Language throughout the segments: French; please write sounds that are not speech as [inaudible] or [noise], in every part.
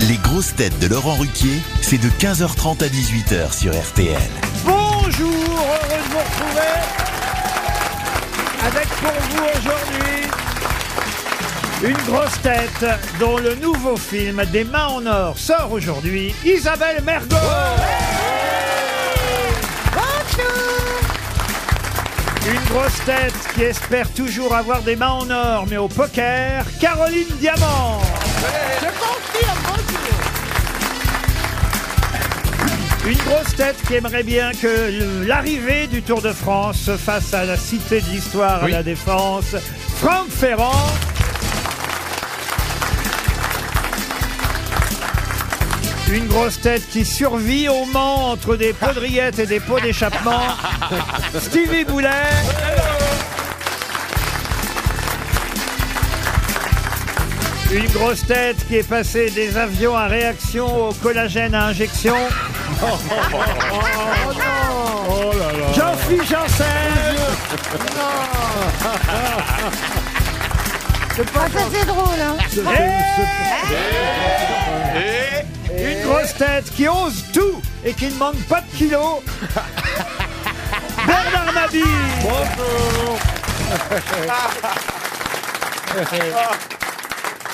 Les grosses têtes de Laurent Ruquier, c'est de 15h30 à 18h sur RTL. Bonjour, heureux de vous retrouver avec pour vous aujourd'hui une grosse tête dont le nouveau film Des mains en or sort aujourd'hui, Isabelle Mergo. Une grosse tête qui espère toujours avoir des mains en or, mais au poker, Caroline Diamant. Une grosse tête qui aimerait bien que le- l'arrivée du Tour de France se fasse à la Cité de l'Histoire, à la Défense. Franck Ferrand. Une grosse tête qui survit au Mans entre des pots de rillettes et des pots d'échappement. Stevie Boulet. Une grosse tête qui est passée des avions à réaction au collagène à injection. Jean-Philippe Janssen [laughs] Ah, ça c'est drôle, hein Eh Une grosse tête qui ose tout et qui ne manque pas de kilos. Bernard Mabille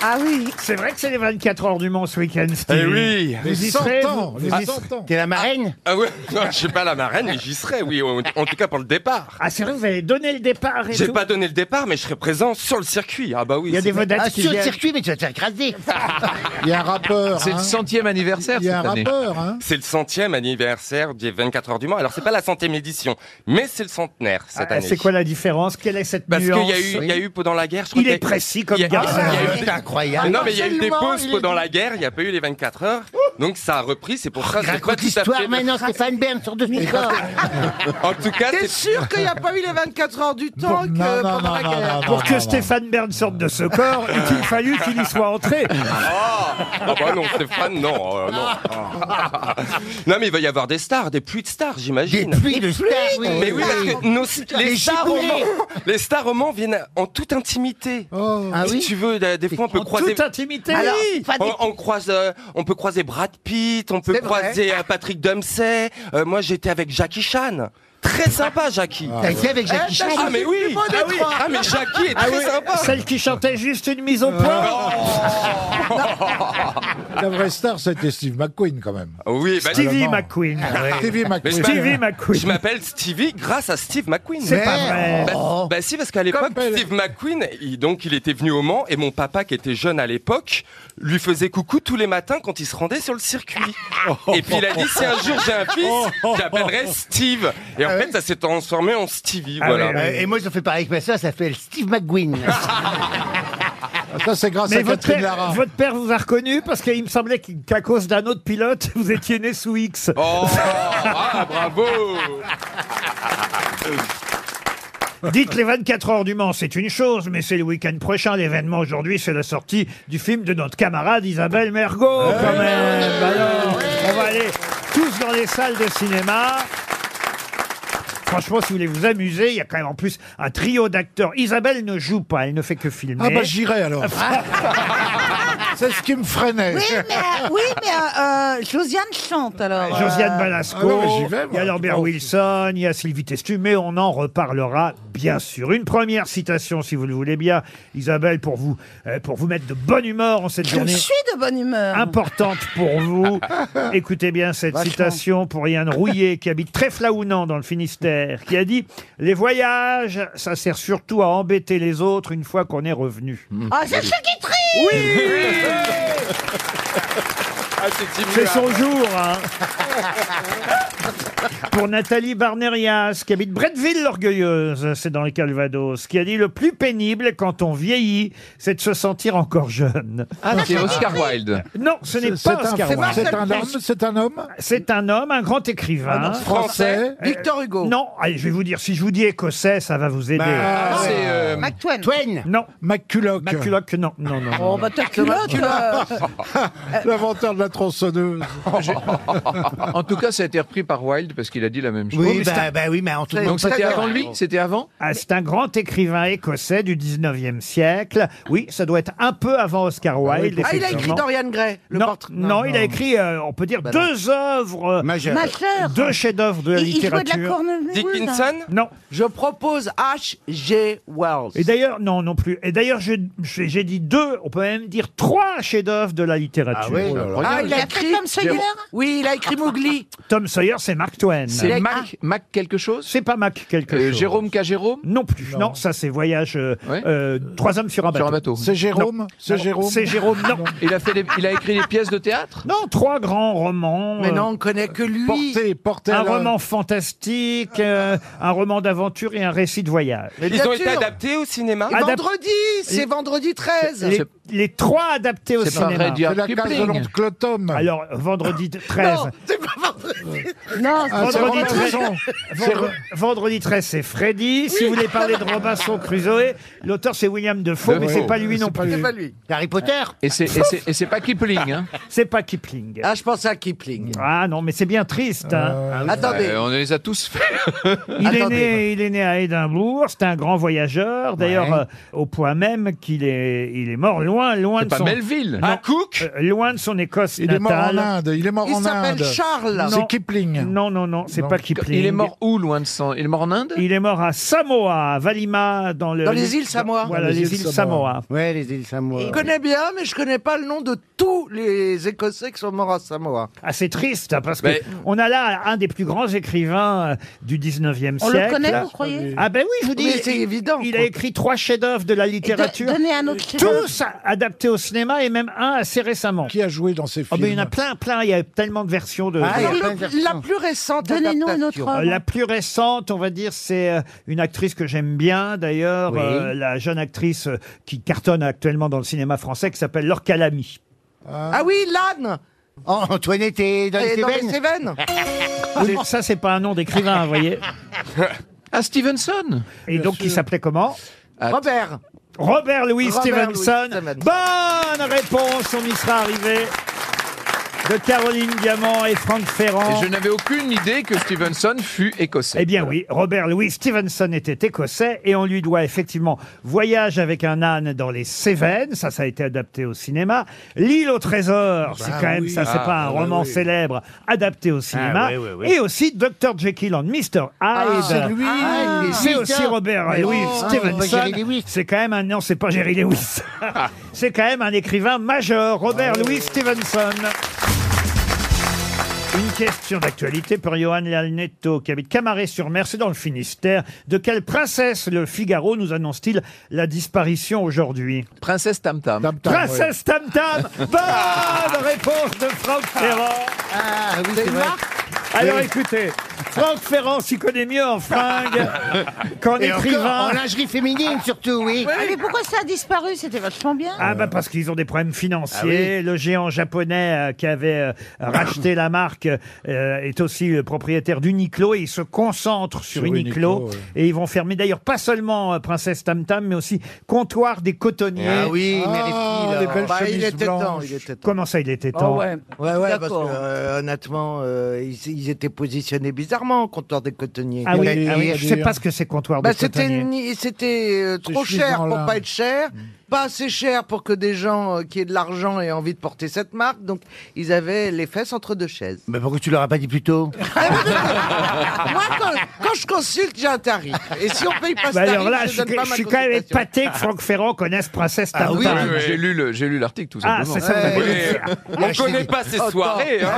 Ah oui, C'est vrai que c'est les 24 heures du Mans ce week-end, Stevie. Eh oui. Vous y serez, vous, vous y serez. T'es la marraine Ah ouais, [laughs] non, je sais pas la marraine, mais j'y serai, oui, en, en tout cas pour le départ. Ah, c'est vrai, vous avez donné le départ et J'ai tout. pas donné le départ, mais je serai présent sur le circuit. Ah bah oui. Il y a c'est- des vedettes Ah, qui sur le viennent. circuit, mais tu vas te [laughs] faire écraser Il y a un rappeur. C'est hein. le centième anniversaire Il y cette a un année. rappeur. Hein. C'est le centième anniversaire des 24 heures du Mans. Alors c'est pas la centième édition, mais c'est le centenaire cette Ah, année. C'est quoi la différence Quelle est cette Parce qu'il nuance y a eu, il y a eu pendant la guerre. Je crois Il qu'il y a- est précis comme il y a- garçon. il y a eu- C'est incroyable. Non mais il y a eu des Absolument, pauses il est- pendant la guerre. Il n'y a pas eu les 24 heures. Donc ça a repris. Ah, C'est Oh, pour ça. que c'est pas Raconte tout à fait. l'histoire maintenant, Stéphane Bern sur deux corps. [laughs] Ah, En tout cas, T'es c'est- sûr qu'il n'y a pas eu les 24 heures du temps que Non, non, pendant non, la non, guerre non, Euh, Pour non, que non. Stéphane Bern sorte de ce corps, il fallu qu'il y soit [laughs] entré. Ah bah non, Stéphane, non, euh, non. [laughs] non, mais il va y avoir des stars, des pluies de stars, Des j'imagine. pluies de stars, oui. Mais oui, parce que nos- les, Les stars au giboulées. Mans, les stars au Mans viennent en toute intimité. Oh. Ah si oui tu veux, des des fois on peut En croiser. toute intimité. Alors, pas des- On, on croise, euh, on peut croiser Brad Pitt, on peut C'est vrai. croiser euh, Patrick Dempsey. Euh, moi, j'étais avec Jackie Chan. Très sympa, Jackie. T'as été avec Jackie Chan Ah mais oui, bon des ah, oui. trois. Ah, mais Jackie est très sympa. Ah, Celle qui chantait juste une mise au point. La vraie star, c'était Steve McQueen quand même. Oui, bah, Stevie Évidemment. McQueen. [laughs] Stevie Ah mais je McQueen. Stevie m'appelle- McQueen. Je m'appelle Stevie grâce à Steve McQueen. C'est pas vrai. Oh. Bah, bah si, parce qu'à l'époque, Comme Pelé. Steve McQueen, il, donc, il était venu au Mans et mon papa, qui était jeune à l'époque, lui faisait coucou tous les matins quand il se rendait sur le [laughs] circuit. Et puis il a dit, si un jour j'ai un fils, j'appellerai Steve. Et en Ah fait, ça s'est transformé en Stevie, Ah voilà. oui, oui. Euh, Et moi, je fais pareil avec ma soeur, ça s'appelle Steve [laughs] McQueen. Ah, Ça, c'est grâce Mais à votre Catherine père, Lara. votre père vous a reconnu parce qu'il me semblait qu'il- qu'à cause d'un autre pilote, vous étiez né sous X. [laughs] Oh, ah, bravo Dites les 24 heures du Mans, c'est une chose, mais c'est le week-end prochain. L'événement aujourd'hui, c'est la sortie du film de notre camarade Isabelle Mergot, quand même. Bah Alors, on va aller tous dans les salles de cinéma. Franchement, si vous voulez vous amuser, il y a quand même en plus un trio d'acteurs. Isabelle ne joue pas, elle ne fait que filmer. Ah bah [laughs] j'irai alors. c'est ce qui me freinait. oui, mais, euh, oui, mais euh, euh, Josiane chante alors. Euh, Josiane Balasco, ah non, mais j'y vais, moi. il y a Norbert Wilson, il y a Sylvie Testu, mais on en reparlera bien sûr. Une première citation, si vous le voulez bien, Isabelle, pour vous, euh, pour vous mettre de bonne humeur en cette Je journée Ah, suis de bonne humeur. importante pour vous. Écoutez bien cette citation pour Yann Rouillet, qui habite très flaounant dans le Finistère, qui a dit « Les voyages, ça sert surtout à embêter les autres une fois qu'on est revenu. Ah, c'est ce qui trie Ah, c'est Tim C'est Miller. son jour, hein. Pour Nathalie Barnerias, qui habite Bretteville-l'Orgueilleuse, c'est dans le Calvados, qui a dit Le plus pénible quand on vieillit, c'est de se sentir encore jeune. Ah, c'est Oscar Wilde. Non, ce n'est C'est pas un, Oscar Wilde. c'est un homme, c'est un homme Ah C'est un homme, un grand écrivain. français. Victor Hugo. Non, allez, je vais vous dire, si je vous dis écossais, ça va vous aider. Ah, C'est ouais. euh, McTwain. Twain Non, McCulloch, McCulloch, non, non, non. Oh, bah ta [laughs] culotte. euh, l'inventeur de la tronçonneuse. en tout cas, ça a été repris par Wilde Wilde parce qu'il a dit la même chose. Oh, Oui, mais bah, c'est- bah oui, mais on te Donc demande pas c'était de- avant lui C'était avant Ah, c'est un grand écrivain écossais du 19e siècle. Oui, ça doit être un peu avant Oscar Wilde. Ah, il a écrit effectivement. Dorian Gray, le non, portrait. non, il a écrit, euh, on peut dire, Bah non. deux œuvres, euh, Majeur. Ma sœur. deux chefs-d'œuvre de la Il, il jouait de littérature. la cornemuse. hein. Dickinson non. Je propose H.G. Wells. Et d'ailleurs, non, non plus. Et d'ailleurs, je- je- j'ai dit deux, on peut même dire trois chefs-d'œuvre de la littérature. Ah oui, Ah, Il a fait comme Sawyer hein. Oui, il a écrit Mowgli. Tom Sawyer, c'est Mark Twain. C'est Mac, Mac quelque chose C'est pas Mac quelque Euh, chose. Jérôme K. Jérôme Non plus. Non, ça c'est voyage. euh, Ouais. euh, trois hommes sur un bateau. Sur un bateau. C'est Jérôme C'est Non, Jérôme C'est Jérôme. Non. Il a, fait des- il a écrit des pièces de théâtre non, trois grands romans. Mais euh, non, on connaît que lui. Porté, porté. Un à la- roman fantastique, euh, un roman d'aventure et un récit de voyage. Mais Ils bien ont été sûr. adaptés au cinéma Et Adap- vendredi, c'est vendredi 13. Les, les trois adaptés au C'est pas cinéma. Rudyard C'est la case de Kipling. l'oncle Cloton. Alors, vendredi 13. Non, c'est pas vendredi. Non, Ah, c'est Vendredi Romain 13, Closon. Vendre- vendredi 13, c'est Freddy. Si vous voulez parler de Robinson Crusoe, l'auteur c'est William Defoe, mais c'est Defoe. pas lui non plus. C'est pas lui. Harry Potter Et c'est- et c'est et c'est pas Kipling. Hein. C'est pas Kipling. Ah, je pensais à Kipling. Ah non, mais c'est bien triste. hein. Attendez. Euh, on les a tous fait. Il est, Attendez. né, il est né à Édimbourg, c'est un grand voyageur, d'ailleurs Ouais. euh, au point même qu'il est, il est mort loin, loin C'est de, pas son, Melville. Ah, Cook euh, loin de son Écosse Il est mort en natale. Inde. Il est mort Il en Inde. s'appelle Charles. Non. C'est Kipling. non, non, non, c'est Non. pas Kipling. Il est mort où, loin de sang Il est mort en Inde Il est mort à Samoa, à Valima, dans, le- Dans les îles Samoa. Voilà, Dans les, îles Samoa. Ouais, les îles Samoa. Je connais bien, mais je connais pas le nom de tous les Écossais qui sont morts à Samoa. Ah, c'est triste, hein, parce Mais- que on a là un des plus grands écrivains euh, du 19e On siècle. le connaît, vous croyez Ah ben oui, je vous dis, Mais c'est il- évident, Il quoi. a écrit trois chefs-d'œuvre de la littérature, Donnez un autre chef-d'œuvre. tous adaptés au cinéma et même un assez récemment. Qui a joué dans ces Oh, films mais il y en a plein, plein. Il y a tellement de versions de. Ah, il y a Alors, plein de le- la versions. plus récente. Donnez-nous un autre adaptation. Euh, homme. La plus récente, on va dire, c'est euh, une actrice que j'aime bien, d'ailleurs, Oui. euh, la jeune actrice euh, qui cartonne actuellement dans le cinéma français, qui s'appelle Laure Calamy. Ah oui, l'âne. Oh, Antoinette et dans Et les dans les Cévennes. Cévennes. Ah, C'est- Ça, c'est pas un nom d'écrivain, vous voyez. [laughs] Ah, Stevenson Ah, Et donc, il s'appelait comment Robert. Robert Louis Robert Louis Stevenson. Stevenson. Bonne réponse, on y sera arrivé. De Caroline Diamant et Franck Et Ferrand. je n'avais aucune idée que Stevenson fût écossais. Eh bien oui, Robert Louis Stevenson était écossais et on lui doit effectivement Voyage avec un âne dans les Cévennes, ça ça a été adapté au cinéma, L'île au trésor, c'est quand même oui. ça, c'est Ah, pas un oui, roman oui. célèbre adapté au cinéma, oui, oui, oui. et aussi Dr Jekyll and Mr Hyde. c'est lui. Ah, il est C'est Peter. aussi Robert Mais Louis non, c'est pas Jerry Stevenson. Lewis. C'est quand même un non, c'est pas Jerry Lewis. c'est quand même un écrivain majeur, Robert Louis Stevenson. Une question d'actualité pour Johan Lalnetto, qui habite Camaret-sur-Mer, c'est dans le Finistère. De quelle princesse le Figaro nous annonce-t-il la disparition aujourd'hui Princesse Tam Tam. Tam Tam, ouais. Princesse Tam Tam [laughs] Bonne réponse de Franck Ferrand Ah oui, c'est vrai. Alors écoutez, Franck Ferrand s'y connaît mieux en [laughs] fringues qu'en Et encore, écrivain. en lingerie féminine surtout, oui. Ah, mais pourquoi ça a disparu C'était vachement bien. Ah bah parce qu'ils ont des problèmes Ah financiers. Le géant japonais euh, qui avait euh, racheté la marque euh, est aussi le propriétaire d'Uniqlo et ils se concentrent sur, Sur Uniqlo, Uniqlo, ouais. et ils vont fermer d'ailleurs pas seulement euh, Princesse Tam Tam mais aussi Comptoir des Cotonniers. Ah oui, Ah, Mary les Phil. belles Bah, chemises il était temps. blanches. Il était temps. Comment ça, il était Ah temps ouais. Ouais, ouais, parce que D'accord. euh, honnêtement, Euh, ils, ils étaient positionnés bizarrement au comptoir des cotonniers. Ah oui, Il y a ah oui, des- je sais pas ce que c'est Comptoir Bah, des c'était Cotonniers. une- c'était euh, C'est trop chiant, cher là. pour pas être Mm. cher, pas assez cher pour que des gens euh, qui aient de l'argent aient envie de porter cette marque, donc ils avaient les fesses entre [laughs] deux chaises. mais pourquoi tu l'auras pas dit plus tôt Moi, quand, quand je consulte, j'ai un tarif. Et si on paye pas ce Bah tarif, alors là, je, je, donne suis- pas je ma suis quand même consultation. épaté que Franck Ferrand connaisse Princesse Tam Ah oui, Tam. oui, oui. J'ai lu le- j'ai lu l'article tout Ah, simplement. c'est ça. Ouais. vous- Mais, euh, On connaît pas ces soirées. hein.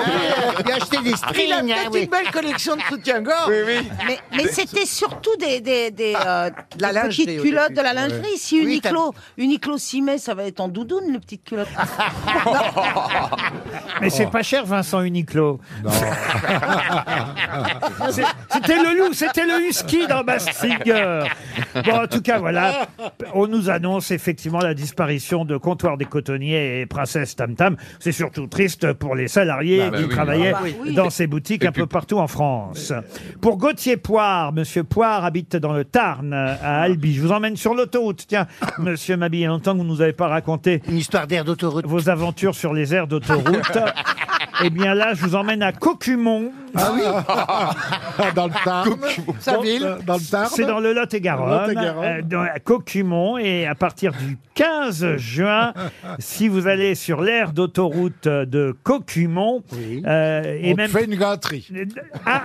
Il a acheté des Il a strings, peut-être hein, oui. une belle collection de soutien-gorge. Oui, oui. Mais, mais c'était surtout des, des, des, euh, des la lingerie, petites au culottes début. de la lingerie. Si Oui, t'as- Uniqlo, Uniqlo s'y met, ça va être en doudoune, les petites culottes. Mais c'est pas cher, Vincent Uniqlo. [laughs] C'est- c'était le loup, c'était le husky dans Mastinger. Bon, en tout cas, voilà. On nous annonce effectivement la disparition de Comptoir des Cotonniers et Princesse Tam Tam. C'est surtout triste pour les salariés Bah, bah qui oui, travaillaient bah oui. dans ces boutiques Et un peu puis- partout en France. Pour Gauthier Poire, Monsieur Poire habite dans le Tarn, à Albi. Je vous emmène sur l'autoroute. Tiens, Monsieur Mabille, il y a longtemps que vous nous avez pas raconté Une histoire d'air d'autoroute. [laughs] vos aventures sur les aires d'autoroute. eh bien là, je vous emmène à Cocumont, Ah [laughs] Dans le Tarn. Sa ville. Dans le Tarn. C'est dans le Lot-et-Garonne, Lot-et-Garonne. euh, dans- à Cocumont, et à partir du 15 juin, si vous allez sur l'aire d'autoroute de Cocumont, euh, et On te même... fait une gâterie. [laughs] Ah.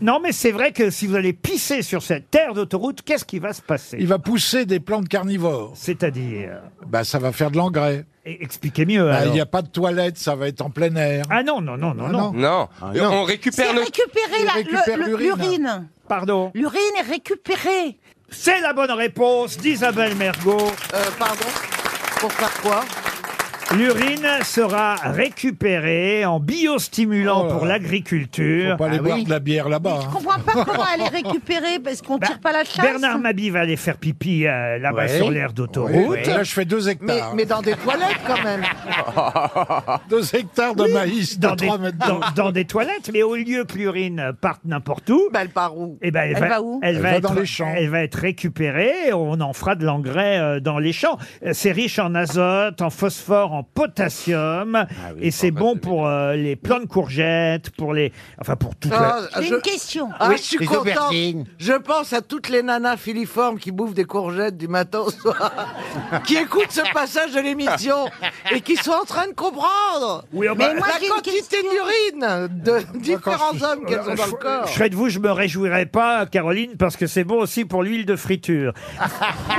non, mais c'est vrai que si vous allez pisser sur cette aire d'autoroute, qu'est-ce qui va se passer Il va pousser des plantes carnivores. C'est-à-dire... Bah, ça va faire de l'engrais. Et- Expliquez mieux. Bah, Il alors. n'y a pas de toilette, ça va être en plein air. Ah non, non, non, non, Ah non. non. Non. Ah, Et non. On C'est récupère nos... récupérer Il la- récupère le- le- l'urine. l'urine. Pardon. L'urine est récupérée. C'est la bonne réponse d'Isabelle Mergot. Euh, Ah pardon Pour faire quoi L'urine sera récupérée en biostimulant Oh là pour là. l'agriculture. Faut pas aller Ah boire oui. de la bière là-bas. Je hein. comprends pas comment elle est récupérée parce qu'on Bah, tire pas la chasse. Bernard Mabi va aller faire pipi euh, là-bas Ouais. sur l'aire Oui, d'autoroute. mais Là, je fais deux mais, hectares. mais dans des toilettes quand [laughs] même. Deux hectares de maïs de Dans des, 3 mètres de dans- dans des toilettes, mais au lieu que l'urine parte n'importe où, Bah, elle part où eh ben, elle, Elle va où elle Elle va va être, dans les champs. Elle va être récupérée, et on en fera de l'engrais euh, dans les champs. Euh, C'est riche en azote, en phosphore, en potassium, Ah et c'est bon pour euh, les plants de courgettes, pour les... Enfin, pour tout. Ah, J'ai je- une question. Ah, je suis les contente. aubergines. Je pense à toutes les nanas filiformes qui bouffent des courgettes du matin au [laughs] soir, qui écoutent ce passage de l'émission et qui sont en train de comprendre Oui, oh, bah, Mais moi, j'ai ah la une quantité question. d'urine de différents hommes qu'elles ont dans le corps. Je serais de vous, je me réjouirais pas, Caroline, parce que c'est bon aussi pour l'huile de friture.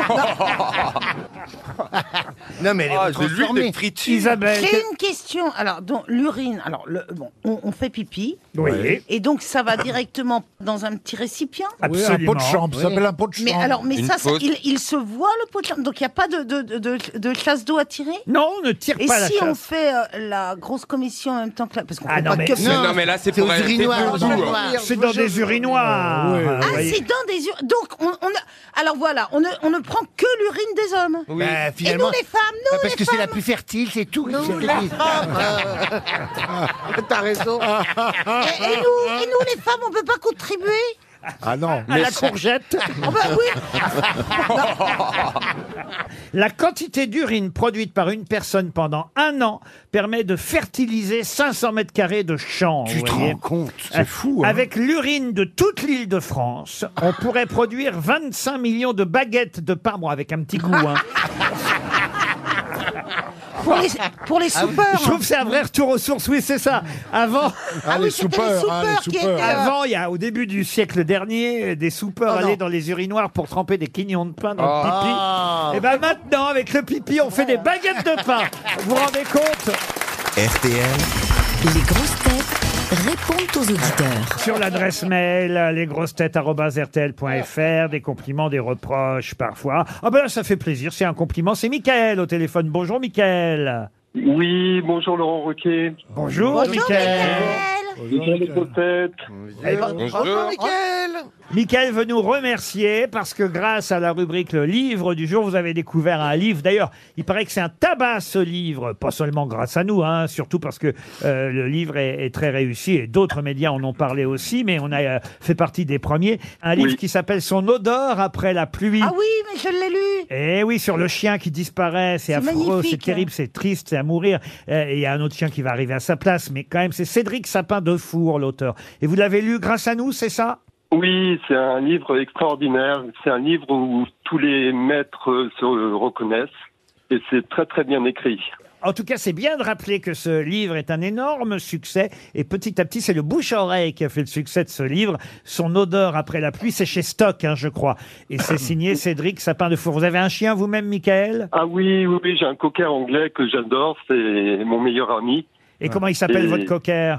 [laughs] Non, mais elle est Ah, de l'huile transformée. de friture. Isabelle. J'ai une question. Alors, donc, l'urine, alors, le, bon, on, on fait pipi, Oui, et donc ça va directement dans un petit récipient. Oui, un pot de absolument. chambre, ça s'appelle un pot de chambre. Mais alors, mais Une ça, ça- faute. il, il se voit le pot de chambre. Donc il n'y a pas de, de, de, de- de chasse d'eau à tirer. Non, on ne tire Et pas la si on chasse. fait euh, la grosse commission en même temps que la. Parce qu'on Ah fait non, pas mais- que Mais faire. non, mais là, c'est C'est pour aux arrêter urinoirs. Ah, le aux doux, hein. urinoirs. C'est dans des urinoirs. Oui, oui. vous Ah, voyez. c'est dans des urnes. Donc, on, on a- alors voilà, on ne, on ne prend que l'urine des hommes. Oui. Bah, Et finalement, nous, les femmes, nous, bah, parce les que c'est la femmes. plus fertile, c'est tout. Nous, les femmes, euh, [laughs] t'as raison. Et, Ah, et nous, et nous, les femmes, on ne peut pas contribuer. Ah non. À [laughs] [laughs] la courgette. Ah On bah peut- oui, La quantité d'urine produite par une personne pendant un an permet de fertiliser 500 mètres carrés de champs. Tu vous te voyez. rends compte Euh, C'est fou. hein. Avec l'urine de toute l'île de France, on pourrait produire 25 millions de baguettes de pain, bon, avec un petit goût. hein. [laughs] pour les, pour les soupeurs. Ah Je trouve que c'est un vrai retour aux sources, oui, c'est ça. Avant, Ah, les oui, c'était les soupeurs, ah, les soupeurs qui soupeurs. étaient- avant, Oh, il y a au début du siècle dernier, des soupeurs Oh non. allaient dans les urinoirs pour tremper des quignons de pain dans le pipi. Et ben maintenant, avec le pipi, on fait des baguettes de pain. Vous vous rendez compte RTL, Les grosses têtes répondent aux auditeurs. sur l'adresse mail lesgrossetêtes@rtl.fr, des compliments, des reproches parfois. Ah ben là, ça fait plaisir, c'est un compliment. C'est Michael au téléphone. Bonjour Michael. Oui, bonjour Laurent Roquet. Bonjour, Bonjour, Michael. Michael. Bonjour les têtes. Eh Eh ben, ben, Bonjour. Michael Michael veut nous remercier parce que grâce à la rubrique Le Livre du jour, vous avez découvert un livre. D'ailleurs, il paraît que c'est un tabac ce livre, pas seulement grâce à nous, hein, surtout parce que euh, le livre est, est très réussi et d'autres médias en ont parlé aussi, mais on a euh, fait partie des premiers. Un livre Oui. qui s'appelle Son odeur après la pluie. Ah oui, mais je l'ai lu. Eh oui, sur le chien qui disparaît, c'est C'est affreux, c'est magnifique, terrible, c'est triste, c'est à mourir. Euh, Et il y a un autre chien qui va arriver à sa place, mais quand même, c'est Cédric Sapin de Four, l'auteur. Et vous l'avez lu grâce à nous, c'est ça Oui, c'est un livre extraordinaire. C'est un livre où tous les maîtres euh, se euh, reconnaissent. Et c'est très très bien écrit. En tout cas, c'est bien de rappeler que ce livre est un énorme succès. Et petit à petit, c'est le bouche-oreille qui a fait le succès de ce livre. Son odeur après la pluie, c'est chez Stock, hein, je crois. Et c'est signé Cédric Sapin de Four. Vous avez un chien vous-même, Michael Ah oui, oui, oui, j'ai un cocker anglais que j'adore. C'est mon meilleur ami, Et comment il s'appelle Et- votre cocker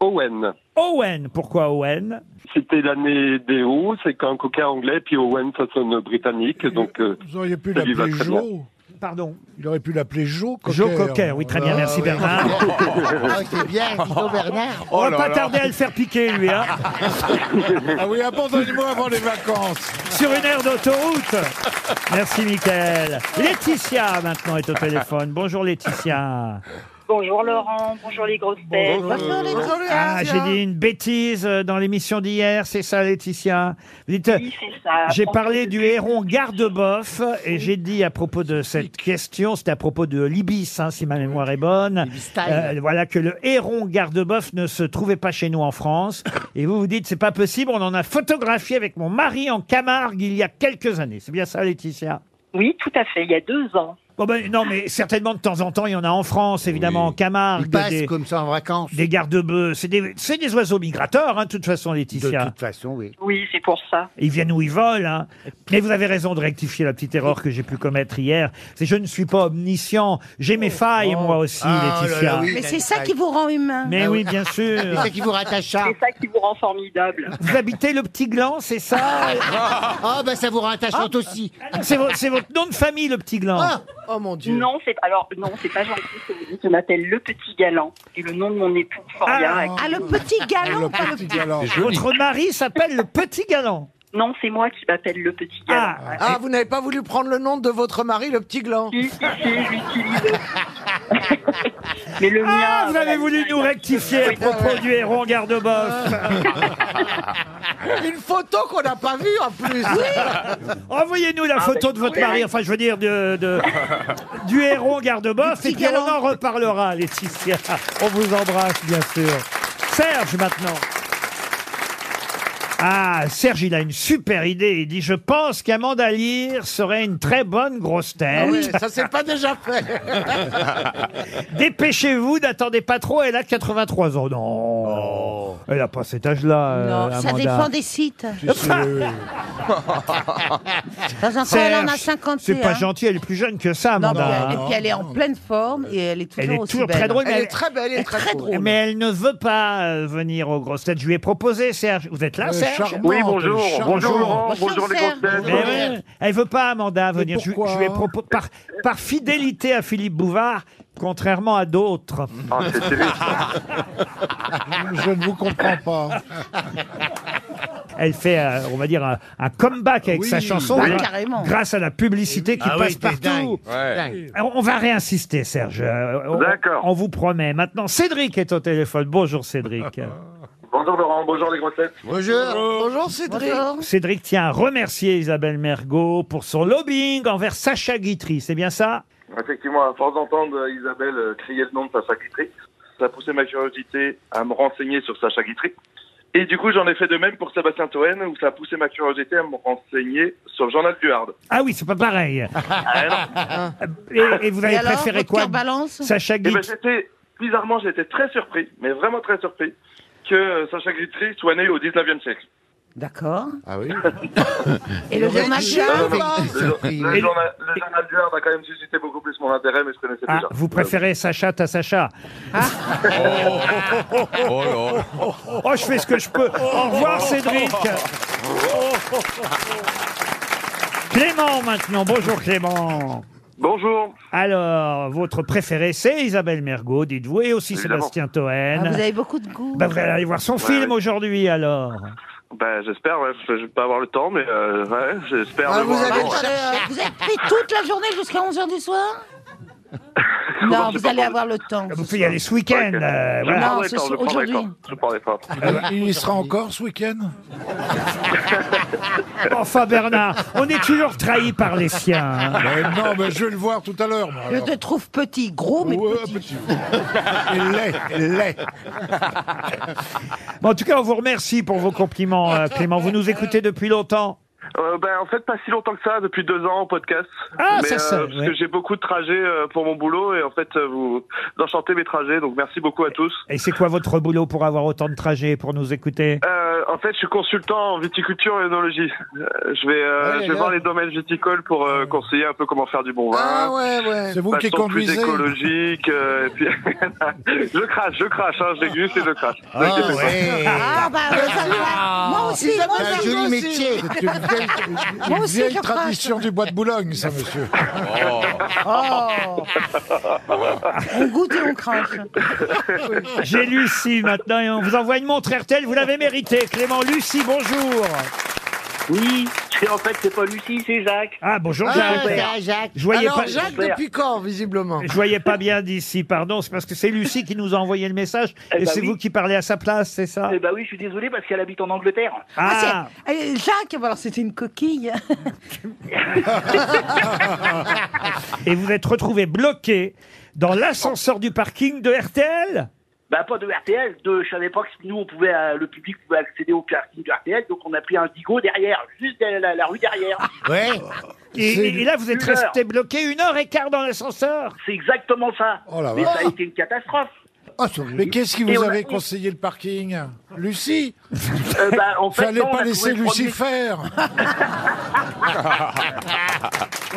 Owen. Owen. Pourquoi Owen C'était l'année des hauts. C'est qu'un cocker anglais, puis Owen, ça sonne britannique. Donc, euh, Vous auriez pu ça lui va l'appeler très bien. Jo. Pardon. Il aurait pu l'appeler Jo Cocker. Joe Cocker. Oui, très bien, merci Bernard. Ah, c'est bien, Tito Bernard. On va pas tarder à le faire piquer, lui, hein, [laughs] Ah oui, abandonne-moi avant les vacances. sur une aire d'autoroute. Merci, Michael. Laetitia, maintenant, est au téléphone. Bonjour, Laetitia. Bonjour Laurent, bonjour les grosses têtes. Bonjour les grosses Ah, j'ai dit une bêtise euh, dans l'émission d'hier, c'est ça, Laetitia Vous dites, euh, ça. J'ai Prends- parlé du héron garde-boeuf et j'ai dit à propos de cette question, c'était à propos de l'ibis, hein, si ma mémoire est bonne, style. Euh, voilà que le héron garde-boeuf ne se trouvait pas chez nous en France. Et vous vous dites, c'est pas possible, on en a photographié avec mon mari en Camargue il y a quelques années. C'est bien ça, Laetitia Oui, tout à fait, il y a deux ans. Bon ben, non, mais certainement de temps en temps, il y en a en France, évidemment, en Camargue. Ils passent comme ça en vacances. Des garde-bœufs. C'est des, c'est des oiseaux migrateurs, hein, de toute façon, Laetitia. De toute façon, oui. Oui, c'est pour ça. Ils viennent où ils volent. Hein. Mais vous avez raison de rectifier la petite erreur que j'ai pu commettre hier. C'est je ne suis pas omniscient. J'ai mes failles, moi aussi, Ah, oh là là, Laetitia. oui, Ah Mais c'est ça qui vous rend humain. Mais oui, bien sûr. [laughs] C'est ça qui vous rattache à. C'est ça qui vous rend formidable. Vous habitez le petit gland, c'est ça Ah, bah ça vous rattache Ah. aussi. C'est vo- c'est votre nom de famille, le petit gland. Ah. Oh mon Dieu. Non, c'est alors non, c'est pas gentil ce que vous dites. Je m'appelle le petit galant et le nom de mon époux Foria. avec- Ah, le petit galant, pas le petit. C'est joli. Votre mari s'appelle le petit galant. Non, c'est moi qui m'appelle le petit galant. Ah. Ah, vous n'avez pas voulu prendre le nom de votre mari, le petit gland Si, si, si, je l'utilise. Mais le Ah, mien. vous avez voulu nous rectifier à propos du héron Ah. garde-boeuf. Une photo qu'on n'a pas vue en plus. [laughs] Envoyez-nous la photo de votre mari, enfin je veux dire de, de- du héron garde-boeuf, et puis on en reparlera, Laetitia. On vous embrasse, bien sûr. Serge, maintenant. Ah, Serge, il a une super idée. Il dit Je pense qu'Amanda Lear serait une très bonne grosse Ah tête. oui, ça s'est pas déjà fait. Dépêchez-vous, n'attendez pas trop, elle a 83 ans. Non Elle a pas cet âge-là. euh, Non, ça Amanda. euh, dépend des sites. [laughs] Dans un coin, elle en a Serge, 51. C'est pas gentil, elle est plus jeune que ça, Non, mais Amanda. elle- et puis elle est en pleine forme et elle est toujours Elle est aussi toujours belle. très drôle, mais Elle est très belle, elle est très, très drôle. drôle. Mais elle ne veut pas euh, venir aux grosses têtes. Je lui ai proposé, Serge. Vous êtes là, Serge Oui, bonjour. Bonjour Laurent, Bonjour, bonjour les grosses Serge. Mais têtes. oui, Elle veut pas, Amanda, venir. Je, pourquoi je lui ai propo- par, par fidélité à Philippe Bouvard, contrairement à d'autres. Ah, c'est [laughs] terrible. Je ne vous comprends pas. Elle fait, euh, on va dire, un, un comeback avec Oui. sa chanson Ah, gra- carrément. grâce à la publicité qui Ah passe oui, t'es partout. Ouais. Alors, on va réinsister, Serge. Euh, on- D'accord. On vous promet. Maintenant, Cédric est au téléphone. Bonjour, Cédric. Bonjour Laurent, bonjour les grosses têtes. Bonjour. Bonjour Cédric. Bonjour. Cédric tient à remercier Isabelle Mergot pour son lobbying envers Sacha Guitry, c'est bien ça Effectivement, à force d'entendre euh, Isabelle euh, crier le nom de Sacha Guitry, ça a poussé ma curiosité à me renseigner sur Sacha Guitry. Et du coup, j'en ai fait de même pour Sébastien Toen, où ça a poussé ma curiosité à me renseigner sur le journal du Hard. Ah oui, c'est pas pareil. Ah, non. Et, et vous avez Et alors, préféré votre quoi cœur balance Sacha Eh ben, Guitry. j'étais, bizarrement, j'étais très surpris, mais vraiment très surpris, que euh, Sacha Guitry soit né au 19e siècle. D'accord. Ah oui Et le Il y a journal une du chance. Havre Le, jour- surpris, le oui. journal, le journal du Hard a quand même suscité beaucoup plus mon intérêt, mais je connaissais Ah, déjà. vous préférez Sacha à Sacha Ah. Oh là. Oh, je fais ce que je peux. Au revoir, Oh. Cédric. Clément, maintenant. Bonjour, Clément. Bonjour. Alors, votre préféré, c'est Isabelle Mergot, dites-vous, et aussi Évidemment. Sébastien Ah, Toen. vous avez beaucoup de goût. Bah, vous allez aller voir son film ouais. aujourd'hui, alors. Ben, j'espère, ouais, je vais pas avoir le temps, mais euh, ouais, j'espère. Ah, le vous voir avez avant, le ouais. Attendez, euh, vous êtes pris toute la journée jusqu'à 11h du soir Non, j'ai vous pas allez entendu. avoir le temps. Ah, Vous pouvez y aller ce week-end. Ok. euh, Je voilà. Non, prendrai ce le temps, Ah je soir- prendrai le aujourd'hui. temps, je prendrai le temps. Il y sera encore ce week-end [laughs] Enfin, Bernard, on est toujours trahi par les siens. hein. Mais Non, mais je vais le voir tout à l'heure. moi, Je alors. te trouve petit, gros, mais Ouais, petit. petit. Il l'est, il l'est. Bon, en tout cas, on vous remercie pour vos compliments, euh, Clément. Vous nous écoutez depuis longtemps. Euh, ben, en fait, pas si longtemps que ça, depuis deux ans en podcast. Ah, mais, euh, ça, ça, parce ouais. que j'ai beaucoup de trajets euh, pour mon boulot et en fait, euh, vous enchantez mes trajets, donc merci beaucoup à tous. Et c'est quoi votre boulot pour avoir autant de trajets, pour nous écouter Euh, en fait, je suis consultant en viticulture et œnologie. Euh, je vais, euh, Ouais, je vais là. voir les domaines viticoles pour euh, conseiller un peu comment faire du bon vin. Ah ouais, ouais. C'est vous qui façon plus conduisez. écologique. euh, et puis... [laughs] je crache, je crache, hein, je déguste et je crache. Ne vous Ah, inquiétez pas. ouais. Ah, bah, euh, ça me va. Moi aussi, Isabelle, moi Un aussi. joli aussi. métier. C'est une [laughs] vieille, une Moi aussi, vieille je crache. tradition du bois de Boulogne, ça, monsieur. Oh. On goûte et on crache. J'ai Lucie maintenant et on vous envoie une montre RTL. Vous l'avez mérité, Clément. Lucie, bonjour. Oui, C'est en fait, c'est pas Lucie, c'est Jacques. Ah, bonjour, Ah, Jacques. c'est Jacques. Je voyais Alors, pas... Jacques, depuis quand, visiblement Je voyais pas bien d'ici, pardon. C'est parce que c'est Lucie qui nous a envoyé le message. Eh et ben c'est oui. vous qui parlez à sa place, c'est ça Eh ben oui, je suis désolé parce qu'elle habite en Angleterre. Ah, c'est- eh, Jacques, alors c'était une coquille. Et vous êtes retrouvé bloqué dans l'ascenseur du parking de RTL Bah pas de RTL, de, je savais pas que nous on pouvait, euh, le public pouvait accéder au parking de RTL, donc on a pris un digo derrière, juste derrière la, la rue derrière. Ouais. et, C'est- et là, vous êtes Une heure. resté bloqué une heure et quart dans l'ascenseur C'est exactement ça. Oh la Mais ça a vache. été [laughs] une catastrophe. Ah, Mais qu'est-ce qui Et vous on a- avait conseillé le parking Lucie [laughs] Euh, bah, en fait, Fallait non, on a pas laisser trouvé le Lucie premier. faire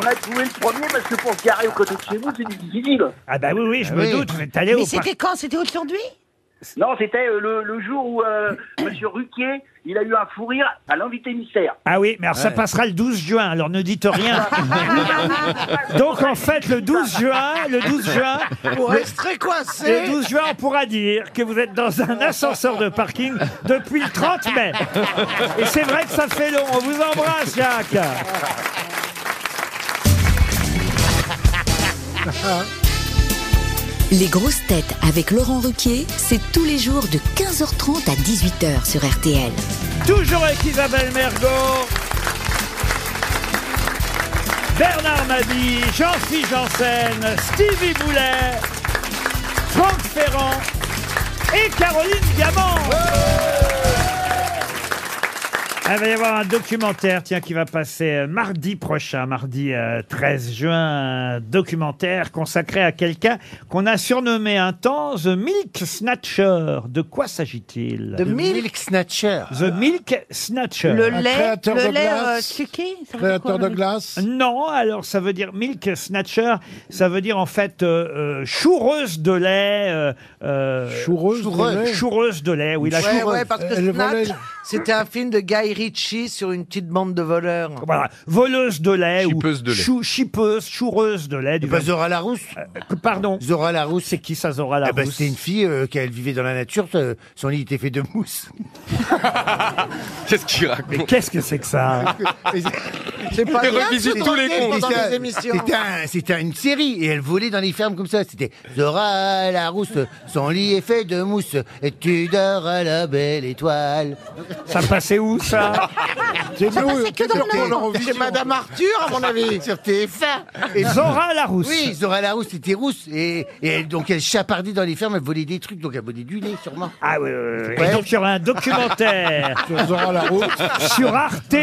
On a trouvé le premier parce que pour se garer au côté de chez vous, c'est difficile. Ah bah oui, oui, je me doute, vous êtes allé Mais au c'était quand C'était aujourd'hui Non, c'était euh, le, le jour où [coughs] euh, Monsieur Ruquier, il a eu un fou rire à l'invité mystère. Ah oui, mais alors ça passera le 12 juin, alors ne dites rien. Donc en fait, le 12 juin, le 12 juin, Vous le- resterez coincé le 12 juin, on pourra dire que vous êtes dans un ascenseur de parking depuis le 30 mai. Et c'est vrai que ça fait long. On vous embrasse, Jacques. [laughs] Les grosses têtes avec Laurent Ruquier, c'est tous les jours de 15h30 à 18h sur RTL. Toujours avec Isabelle Mergot. Bernard Mabie, Jean-Philippe Janssen, Stevie Boulet, Franck Ferrand et [laughs] Caroline [laughs] Diamant. Ah, Il va y avoir un documentaire tiens, qui va passer euh, mardi prochain, mardi euh, 13 juin. Un documentaire consacré à quelqu'un qu'on a surnommé un temps The Milk Snatcher. De quoi s'agit-il The Milk Snatcher. The Milk Snatcher. Le Un lait, créateur le de lait euh, glace. checké ça veut dire quoi, Créateur le de lait glace Non, alors ça veut dire milk snatcher, ça veut dire en fait euh, euh, choureuse de lait. euh, euh, Choureuse de lait choureuse de lait, Ah oui, la Ouais, choureuse. Euh, ouais, parce que Elle volait- Snatch, c'était un film de Guy Ritchie sur une petite bande de voleurs. Voilà, voleuse de lait Chipeuse ou de lait. chou- chipeuse, choureuse de lait. Du Pas vingt- Zora Larousse Que- Pardon, Zora Larousse, c'est qui ça, Zora Ah bah, Larousse c'était une fille euh, qu'elle vivait dans la nature, euh, son lit était fait de mousse. Qu'est-ce qu'il raconte Mais [laughs] qu'est-ce que c'est que [laughs] ça C'est pas Mais bien, revisite tu tous les t'enquêtes comptes. pendant C'était- des émissions. C'était un- c'était une série et elle volait dans les fermes comme ça. C'était Zora Larousse, son lit est fait de mousse et tu dors à la belle étoile. Ça passait où ça C'est nous, passait que dans pour le Nord. l'Eurovision. C'est Madame Arthur, à mon avis. Sur TF1. Et Zora Larousse. Oui, Zora Larousse était rousse et, et elle- donc elle chapardait dans les fermes, elle volait des trucs, donc elle volait du lait sûrement. Ah oui, oui, oui. Ouais. Et donc il y aura un documentaire [laughs] Sur Zora Larousse. sur Arte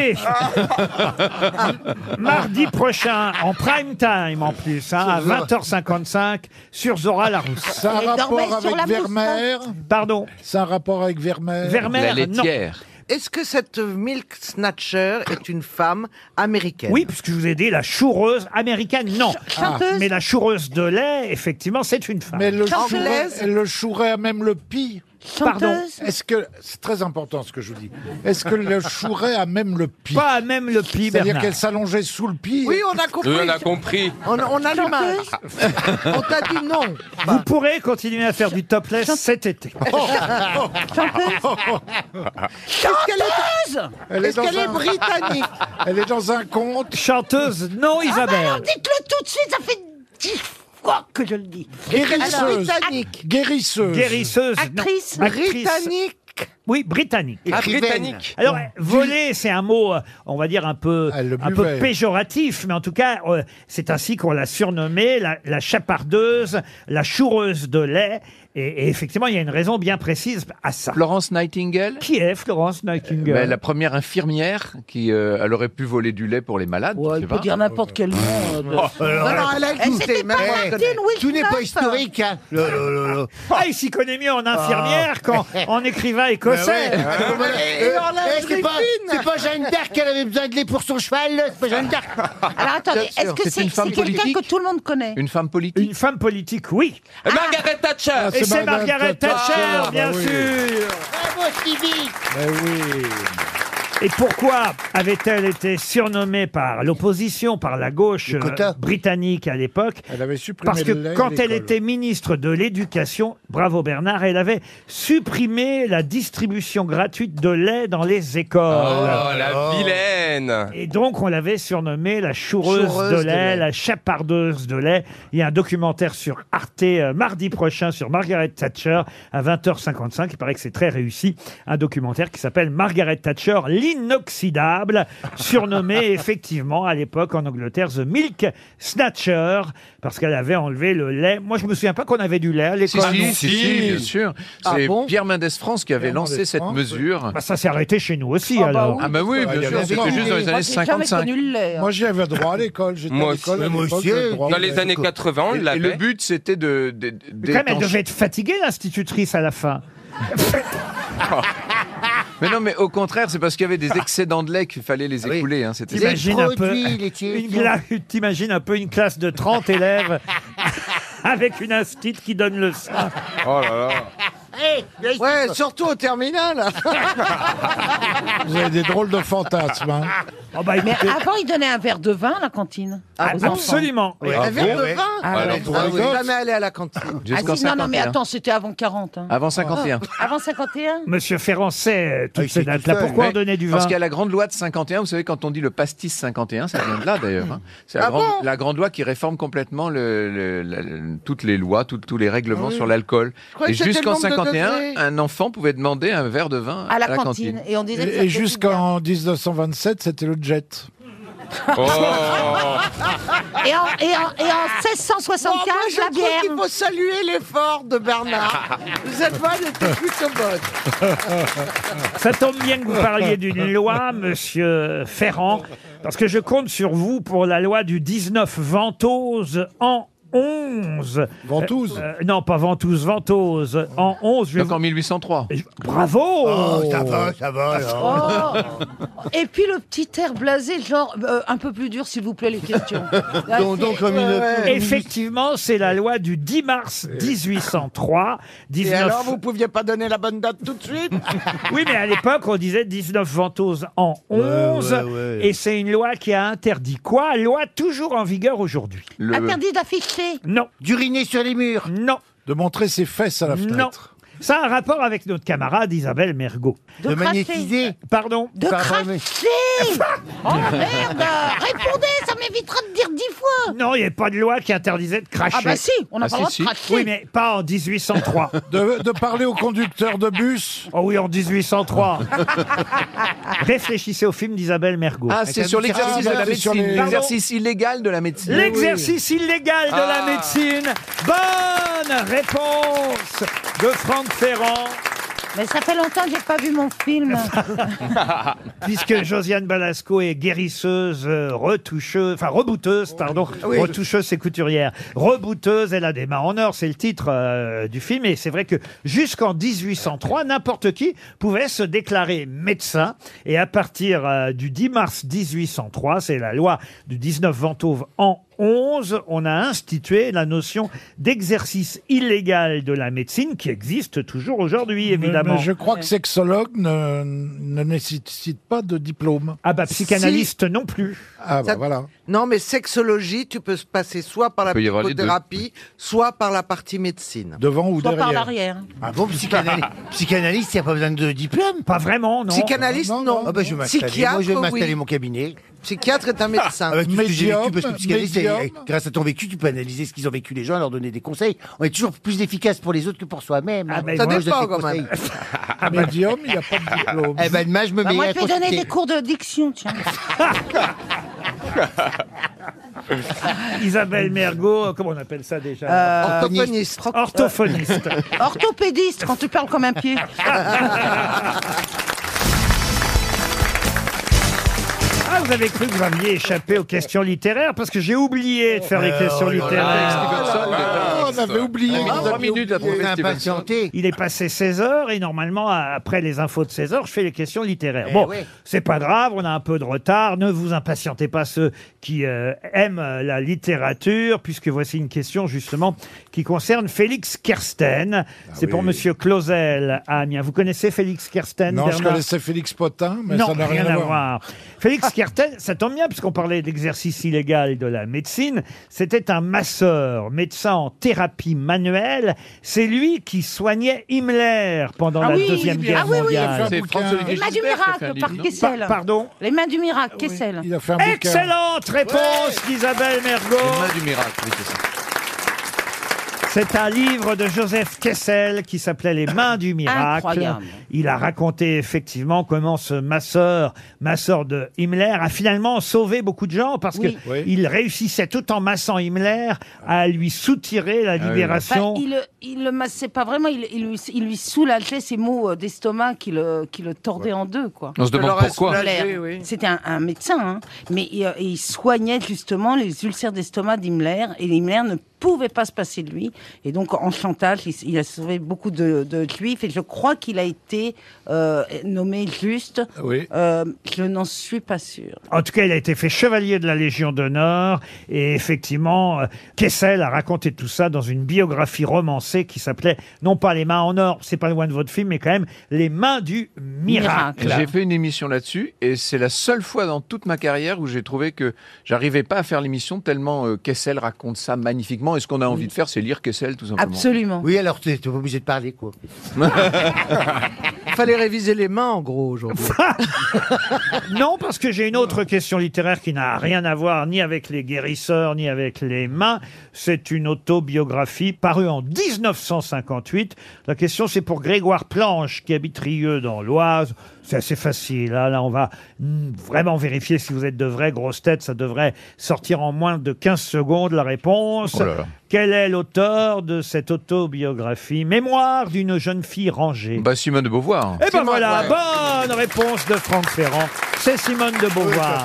mardi prochain en prime time en plus hein, à 20h55 sur Zora Larousse. C'est un Elle dormait rapport sur la avec mousse, Vermeer Pardon. C'est un rapport avec Vermeer La Vermeer, non. laitière. Est-ce que cette Milk Snatcher est une femme américaine Oui, puisque je vous ai dit la choureuse américaine, non. chanteuse. Mais la choureuse de lait, effectivement, c'est une femme. Mais elle le chourait, Anglaise. elle le chourait à même le pis. Chanteuse Est-ce que c'est très important ce que je vous dis Est-ce que le chourait à même le pis Pas à même le pli, C'est-à-dire Bernard. qu'elle s'allongeait sous le pis. Oui, on a compris. Oui, on a compris. On, on a l'image. [laughs] On t'a dit non. Vous pourrez continuer à faire du topless cet [laughs] été. Est-ce qu'elle est, elle est, est-ce dans qu'elle est un- britannique [laughs] elle est dans un conte. Chanteuse, non, Isabelle. Ah bah Dites-le tout de suite, ça fait dix fois que je le dis. Guérisseuse. britannique. Guérisseuse. Guérisseuse, non. Actrice. Britannique. Oui, britannique. Ah, Écrivaine. britannique. Alors, euh, voler, c'est un mot, euh, on va dire, un peu, Elle le un peu buvait. péjoratif, mais en tout cas, euh, c'est ainsi qu'on l'a surnommée, la, la chapardeuse, la choureuse de lait. Et, et effectivement, il y a une raison bien précise à ça. Florence Nightingale Qui est Florence Nightingale Ben, la première infirmière qui euh, elle aurait pu voler du lait pour les malades. tu sais pas. n'importe quel nom. euh, Oh, Non, non, elle a existé. c'était pas mais- Martine Wilson. Tout n'est pas historique, hein. Le- le- le- le. Ah, il s'y connaît mieux en infirmière [laughs] qu'en en écrivain écossais. Et dans la Ah, Eh, c'est pas, Griffine. c'est pas Jeanne d'Arc qu'elle avait besoin de lait pour son cheval, là, c'est pas Jeanne d'Arc. Ah, Alors attendez, est-ce que C'est c'est une femme c'est quelqu'un politique que tout le monde connaît Une femme politique. Ah, Une femme politique, oui. Eh ben, Margaret Thatcher. Et c'est Margaret Thatcher, bah bien oui. sûr. [laughs] Bravo, Stevie Mais oui. Et pourquoi avait-elle été surnommée par l'opposition, par la gauche quotas. euh, britannique à l'époque Elle avait supprimé Parce le lait que à quand elle l'école. était ministre de l'Éducation, bravo Bernard, elle avait supprimé la distribution gratuite de lait dans les écoles. Oh, la vilaine Et donc, on l'avait surnommée la choureuse, Choureuse de, de lait, lait. la chapardeuse de lait. Il y a un documentaire sur Arte euh, mardi prochain sur Margaret Thatcher à 20h55. Il paraît que c'est très réussi. Un documentaire qui s'appelle Margaret Thatcher, l'inoxydable, surnommée effectivement à l'époque en Angleterre The Milk Snatcher, parce qu'elle avait enlevé le lait. Moi, je me souviens pas qu'on avait du lait à Ah Si, l'école. si, si, si, bien sûr. Ah C'est bon Pierre Mendès France qui avait Pierre lancé Mendès cette France, mesure. Bah, ça s'est arrêté chez nous aussi, Ah bah alors. oui. Ah bah oui, bien Il y sûr, avait c'était encore- juste dans les Moi, années j'ai jamais 55. connu le lait, hein. Moi, j'y avais droit à l'école. J'étais à Moi l'école. aussi. à Moi l'époque, aussi, j'avais droit au dans les lait. années 80, on Et- et l'avait. le but, c'était de. de- Mais quand même, elle d'étancher- devait être fatiguée, l'institutrice, à la fin. Mais non, mais au contraire, c'est parce qu'il y avait des excédents de lait qu'il fallait les écouler. hein, c'était ça. Ah. T'imagines un peu, [laughs] une, gla- t'imagines un peu une classe de 30 élèves [laughs] avec une instite qui donne le sein. Oh là là. Ouais, surtout au terminal. Vous avez des drôles de fantasmes. hein. Ah bah, Mais avant, ils donnaient un verre de vin à la cantine. Ah, aux enfants. absolument. Ouais, Ouais. un Ah verre bon, de ouais. vin Ah, Ah, alors, ouais, pour ah, les vous gosses. jamais allé à la cantine. Ah si, non, non, mais attends, c'était avant 40. hein. Avant Ah, Avant 51 Monsieur Ferrand sait euh, toutes ces dates-là. Pourquoi Mais on donnait du vin Parce qu'il y a la grande loi de 51. Vous savez, quand on dit le pastis 51, ça vient de là d'ailleurs. hein. C'est la, Ah grande- bon la grande loi qui réforme complètement le- le- la- le- toutes les lois, tout- tous les règlements Ah oui. sur l'alcool. Je croyais Et que c'était jusqu'en le nombre de 51, degrés. un enfant pouvait demander un verre de vin à, À la cantine. Et on disait que ça Et faisait jusqu'en 1927, c'était le jet. [laughs] Oh. Et en, et en- et en 1675, Oh, je la trouve bière. qu'il faut saluer l'effort [laughs] de Bernard. Vous êtes bonne, elle était plutôt bonne. [laughs] Ça tombe bien que vous parliez d'une loi, monsieur Ferrand, parce que je compte sur vous pour la loi du 19 Ventose en 11. Ventouses Euh, euh, Non, pas Ventouses, Ventose. En 11. Donc en 1803. Bravo Oh, ça va, ça va, alors. [laughs] Et puis le petit air blasé, genre euh, un peu plus dur, s'il vous plaît, les questions. [laughs] [laughs] Donc- donc, comme une- Effectivement, c'est la loi du 10 mars 1803. Et 19... alors, vous pouviez pas donner la bonne date tout de [laughs] suite Oui, mais à l'époque, on disait 19 ventouses en 11. ouais, ouais. Et c'est une loi qui a interdit quoi Loi toujours en vigueur aujourd'hui. Interdit d'afficher. Non. D'uriner sur les murs Non. De montrer ses fesses à la fenêtre Non. Ça a un rapport avec notre camarade Isabelle Mergot. Euh, De De cracher. magnétiser. Pardon De cracher Oh merde Répondez, ça m'évitera de dire dix fois Non, il n'y avait pas de loi qui interdisait de cracher. Ah bah si, on a Ah pas le si, droit de si. cracher. Oui, mais pas en 1803. De, de parler au conducteur de bus Oh oui, en 1803. Réfléchissez au film d'Isabelle Mergot. Ah, c'est sur l'exercice de la médecine. L'exercice illégal de la médecine. L'exercice illégal de Ah. la médecine. Bonne réponse de Franck Ferrand. Mais ça fait longtemps que j'ai pas vu mon [laughs] film. [laughs] Puisque Josiane Balasco est guérisseuse, euh, retoucheuse, enfin rebouteuse, pardon, Oui. retoucheuse c'est couturière, rebouteuse, elle a des mains en or, c'est le titre euh, du film, et c'est vrai que jusqu'en 1803, n'importe qui pouvait se déclarer médecin, et à partir euh, du 10 mars 1803, c'est la loi du 19 Ventauve en 11, on a institué la notion d'exercice illégal de la médecine qui existe toujours aujourd'hui, Mais- mais évidemment. je crois que sexologue ne, ne nécessite pas de diplôme. Ah bah, psychanalyste non plus. Ah bah Ça- voilà. Non, mais sexologie, tu peux se passer soit par la peut y avoir les deux. psychothérapie, soit par la partie médecine. Devant ou Soit par derrière Ah l'arrière. Un [laughs] bon psychanalyste, psychanalyste il n'y a pas besoin de diplôme Pas vraiment, non. Psychanalyste, non. Ah bah, je vais m'installer, Psychiatre, moi, je vais oui. m'installer mon cabinet. Psychiatre est un médecin. Ah bah, Avec tout ce que j'ai vécu, parce que psychanalyste, médium. eh, eh, grâce à ton vécu, tu peux analyser ce qu'ils ont vécu les gens, leur donner des conseils. On est toujours plus efficace pour les autres que pour soi-même. hein. mais Ça moi, je dépend, donne des quand même. conseils. Médium, il n'y a pas de diplôme. Eh ben, demain, je me Bah, mets moi, à je vais donner consulter. des cours de diction, [laughs] tiens. [laughs] Isabelle Mergot, comment on appelle ça déjà Euh, Orthophoniste. [laughs] Orthophoniste. Orthopédiste, quand tu parles comme [laughs] un pied. Ah, vous avez cru que vous aviez échappé aux questions littéraires parce que j'ai oublié de faire les questions oh là Ah, littéraires. là. on avait oublié. On a mis trois minutes après le festival. Il est passé 16 heures et normalement, à- après les infos de 16 heures, je fais les questions littéraires. bon, oui. c'est pas grave, on a un peu de retard. Ne vous impatientez pas ceux qui euh, aiment euh, la littérature, puisque voici une question justement qui concerne Félix Kersten. c'est pour Monsieur Clausel à Amiens. Vous connaissez Félix Kersten Non, je Bernard connaissais Félix Potin, mais non, ça n'a rien, à voir. [laughs] Félix Kerten, ça tombe bien puisqu'on parlait d'exercice illégal de la médecine. C'était un masseur, médecin en thérapie manuelle. C'est lui qui soignait Himmler pendant Ah la oui, Deuxième bien- Guerre ah oui, oui, mondiale. il a fait un C'est bouquin. François-Olivier Les mains du Gisbert qui a fait un miracle par livre, non Kessel. Pa- pardon Les mains du miracle, Kessel. Ah Il a fait Excellente réponse d'Isabelle Mergo. du miracle, oui, c'est ça. C'est un livre de Joseph Kessel qui s'appelait Les mains du miracle. Incroyable. Il a raconté effectivement comment ce masseur, masseur de Himmler, a finalement sauvé beaucoup de gens parce Oui. que il réussissait tout en massant Himmler à lui soutirer la libération. Enfin, il, le- il le massait pas vraiment, il, il lui, il lui soulageait ses maux euh, d'estomac qui le, qui le tordaient en deux. Quoi. On se demande Alors, pourquoi. soulagé, Himmler. C'était un, un médecin, hein. mais il, euh, il soignait justement les ulcères d'estomac d'Himmler et Himmler ne pouvait pas se passer de lui. Et donc en chantage, il, s- il a sauvé beaucoup de, de juifs et je crois qu'il a été euh, nommé juste. Oui. Euh, je n'en suis pas sûre. En tout cas, il a été fait chevalier de la Légion d'honneur. Et effectivement, euh, Kessel a raconté tout ça dans une biographie romancée qui s'appelait non pas Les mains en or, c'est pas loin de votre film, mais quand même Les mains du miracle. J'ai fait une émission là-dessus et c'est la seule fois dans toute ma carrière où j'ai trouvé que j'arrivais pas à faire l'émission tellement euh, Kessel raconte ça magnifiquement. Et ce qu'on a envie de faire, c'est lire Kessel tout simplement. Oui, alors tu n'es pas obligé de parler, quoi. Fallait réviser les mains, en gros, aujourd'hui. Non, parce que j'ai une autre question littéraire qui n'a rien à voir ni avec les guérisseurs, ni avec les mains. C'est une autobiographie parue en 1958. La question, c'est pour Grégoire Planche, qui habite Rieux dans l'Oise. C'est assez facile. hein. Là, on va mm, vraiment vérifier si vous êtes de vraies grosses têtes. Ça devrait sortir en moins de 15 secondes la réponse. Oh là là. Quel est l'auteur de cette autobiographie Mémoire d'une jeune fille rangée. Bah Simone de Beauvoir. Eh ben voilà, bonne réponse de Franck Ferrand. C'est Simone de Beauvoir.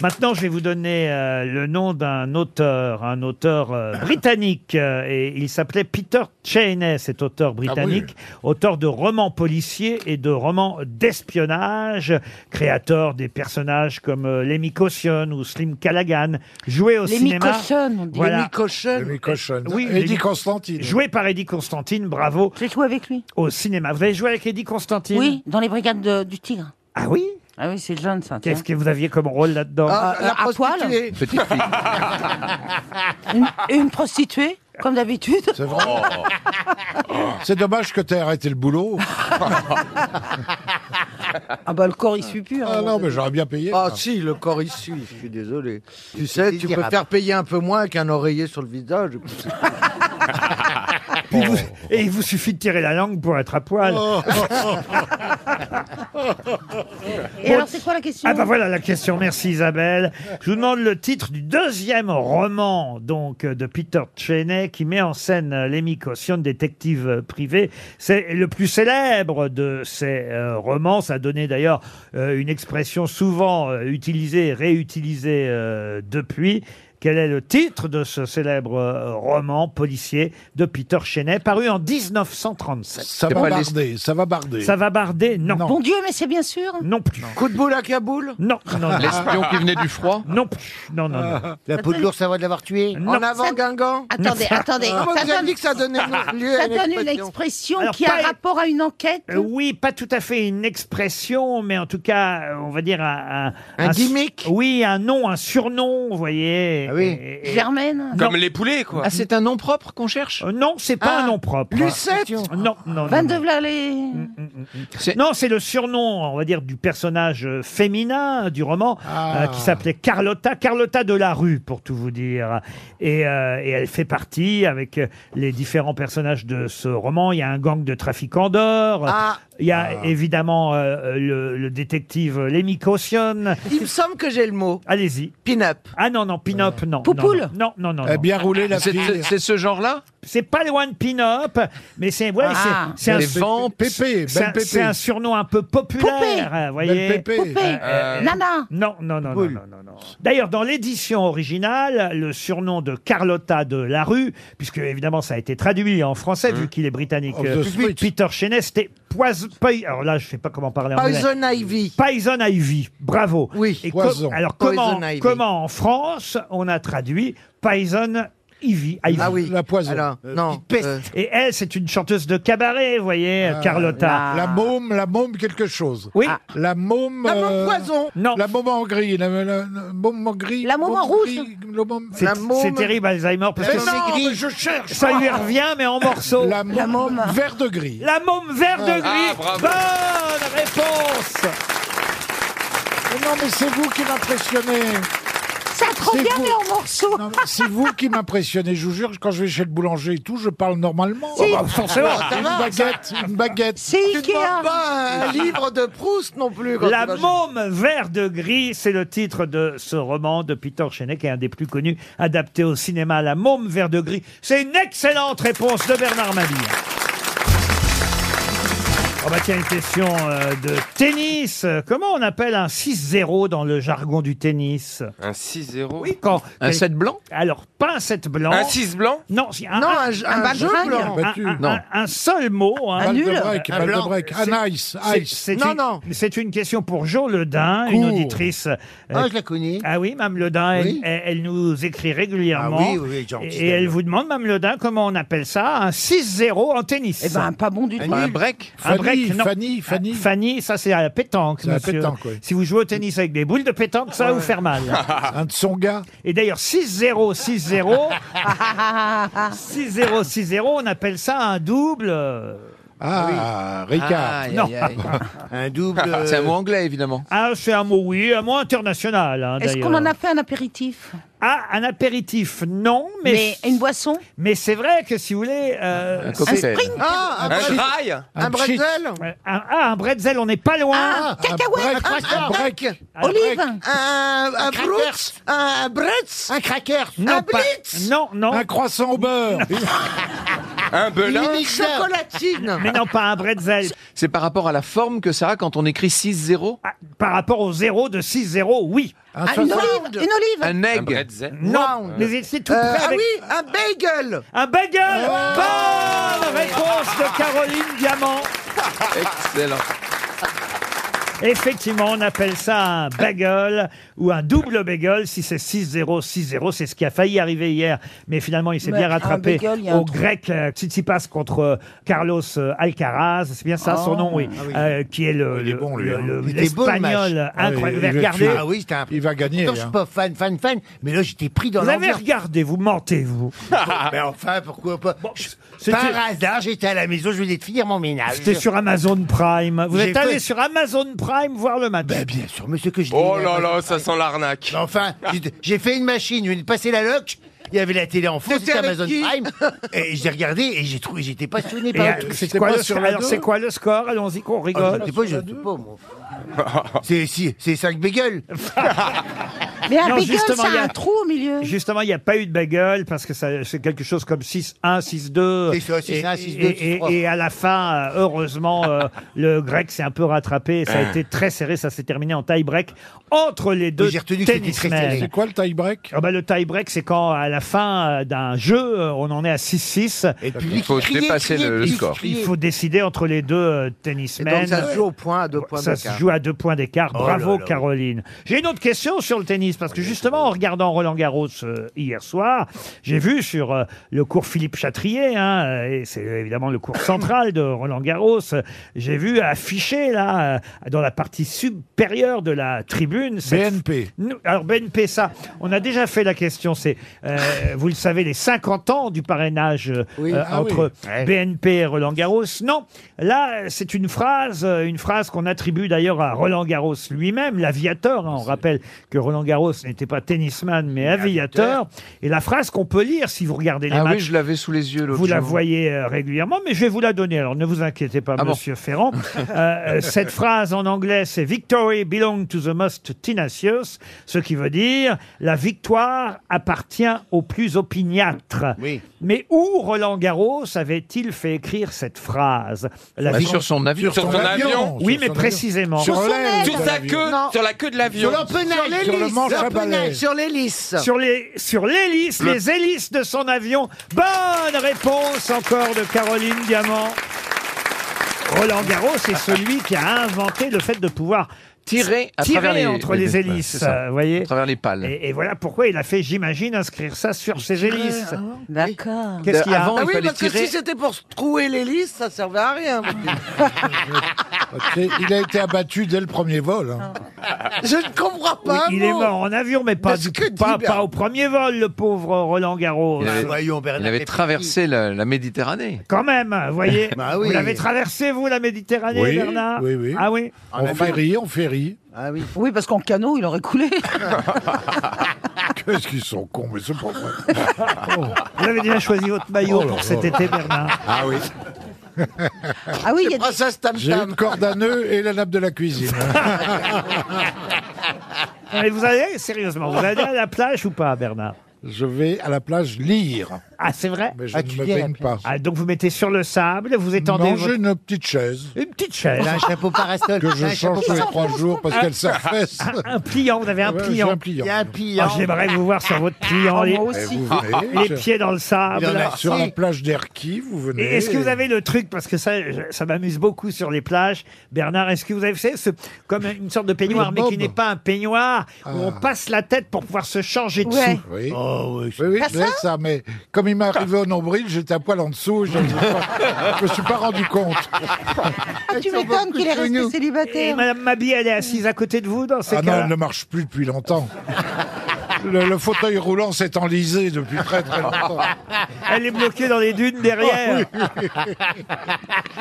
Maintenant, je vais vous donner euh, le nom d'un auteur, un auteur euh, britannique. euh, et il s'appelait Peter Cheney, cet auteur britannique, auteur de romans policiers et de romans d'espionnage, créateur des personnages comme euh, Lemmy Caution ou Slim Callaghan, joué au Lemmy cinéma. Caution, on dit. Voilà. Lemmy Lemmy Caution. Euh, Oui, Eddie Lemmy- Constantine. Joué par Eddie Constantine, bravo. J'ai joué avec lui. Au cinéma. Vous avez joué avec Eddie Constantine Oui, dans les brigades de- du Tigre. Ah oui Ah oui, c'est jeune ça. tiens. Qu'est-ce que vous aviez comme rôle là-dedans Ah, euh, à poil Petite fille. une, une prostituée, comme d'habitude. C'est vrai. C'est dommage que tu aies arrêté le [laughs] boulot. ah bah le corps il suit plus. Ah non, mais j'aurais bien payé. Ah ça. si, le corps issu, je suis désolé. Tu sais, tu peux désirable. faire payer un peu moins qu'un oreiller sur [laughs] le visage. et puis Oh, c'est- [laughs] Il vous- Oh. Et il vous suffit de tirer la langue pour être à poil. Oh. [laughs] Oh. Et alors c'est quoi la question Ah bah voilà la question, merci Isabelle. Je vous demande le titre du deuxième roman donc euh, de Peter Cheney qui met en scène euh, Lemmy Caution, détective euh, privé. C'est le plus célèbre de ces euh, romans. Ça a donné d'ailleurs euh, une expression souvent euh, utilisée et réutilisée euh, depuis. Quel est le titre de ce célèbre euh, roman policier de Peter Cheney paru en 1937 Ça va barder, ça va barder. Ça va barder Non. Bon Dieu, mais c'est bien sûr. Non plus. [laughs] Coup de boule à Kaboul Non, non, [laughs] non. L'espion qui venait du froid. Non plus. Non, non, Ah, non. La peau de l'ours, ça va de l'avoir tué. En avant, Guingamp Attendez, attendez. Ah, moi, ça vous avez donne, dit que ça donnait lieu à ça une donne une expression. expression Alors, qui a pas- rapport à une enquête. Euh, oui, pas tout à fait une expression, mais en tout cas, euh, on va dire un... Un, Un su- gimmick Ah Oui, un nom, un surnom, vous voyez. oui. Et- et- Germaine Comme les poulets, quoi. Ah, c'est un nom propre qu'on cherche Euh, Non, c'est pas Ah, un nom propre. Lucette Non, non, non. 22 non. voilà les... C'est- Non, c'est le surnom, on va dire, du personnage euh, féminin du roman, Ah. euh, qui s'appelait Carlotta, Carlotta de la rue, pour tout vous dire. Et, euh, et elle fait partie, avec euh, les différents personnages de ce roman, il y a un gang de trafiquants d'or, Ah. il y a évidemment euh, euh, le, le détective Lemmy Caution. Il me semble que j'ai le mot. Allez-y. Pin-up. Ah non, non, Pin-up, non. non, Poupoule [laughs] Non, non, non. non, Eh bien roulé la C'est- fille. C'est c'est ce genre-là C'est pas loin de Pin-Up, mais c'est ouais, Ah. c'est c'est un Les su- vents, Pépé, c'est un- Belle Pépé. C'est un surnom un peu populaire, Poupée. vous voyez. Belle Pépé. Poupée. Euh, Nana. Non, non, non, non, non, non, non. D'ailleurs, dans l'édition originale, le surnom de Carlotta de la rue, puisque évidemment ça a été traduit en français Hein vu qu'il est britannique, Of the euh, street. Peter Chenet, c'était Poison. Poi- Alors là, je sais pas comment parler en anglais. Poison Ivy. Poison Ivy, bravo. Oui, Et co- Poison. Alors Poison comment, Ivy. comment en France on a traduit Poison Ivy, Ivy. Ah oui. La poison. Alors, Euh, non, petite peste. euh. Et elle, c'est une chanteuse de cabaret, vous voyez, Ah, Carlotta. La môme, la môme quelque chose. Oui. La môme. Ah. La môme poison. Non. La môme en gris. La, la- la môme en gris. La môme en rouge. La môme. C'est- c'est terrible, Alzheimer, parce Mais que- non, Gris. mais je cherche. Ça lui revient, mais en morceaux. La môme, vert de gris. La môme vert Ah, Ah, de gris. Bonne réponse. Mais non, mais c'est vous qui m'impressionnez. Ça trop bien, mais en morceaux. C'est vous qui m'impressionnez, je vous jure. Quand je vais chez le boulanger et tout, je parle normalement. Si. Oh, bah, forcément. Alors, ça va, une baguette, une baguette. Tu ne demandes pas un livre de Proust non plus. quand La tu vas chez- Môme vert de gris, c'est le titre de ce roman de Peter Chenet, qui est un des plus connus, adapté au cinéma. La Môme vert de gris, c'est une excellente réponse de Bernard Mabille. On va tiens, une question euh, de tennis. Euh, Comment on appelle un 6-0 dans le jargon du tennis Un 6-0 Oui, quand Un sept blanc Alors, pas un 7 blanc. Un 6 blanc Non, si- un, Non, un- un j- un un jeu bringue. blanc. Battu. Un- un- Non. un seul mot. hein. Balle de Nul. break, balle de break. Un C'est- ice, c'est- ice. c'est Non, une- non. C'est une question pour Jo Ledin, une Court. auditrice. euh, Ah, je la connais. Ah oui, Mme Ledin, Oui. elle, elle nous écrit régulièrement. Ah oui, oui, elle est gentille, et et elle d'ailleurs. vous demande, Mme Ledin, comment on appelle ça Un 6-0 en tennis. Eh ben, pas bon du Un tout. nul. Un break Un Fanny, break, non. Ah, Fanny, Fanny. ça c'est à la pétanque, C'est à la monsieur. pétanque, oui. Si vous jouez au tennis avec des boules de pétanque, ça va vous faire mal. [laughs] Un de son gars. Et d'ailleurs, 6-0, [laughs] 6-0, Ah, Ah, 6-0, 6-0, on appelle ça un double. euh, Ah, oui. Ricard. Ah, aïe, Non. aïe, aïe. Un double. [laughs] C'est un mot anglais, évidemment. Ah, c'est un mot, oui, un mot international. hein, Est-ce d'ailleurs. qu'on en a fait un apéritif Ah, un apéritif, non, mais. Mais une boisson Mais c'est vrai que si vous voulez. euh, Un cocktail. c'est- Ah, un Un break- braille. un cheat. bretzel Ouais, un- Ah, un bretzel, on n'est pas loin. Ah, un cacahuète, un break, croissant. un break. Olive. Un, un crackers. brutz, un bretz, un cracker, un Non, pas- blitz, non, non. Un croissant [laughs] au [laughs] beurre. Un une chocolatine. Mais non, pas un bretzel. C'est par rapport à la forme que ça a quand on écrit 6-0 Ah, Par rapport au 0 de 6-0, oui. Un Ah, une olive Une olive Un Un egg. bretzel. Non, mais c'est tout près ah avec- oui, un bagel. Oh. Un bagel Bonne réponse de Caroline Diamant Excellent. Effectivement, on appelle ça un bagel ou un double bagel si c'est 6-0, 6-0. C'est ce qui a failli arriver hier, mais finalement, il s'est Mais bien un rattrapé bagel, il y a un au trou. grec euh, Tsitsipas contre euh, Carlos euh, Alcaraz. C'est bien ça son Oh. nom, oui. Ah oui. Euh, qui est le- Il est bon, lui, le- hein. le- Il était beau, le match. l'espagnol Ah oui, incroyable. il Vous va avez regardé tuer. Ah oui, c'était un. Il va gagner. Pourtant, je suis hein. pas fan, fan, fan, mais là, j'étais pris dans Vous avez l'ambiance. regardé, vous mentez, [laughs] vous. Mais enfin, pourquoi pas Je- c'était- Par hasard, j'étais à la maison, je venais de finir mon ménage. C'était sur Amazon Prime. Vous ah J'ai êtes allé fait- sur Amazon Prime voir le match. Ben, bien sûr, monsieur que je Oh dis- là là, ça sent l'arnaque. Ah. Enfin, j'ai- j'ai fait une machine, je venais de passer la loque. Il y avait la télé en France, T'étais c'était avec Amazon [laughs] qui Prime. Et j'ai regardé et j'ai trouvé, j'étais passionné Et, euh, par le truc. c'est C'était quoi, pas le- sur la alors, deux c'est quoi le score Allons-y qu'on Ah, rigole. je sais pas, je sais pas, [laughs] moi. C'est 5 bagels. Mais un Non, bagel, justement, ça il y a a- un trou au milieu. Justement, il n'y a pas eu de bagel parce que ça- c'est quelque chose comme 6-1, 6-2. C'est ça, 6-1, Et- 6-2, et- 6-3. Et, et à la fin, euh, heureusement, [laughs] euh, le grec s'est un peu rattrapé. Ça a Hein. été très serré. Ça s'est terminé en tie-break entre les deux Oui, j'ai retenu que c'était tennismen. très serré. C'est quoi le tie-break Ah bah, le tie-break, c'est quand à la fin euh, d'un jeu, euh, on en est à 6-6. Et puis, Il faut crier, dépasser crier, le crier, score. crier. Il faut décider entre les deux euh, Et tennismen. donc ça se joue au point, à deux points Ça se d'écart. joue à deux points d'écart. Oh là Bravo, là. Caroline. J'ai une autre question sur le tennis, parce que justement, en regardant Roland Garros euh, hier soir, j'ai vu sur euh, le cours Philippe Chatrier, hein, euh, et c'est évidemment le cours central de Roland Garros, euh, j'ai vu afficher là, euh, dans la partie supérieure de la tribune, cette- BNP. Nous- Alors BNP, ça, on a déjà fait la question, c'est, euh, vous le savez, les 50 ans du parrainage euh, Oui. euh, Ah oui. entre Ouais. BNP et Roland Garros. Non, là, c'est une phrase, euh, une phrase qu'on attribue d'ailleurs vainqueur à Roland Garros lui-même, l'aviateur. hein. on rappelle que Roland Garros n'était pas tennisman, mais aviateur. Et la phrase qu'on peut lire si vous regardez les Ah oui, matchs. je l'avais sous les yeux l'autre Vous la jour. voyez euh, régulièrement, mais je vais vous la donner. Alors ne vous inquiétez pas, Ah bon. [laughs] Monsieur Ferrand. Euh, cette phrase en anglais, c'est "Victory belongs to the most tenacious", ce qui veut dire la victoire appartient aux plus opiniâtres. Mais où Roland Garros avait-il fait écrire cette phrase La Bah, vic- sur son avion. Sur son avion. Oui, Sur mais son précisément. avion. Sur Sur son l'aile Sur sa queue, sur la queue de l'avion. Sur l'hélice. Sur les- sur l'hélice, Le- les hélices de son avion. Bonne réponse encore de Caroline Diamant. Roland Garros c'est celui qui a inventé le fait de pouvoir Tirer à travers les- entre les, les- c'est hélices, ça. euh, voyez. À travers les pales. Et, et voilà pourquoi il a fait, j'imagine, inscrire ça sur ses hélices. D'accord. Qu'est-ce qu'il y a ah oui, parce que si c'était pour se trouer l'hélice, ça servait à rien. Il a été abattu dès le premier vol. hein. Je ne comprends Oui, pas. il est mort en avion, mais pas, du- pas, pas au premier vol, le pauvre Roland Garros. Euh, Il avait, il avait traversé la, la Méditerranée. Quand même, vous voyez. [laughs] Bah oui. Vous l'avez traversé, vous, la Méditerranée, Oui, Bernard oui, oui. Ah oui En On ferry, on ferry. Ah oui. Oui, parce qu'en canot, il aurait [laughs] coulé. Ah. Qu'est-ce qu'ils sont cons, mais c'est pas vrai. Oh, Oh Vous avez déjà choisi votre maillot pour cet été, Bernard. Ah oui. Ah oui, il y a J'ai une corde à nœud et la nappe de la [laughs] cuisine. Ah, Mais vous allez, sérieusement, vous allez à la plage ou pas, Ah, Bernard Je vais à la plage lire. Ah, c'est vrai Mais je ne me baigne pas. Ah, donc vous mettez sur le sable, vous étendez Non, votre- j'ai une petite chaise. Une petite chaise. Un chapeau parasol. Que je Un change chapeau tous les parasol. trois jours parce qu'elle s'affaisse. Un, un pliant, vous avez un Ouais, j'ai pliant. un pliant. Il y a un pliant. Ah, J'aimerais vous voir sur votre pliant. Ah, les... Ah, moi aussi. Eh, vous venez, les je- pieds dans le sable. Il y en a Sur la plage d'Erki, vous venez. Et est-ce que vous avez le truc, parce que ça, je- ça m'amuse beaucoup sur les plages, Bernard, est-ce que vous avez fait ce, comme une sorte de peignoir, Le mais qui bob. Ah. n'est pas un peignoir, où on passe la tête pour pouvoir se changer de Ouais. dessous Oui. Oh, oui, oui, Pas je l'ai, ça ça, mais comme il m'est arrivé au nombril, j'étais à poil en dessous, je ne me suis pas rendu compte. tu m'étonnes qu'il est resté Et célibataire. Madame Mabie, elle est assise à côté de vous dans ces Ah non, cas-là elle ne marche plus depuis longtemps. Le, le fauteuil roulant s'est enlisé depuis très très longtemps. Elle est bloquée dans les dunes derrière.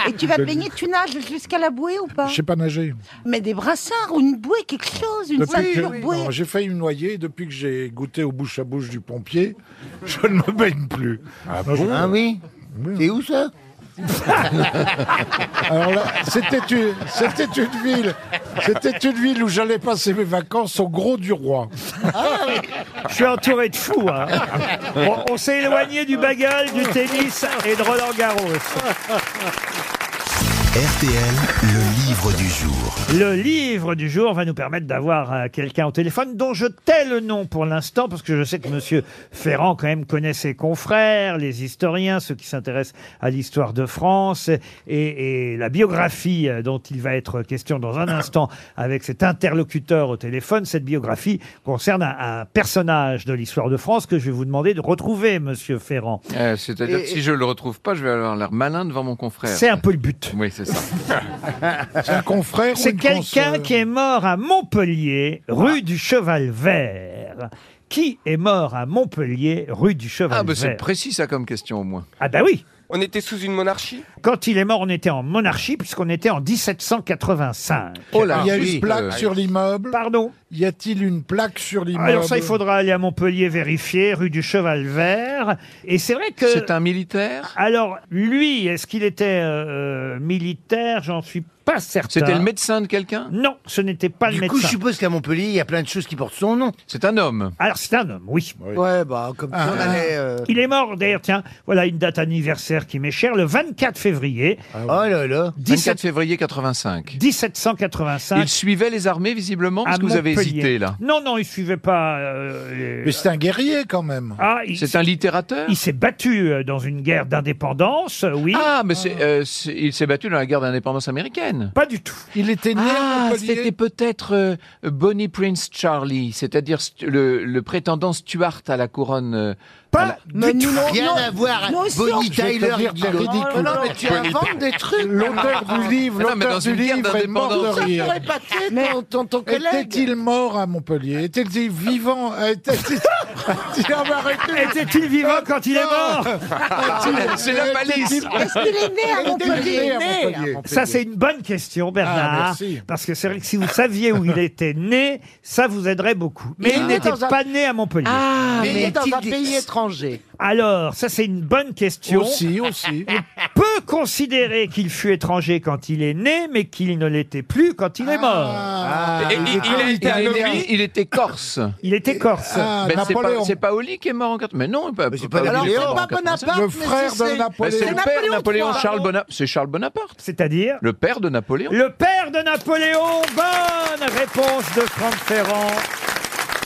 Et tu vas te baigner, tu nages jusqu'à la bouée ou pas [laughs] Je sais pas nager. Mais des brassards ou une bouée, quelque chose, une Depuis que- ceinture bouée. Non, J'ai failli me noyer. et Depuis que j'ai goûté au bouche à bouche du pompier, [laughs] je ne me baigne plus. Ah, bon oui C'est où ça [laughs] Alors là, c'était une, c'était une ville, c'était une ville où j'allais passer mes vacances au Gros du Roi. Ah Je suis entouré de fous. hein. On, on s'est éloigné du bagal, du tennis et de Roland Garros. [laughs] RTL, le livre du jour. Le livre du jour va nous permettre d'avoir euh, quelqu'un au téléphone dont je tais le nom pour l'instant, parce que je sais que Monsieur Ferrand, quand même, connaît ses confrères, les historiens, ceux qui s'intéressent à l'histoire de France, et, et la biographie euh, dont il va être question dans un instant avec cet interlocuteur au téléphone. Cette biographie concerne un, un personnage de l'histoire de France que je vais vous demander de retrouver, Monsieur Ferrand. Euh, C'est-à-dire que si je le retrouve pas, je vais avoir l'air malin devant mon confrère. C'est un peu le but. Oui, c'est [laughs] ça. Ah, C'est un confrère C'est quelqu'un qui est mort à Montpellier, rue du Cheval Vert. Qui est mort à Montpellier, rue du Cheval Ah, bah c'est Vert précis ça comme question au moins. Ah bah oui On était sous une monarchie Quand il est mort, on était en monarchie, puisqu'on était en 1785. Oh là, il y a une plaque Euh, sur l'immeuble. Ah, Euh, Pardon. Ah, Y a-t-il une plaque sur Ah, l'immeuble Alors ça, il faudra aller à Montpellier vérifier, rue du Cheval Vert. Et c'est vrai que... C'est un militaire Alors, lui, est-ce qu'il était euh, militaire J'en suis pas certain. C'était le médecin de quelqu'un Non, ce n'était pas le Du coup, médecin. je suppose qu'à Montpellier, il y a plein de choses qui portent son nom. Ah, C'est un homme. Alors, c'est un homme, oui. Ouais, bah, comme ça, on allait. euh, Il est mort d'ailleurs, tiens, voilà une date anniversaire qui m'est chère, le 24 février. Oh là là 24 février 85. 1785. Il suivait les armées visiblement parce à que vous avez Montpellier. hésité là. Non, non, il suivait pas. euh, les- Mais c'est un guerrier quand même. Ah, il- C'est un littérateur Il s'est battu euh, dans une guerre d'indépendance, euh, oui. Ah, mais c'est, euh, c'est- il s'est battu dans la guerre d'indépendance américaine. Pas du tout. Il était né à Ah, Montpellier. c'était peut-être euh, Bonnie Prince Charlie, c'est-à-dire stu- le, le prétendant Stuart à la couronne. euh, à la- Mais du nous, tout. non, Rien non, à voir. nous aussi, Bonnie on- Je vais te Tyler, dire, il c'est dit- ridicule. Oh non, mais tu inventes des trucs. L'auteur ah, du livre, Mais non, mais dans l'auteur du une guerre livre est mort de d'indépendance. Ça rire. t'aurais pas fait, ton, ton, ton collègue. Était-il mort à Montpellier Était-il vivant Euh, [laughs] Était-il Était-il- Ah, mais arrêtez. Était-il vivant quand il est mort C'est la Euh, Était-il- balise. Est-ce qu'il est né à Était-il né Montpellier à Montpellier Ça, c'est une bonne question, Bernard. Ah, merci. Parce que c'est vrai que si vous saviez où il était né, ça vous aiderait beaucoup. Mais Il il est n'était dans un- pas né à Montpellier. Ah, Mais il mais est dans un pays étranger. Alors, ça c'est une bonne question. Aussi, aussi. On peut considérer qu'il fut étranger quand il est né, mais qu'il ne l'était plus quand Ah. il est mort. Ah, Et- et- il a été anobli Il était corse. Il était corse. Mais c'est pas- c'est Paoli qui est mort en 14. Mais non, pas, pas Paoli Alors, est c'est mort pas en 14. Bonaparte, Le mais frère c'est- de c'est- Napoléon. Bah, C'est le C'est père de Napoléon Napoléon, III, Charles non Bonaparte. C'est Charles Bonaparte. C'est-à-dire Le père de Napoléon. Le père de Napoléon, bonne réponse de Franck Ferrand.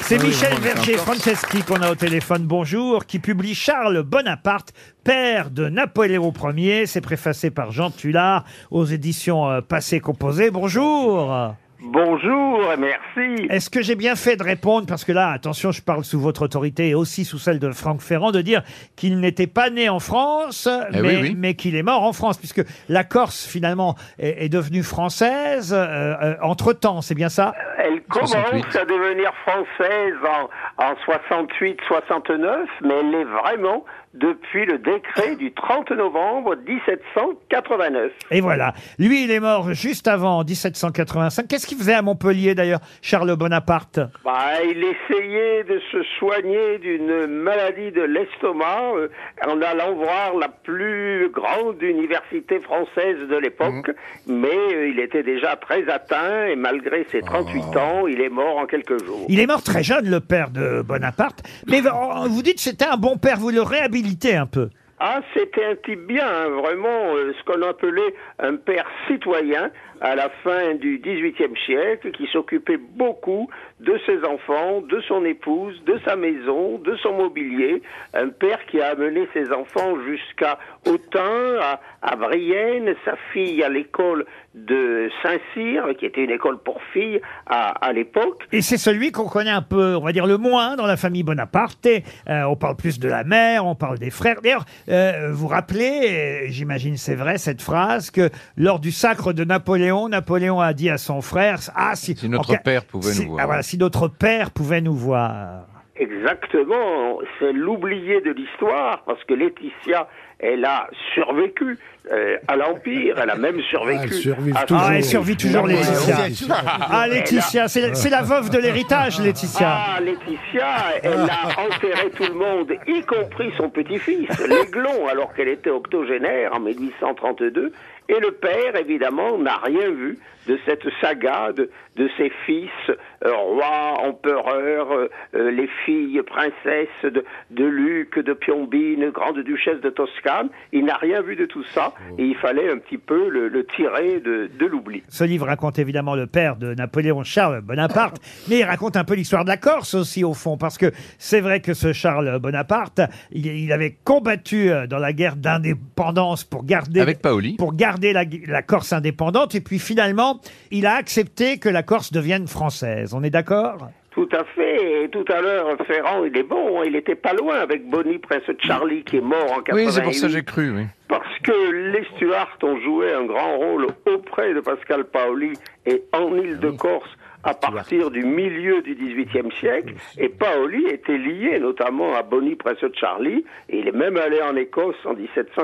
C'est Ah oui, Michel vraiment, on est Verger en Corse. Franceschi qu'on a au téléphone, bonjour, qui publie Charles Bonaparte, père de Napoléon Ier. C'est préfacé par Jean Tullard aux éditions euh, Passé Composé. Bonjour. Bonjour, merci. Est-ce que j'ai bien fait de répondre Parce que là, attention, je parle sous votre autorité et aussi sous celle de Franck Ferrand, de dire qu'il n'était pas né en France, Eh mais, oui, oui. mais qu'il est mort en France, puisque la Corse, finalement, est, est devenue française euh, euh, entre-temps, c'est bien ça Elle commence 68. à devenir française en, en 68-69, mais elle l'est vraiment depuis le décret du 30 novembre 1789. Et voilà. Lui, il est mort juste avant, en 1785. Qu'est-ce qu'il faisait à Montpellier, d'ailleurs, Charles Bonaparte Bah, il essayait de se soigner d'une maladie de l'estomac euh, en allant voir la plus grande université française de l'époque, mais euh, il était déjà très atteint et malgré ses 38 ans, il est mort en quelques jours. il est mort très jeune, le père de Bonaparte. Mais euh, vous dites que c'était un bon père, vous le réhabilitez un peu. Ah, c'était un type bien, hein, vraiment, euh, ce qu'on appelait un père citoyen à la fin du XVIIIe siècle, qui s'occupait beaucoup de ses enfants, de son épouse, de sa maison, de son mobilier. Un père qui a amené ses enfants jusqu'à Autun, à, à Brienne, sa fille à l'école de Saint-Cyr, qui était une école pour filles à, à l'époque. Et c'est celui qu'on connaît un peu, on va dire, le moins dans la famille Bonaparte. Et, euh, on parle plus de la mère, on parle des frères. D'ailleurs, euh, vous rappelez, euh, j'imagine c'est vrai, cette phrase que lors du sacre de Napoléon, Napoléon a dit à son frère « Ah, si, notre en ca- père pouvait si- nous voir. ah, voilà, si notre père pouvait nous voir. Exactement, c'est l'oublié de l'histoire parce que Laetitia, elle a survécu euh, à l'Empire, elle a même survécu. elle survit à- toujours. Ah, elle survit toujours, Ouais, Laetitia. ouais, ouais. Ah, Laetitia, c'est la- c'est la veuve de l'héritage, Laetitia. Ah, Laetitia, elle a enterré tout le monde, y compris son petit-fils, l'aiglon, alors qu'elle était octogénaire en 1832. Et le père, évidemment, n'a rien vu de cette saga de, de ses fils euh, rois, empereurs, euh, euh, les filles princesses de, de Luc, de Piombine, grande-duchesse de Toscane. Il n'a rien vu de tout ça et il fallait un petit peu le, le tirer de- de l'oubli. Ce livre raconte évidemment le père de Napoléon, Charles Bonaparte, mais il raconte un peu l'histoire de la Corse aussi, au fond, parce que c'est vrai que ce Charles Bonaparte, il, il avait combattu euh, dans la guerre d'indépendance pour garder... Avec Paoli. Pour garder la, la Corse indépendante, et puis finalement, il a accepté que la Corse devienne française. On est d'accord Tout à fait. Et tout à l'heure, Ferrand, il est bon. hein, Il était pas loin avec Bonnie Prince Charlie qui est mort en 88. Oui, c'est pour ça que j'ai cru, oui. Parce que les Stuarts ont joué un grand rôle auprès de Pascal Paoli et en Île-de-Corse à partir du milieu du XVIIIe siècle. Et Paoli était lié notamment à Bonnie Prince Charlie. Et il est même allé en Écosse en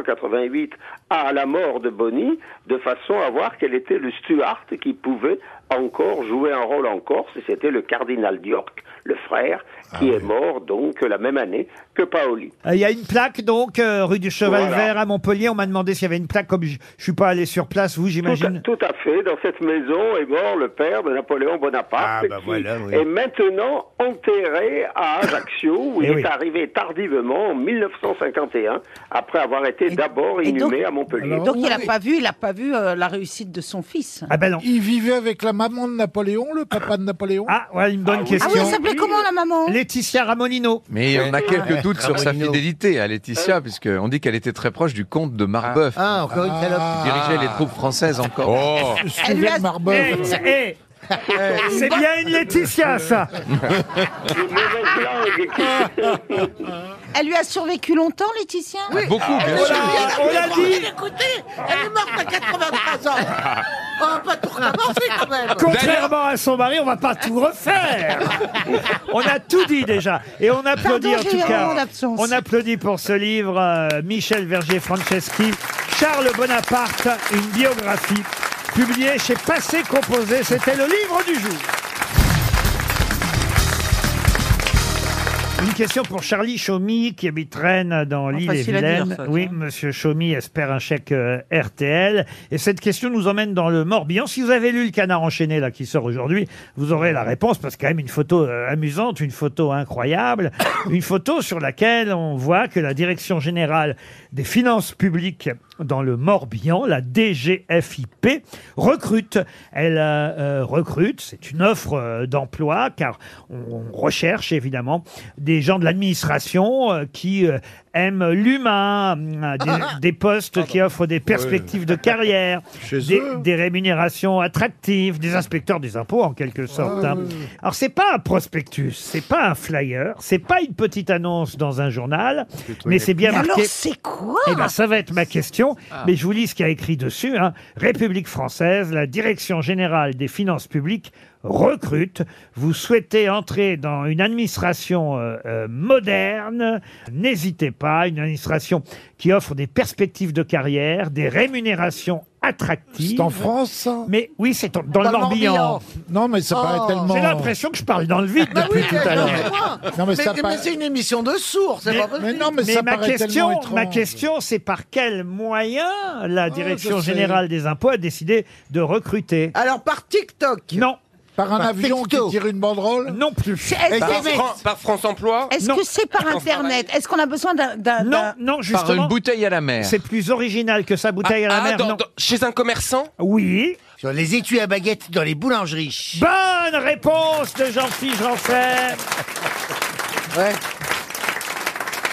1788 à la mort de Bonnie de façon à voir quel était le Stuart qui pouvait encore jouer un rôle en Corse. Et c'était le cardinal d'York, le frère, qui est mort donc la même année que Paoli. Euh, Il y a une plaque, donc, euh, rue du Cheval Voilà. Vert à Montpellier. On m'a demandé s'il y avait une plaque, comme je, je suis pas allé sur place, vous, Tout à, j'imagine. tout à fait. Dans cette maison est mort le père de Napoléon Bonaparte, Ah, bah qui voilà, oui. est maintenant enterré à Ajaccio, où il Eh est oui. arrivé tardivement en 1951, après avoir été d'abord et donc- inhumé à Montpellier. Donc il n'a pas vu, il a pas vu euh, la réussite de son fils. Ah ben non. Il vivait avec la maman de Napoléon, le papa de Napoléon Ah, ouais, une bonne Ah oui, elle s'appelait comment la maman Laetitia [laughs] Ramonino. Mais on a quelques Ouais. doutes sur sa Ramolino. fidélité à Laetitia, puisqu'on dit qu'elle était très proche du comte de Marbeuf. Ah, encore une salope. Qui dirigeait les troupes françaises Oh. Oh. encore. Suzanne Eh, Marbeuf. eh, Euh, C'est bien une Laetitia, ça [laughs] Elle lui a survécu longtemps, Laetitia Ah, Beaucoup, bien sûr. on l'a dit. Écoutez, elle est morte à 83 ans. On va Oh, pas tout recommencer quand même. Contrairement à son mari, on va pas tout refaire. on a tout dit déjà. Et on applaudit Pardon, en j'ai tout eu un moment cas. d'absence. On applaudit pour ce livre euh, Michel Verger Franceschi, Charles Bonaparte, une biographie publié chez Passé Composé. C'était le livre du jour. Une question pour Charlie Chaumy qui habite Rennes dans l'île et Oh, facile à dire, Vilaine. ça, Oui, monsieur Chaumy espère un chèque euh, RTL. Et cette question nous emmène dans le Morbihan. Si vous avez lu le canard enchaîné là qui sort aujourd'hui, vous aurez la réponse parce que quand même une photo euh, amusante, une photo incroyable, une photo sur laquelle on voit que la direction générale des finances publiques dans le Morbihan, la DGFIP, recrute. Elle euh, euh, recrute, c'est une offre euh, d'emploi, car on, on recherche évidemment des gens de l'administration euh, qui euh, aiment l'humain, hum, des, des postes qui offrent des perspectives de carrière, des, des rémunérations attractives, des inspecteurs des impôts en quelque sorte. hein. Alors c'est pas un prospectus, c'est pas un flyer, c'est pas une petite annonce dans un journal, mais c'est bien Mais marqué. alors, c'est quoi Eh ben, ça va être ma question, mais je vous lis ce qu'il y a écrit dessus. hein. République française, la Direction générale des finances publiques recrute. Vous souhaitez entrer dans une administration euh, euh, moderne, n'hésitez pas, une administration qui offre des perspectives de carrière, des rémunérations attractives. C'est en France, ça Mais oui, c'est en- dans, le Morbihan. Oh. Non, mais ça paraît tellement. J'ai l'impression que je parle dans le vide Bah depuis oui, tout à l'heure. excuse-moi. Non, mais Mais- ça mais paraît- c'est une émission de sourds, c'est pas possible. Mais non, mais ça ma paraît question, tellement étrange. ma question, c'est par quel moyen la direction je sais. générale des impôts a décidé de recruter Alors par TikTok Non. Par un avion qui tire une banderole Non plus. Eh, Est-ce Par, que- Fran- par France Emploi Est-ce que c'est par Internet Est-ce qu'on a besoin d'un- d'un... Non, non, justement. une bouteille à la mer. C'est plus original que ça, bouteille à la Ah, mer. dans- non. dans- chez un commerçant Oui. Sur les étuis à baguettes dans les boulangeries. Bonne réponse de Jean-Philippe Janssen.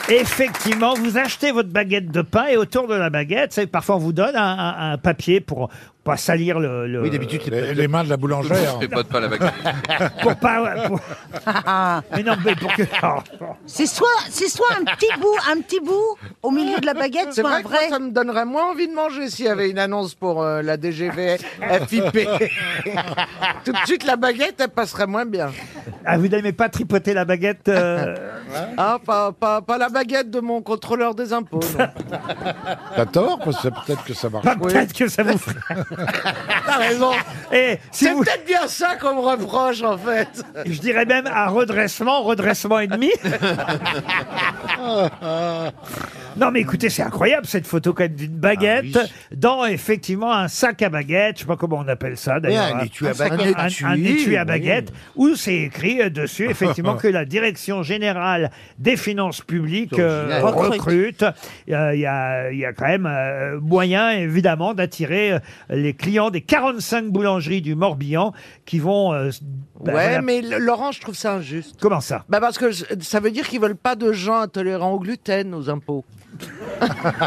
Effectivement, vous achetez votre baguette de pain et autour de la baguette, c'est parfois on vous donne un, un- un papier pour pas salir le. le- Oui, d'habitude, les, les mains de la boulangère. Je pas la pour pas. pour- Ah, Mais non, mais pour que. Oh. C'est soit, c'est soit un petit bout, un petit bout au milieu de la baguette, C'est soit vrai un que moi, vrai. ça me donnerait moins envie de manger s'il y avait une annonce pour euh, la DGV [laughs] FIP. Tout de suite, la baguette, elle passerait moins bien. Ah, vous n'aimez pas tripoter la baguette [laughs] euh, Ah, pas, pas, pas la baguette de mon contrôleur des impôts. non. [laughs] T'as tort, parce que peut-être que ça marche. Oh, Pas peut-être que ça vous ferait. T'as raison. Et Eh, si C'est vous, peut-être bien ça qu'on me reproche, en fait. je dirais même à redressement, redressement et [laughs] demi. Non mais écoutez, c'est incroyable cette photo quand même d'une baguette Ah dans effectivement un sac à baguette, je sais pas comment on appelle ça d'ailleurs. un étui à sac baguette. Un, un Étui, étui à oui. baguette où c'est écrit euh, dessus [laughs] effectivement que la direction générale des finances publiques euh, C'est original. recrute. Euh, Il y, a, il y a quand même euh, moyen évidemment d'attirer euh, les clients des 45 boulangeries du Morbihan qui vont... euh, s- bah, Ouais, voilà. mais le- Laurent, je trouve ça injuste. Comment ça Bah parce que je- ça veut dire qu'ils veulent pas de gens intolérants au gluten, aux impôts.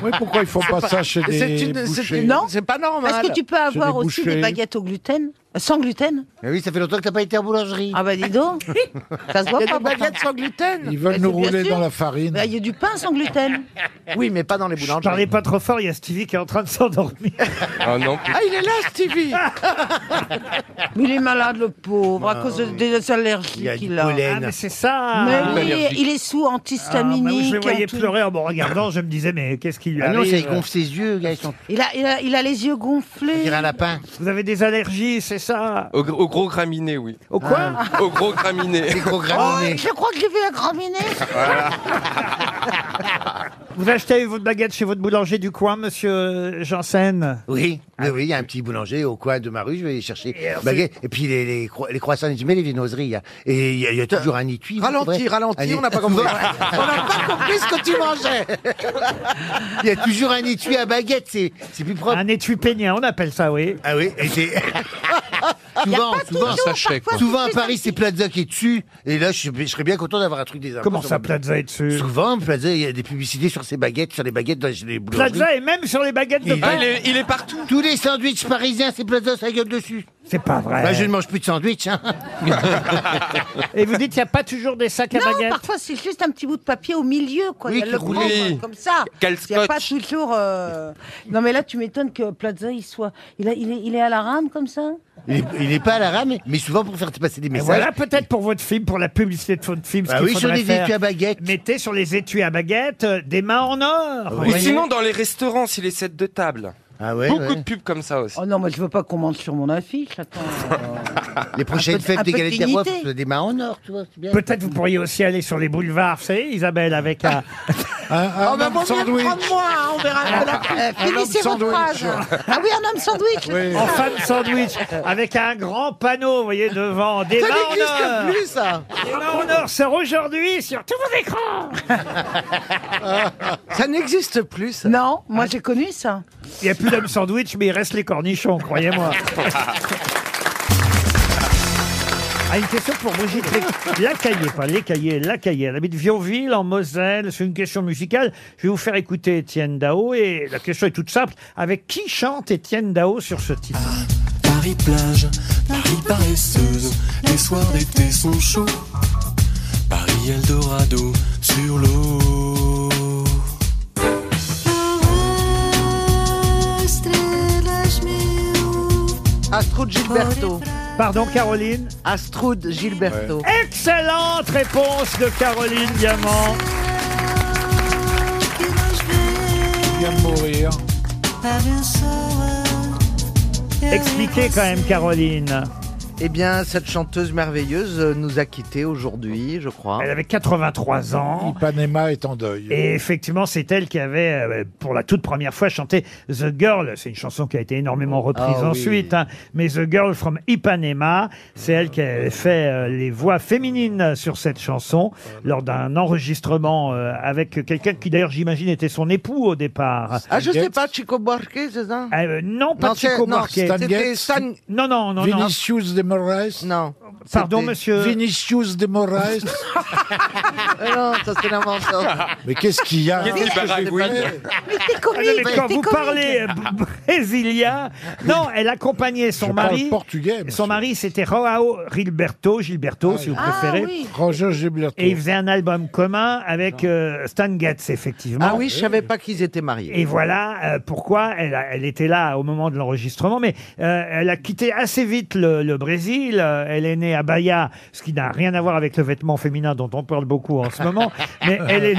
Oui, pourquoi ils font pas ça chez des C'est une- c'est bouchers une- c'est pas normal. Est-ce que tu peux avoir des aussi bouchers. des baguettes au gluten Euh, Sans gluten Mais oui, ça fait longtemps que t'as pas été en boulangerie. Ah bah [laughs] dis donc Ça se voit Il y pas a des baguettes sans gluten. Ils veulent Mais nous Bah, c'est bien rouler sûr. dans la farine. Bah, Il y a du pain sans [laughs] gluten Oui, mais pas dans les boulangeries. Parlez pas trop fort, il y a Stevie qui est en train de s'endormir. Ah non, Ah, il est là, Stevie [laughs] Mais il est malade le pauvre Ah, à cause de- des Il y a allergies du qu'il a. Ah, pollen. mais c'est ça Mais Ah, oui, allergique. il est sous bah oui, antihistaminique. Je le voyais en tout. pleurer en me regardant, je me disais, mais qu'est-ce qu'il lui Ah arrive non, ça, il gonfle ses yeux, gars, ils sont Il a, il, a, il a les yeux on gonflés. dirait un lapin. Vous avez des allergies, c'est ça au, gr- au gros graminé, oui. Au quoi Au gros graminé. Des gros [laughs] Oh, graminés. je crois que j'ai vu la graminée. Vous achetez votre baguette chez votre boulanger du coin, monsieur Janssen Oui, oui, oui, il y a un petit boulanger au coin de ma rue, je vais aller chercher baguette. Et puis les, les, cro- les croissants, je mets les viennoiseries. il y a- Et il y, a- il y a toujours un étui. c'est Ralentis, vrai. ralentis, Un- on n'a pas compris. on n'a pas compris ce que tu mangeais. [laughs] Il y a toujours un étui à baguette, c'est c'est plus propre. Un étui peignien, on appelle ça, oui. Ah oui, et c'est... souvent, souvent, Un sachet, quoi. souvent à Paris, c'est Plaza qui est dessus. Et là, je, je serais bien content d'avoir un truc des impôts Comment sur ça, ma baguette. Plaza est dessus Souvent, Plaza, il y a des publicités sur ses baguettes, sur les baguettes dans les boulangeries. Plaza est même sur les baguettes de Il- Ah, pain il est, il est partout. Tous les sandwichs parisiens, c'est Plaza, ça gueule dessus. C'est pas vrai. Bah, je ne mange plus de sandwich, hein. [laughs] Et vous dites, il n'y a pas toujours des sacs à Non, baguettes parfois c'est juste un petit bout de papier au milieu, quoi. Oui, Il y a qui le roule. grand, Oui. quoi, comme ça. Quel Il y a pas scotch. toujours. euh, Non, mais là, tu m'étonnes que Plaza, il soit. Il, a- il est, il est à la rame comme ça Il est- Il n'est pas à la rame, mais souvent pour faire passer des Et messages. voilà peut-être pour votre film, pour la publicité de votre film. ce Bah qu'il oui, sur faudrait les faire. étuis à baguettes. Mettez sur les étuis à baguettes euh, des mains en or. Ah Ou sinon, dans les restaurants, s'il est 7 de table. Beaucoup de pubs comme ça [laughs] aussi. Oh non, mais je veux pas qu'on mente sur mon affiche, attends. [laughs] Les prochaines peu- un fêtes des peu de Galettes des Rois, dignité. des marins en or, tu vois. c'est bien. [laughs] Peut-être vous pourriez aussi aller sur les boulevards, vous savez, Isabelle, avec un. un homme sandwich. moi, hein, on verra. Un finissez homme votre sandwich. phrase. Ah oui, un homme sandwich. Ah. En femme sandwich, avec un grand panneau, vous voyez, devant. Des Ça mains en n'existe or. plus, ça. Des mains en or sort aujourd'hui sur tous vos écrans Ça n'existe plus, ça. Non, moi Hein j'ai connu ça. Il n'y a plus d'homme sandwich, mais il reste les cornichons, [laughs] croyez-moi. Ah, une question pour Brigitte Lé- Lacaillé, pas Lécaillé, Lacaillé. Elle habite Vionville, en Moselle. C'est une question musicale. Je vais vous faire écouter Étienne Dao. Et la question est toute simple. Avec qui chante Étienne Dao sur ce titre Paris plage, Paris paresseuse, les soirs d'été sont chauds. Paris Eldorado sur l'eau. Astrud Gilberto. Pardon, Caroline Astrud Gilberto. Excellente réponse de Caroline Diamant. Bien mourir. Expliquez quand même, Caroline. Eh bien, cette chanteuse merveilleuse euh, nous a quittés aujourd'hui, je crois. Elle avait 83 ans. Ipanema est en deuil. Et effectivement, c'est elle qui avait, euh, pour la toute première fois, chanté The Girl. C'est une chanson qui a été énormément reprise Ah oui. ensuite. hein. Mais The Girl from Ipanema, c'est elle qui avait fait euh, les voix féminines sur cette chanson lors d'un enregistrement euh, avec quelqu'un qui, d'ailleurs, j'imagine, était son époux au départ. Ah, je sais pas, Chico Buarque, c'est ça Euh, non, pas Non, c'est- Chico non, Buarque. Stan C'était Getz. Stan- Non, non, non, non. Vinicius de Moraes Non. Pardon, C'était monsieur. Vinicius de Moraes Euh, Non, ça c'est l'invention. Mais qu'est-ce qu'il y a Qu'est-ce qu'il baragouine Mais t'es Ah non, mais quand vous parlez euh, brésilien, non, elle accompagnait son Je parle mari. portugais, Ah, son mari, c'était Joao Gilberto, Gilberto, si vous préférez. Ah, Roger Gilberto. Et ils faisaient un album commun avec euh, Stan Getz, effectivement. Ah oui, je savais pas qu'ils étaient mariés. Et voilà euh, pourquoi elle, a- elle était là au moment de l'enregistrement, mais euh, elle a quitté assez vite le, le Brésil. Euh, elle est née à Bahia, ce qui n'a rien à voir avec le vêtement féminin dont on parle beaucoup en ce [laughs] moment. mais elle est,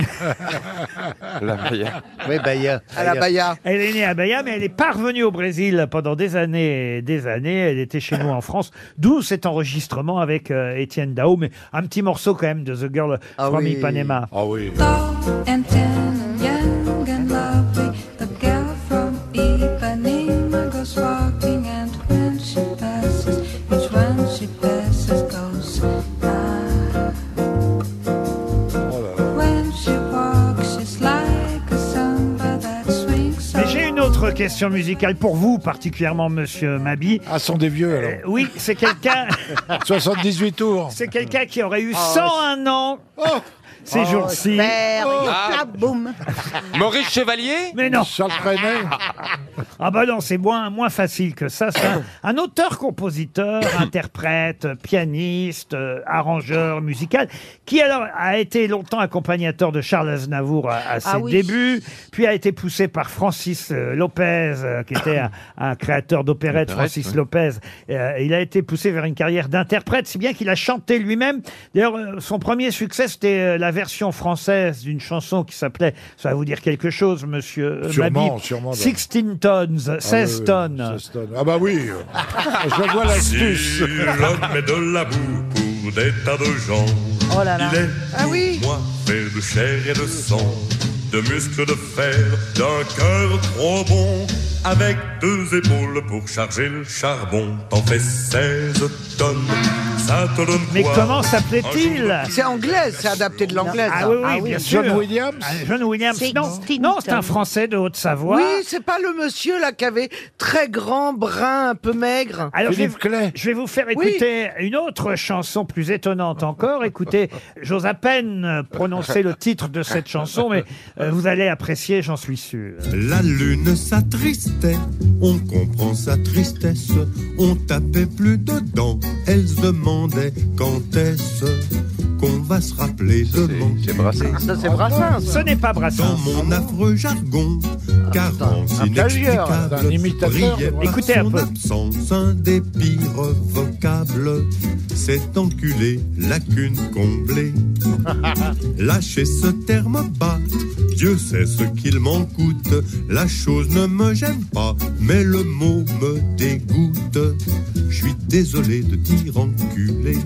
Ouais, Bahia. À la Baïa. elle est née à Bahia, mais elle est parvenue au Brésil pendant des années et des années. Elle était chez nous en France, d'où cet enregistrement avec euh, Étienne Dao, mais un petit morceau quand même de The Girl Ah from oui. Ipanema. Ah oui. and tender, young and lovely. The girl from Ipanema goes walking, and when she passes, each one she passes goes by. When she walks, she's like a samba that swings. Mais j'ai une autre question musicale pour vous, particulièrement Monsieur Mabi. Euh, Ah, sont des vieux alors. Oui, c'est [laughs] quelqu'un. 78 tours. Oh. C'est quelqu'un qui aurait Ah, eu 101 ans ces jours-ci. Ah. boum. Maurice Chevalier Mais non. Charles Trenet. [laughs] Ah bah non, c'est moins, moins facile que ça. C'est un, un auteur-compositeur, interprète, euh, pianiste, euh, arrangeur musical, qui alors a été longtemps accompagnateur de Charles Aznavour à, à ses Ah oui. débuts, puis a été poussé par Francis euh, Lopez, euh, qui était un, un créateur d'opérette, Francis oui. Lopez. Euh, il a été poussé vers une carrière d'interprète, si bien qu'il a chanté lui-même. D'ailleurs, euh, son premier succès, c'était euh, la version française d'une chanson qui s'appelait, ça va vous dire quelque chose, monsieur euh, Sûrement, Mabie, sûrement, bah. 16 tons, Ah oui, 16 oui, tonnes. 16 tonnes. Ah bah oui. Je vois l'astuce. L'homme met de la boue pour des tas de gens. Oh là là. Il est Ah oui. moi fait de chair et de sang, de muscles de fer, d'un cœur trop bon, avec deux épaules pour charger le charbon. T'en fais 16 tonnes, ça te donne Mais quoi comment s'appelait-il [laughs] C'est anglaise, c'est adapté de l'anglaise. Ah ça. oui, oui, bien sûr. John Williams Ah, John Williams, C'est non. Stinton. Non, c'est un Français de Haute-Savoie. Oui, c'est pas le monsieur là qui avait très grand, brun, un peu maigre. Alors, je vais, Philippe Clay. je vais vous faire Oui. écouter une autre chanson plus étonnante encore. Écoutez, j'ose à peine euh, prononcer le titre de cette chanson, mais euh, vous allez apprécier, j'en suis sûr. La lune s'attristait, on comprend sa tristesse, on tapait plus dedans, elle se demandait quand est-ce qu'on va se rappeler de mon C'est Brassens. Ah, Ça, c'est Brassens. Ce n'est pas Dans Brassens. Ah mon affreux jargon, carence un plagieur, c'est un inexplicable, imitateur, brillait voilà. par Écoutez un son peu. absence, un dépit revocable, cet [laughs] enculé, lacune comblée, lâchez ce terme bas, Dieu sait ce qu'il m'en coûte. La chose ne me gêne pas, mais le mot me dégoûte. Je suis désolé de dire enculé.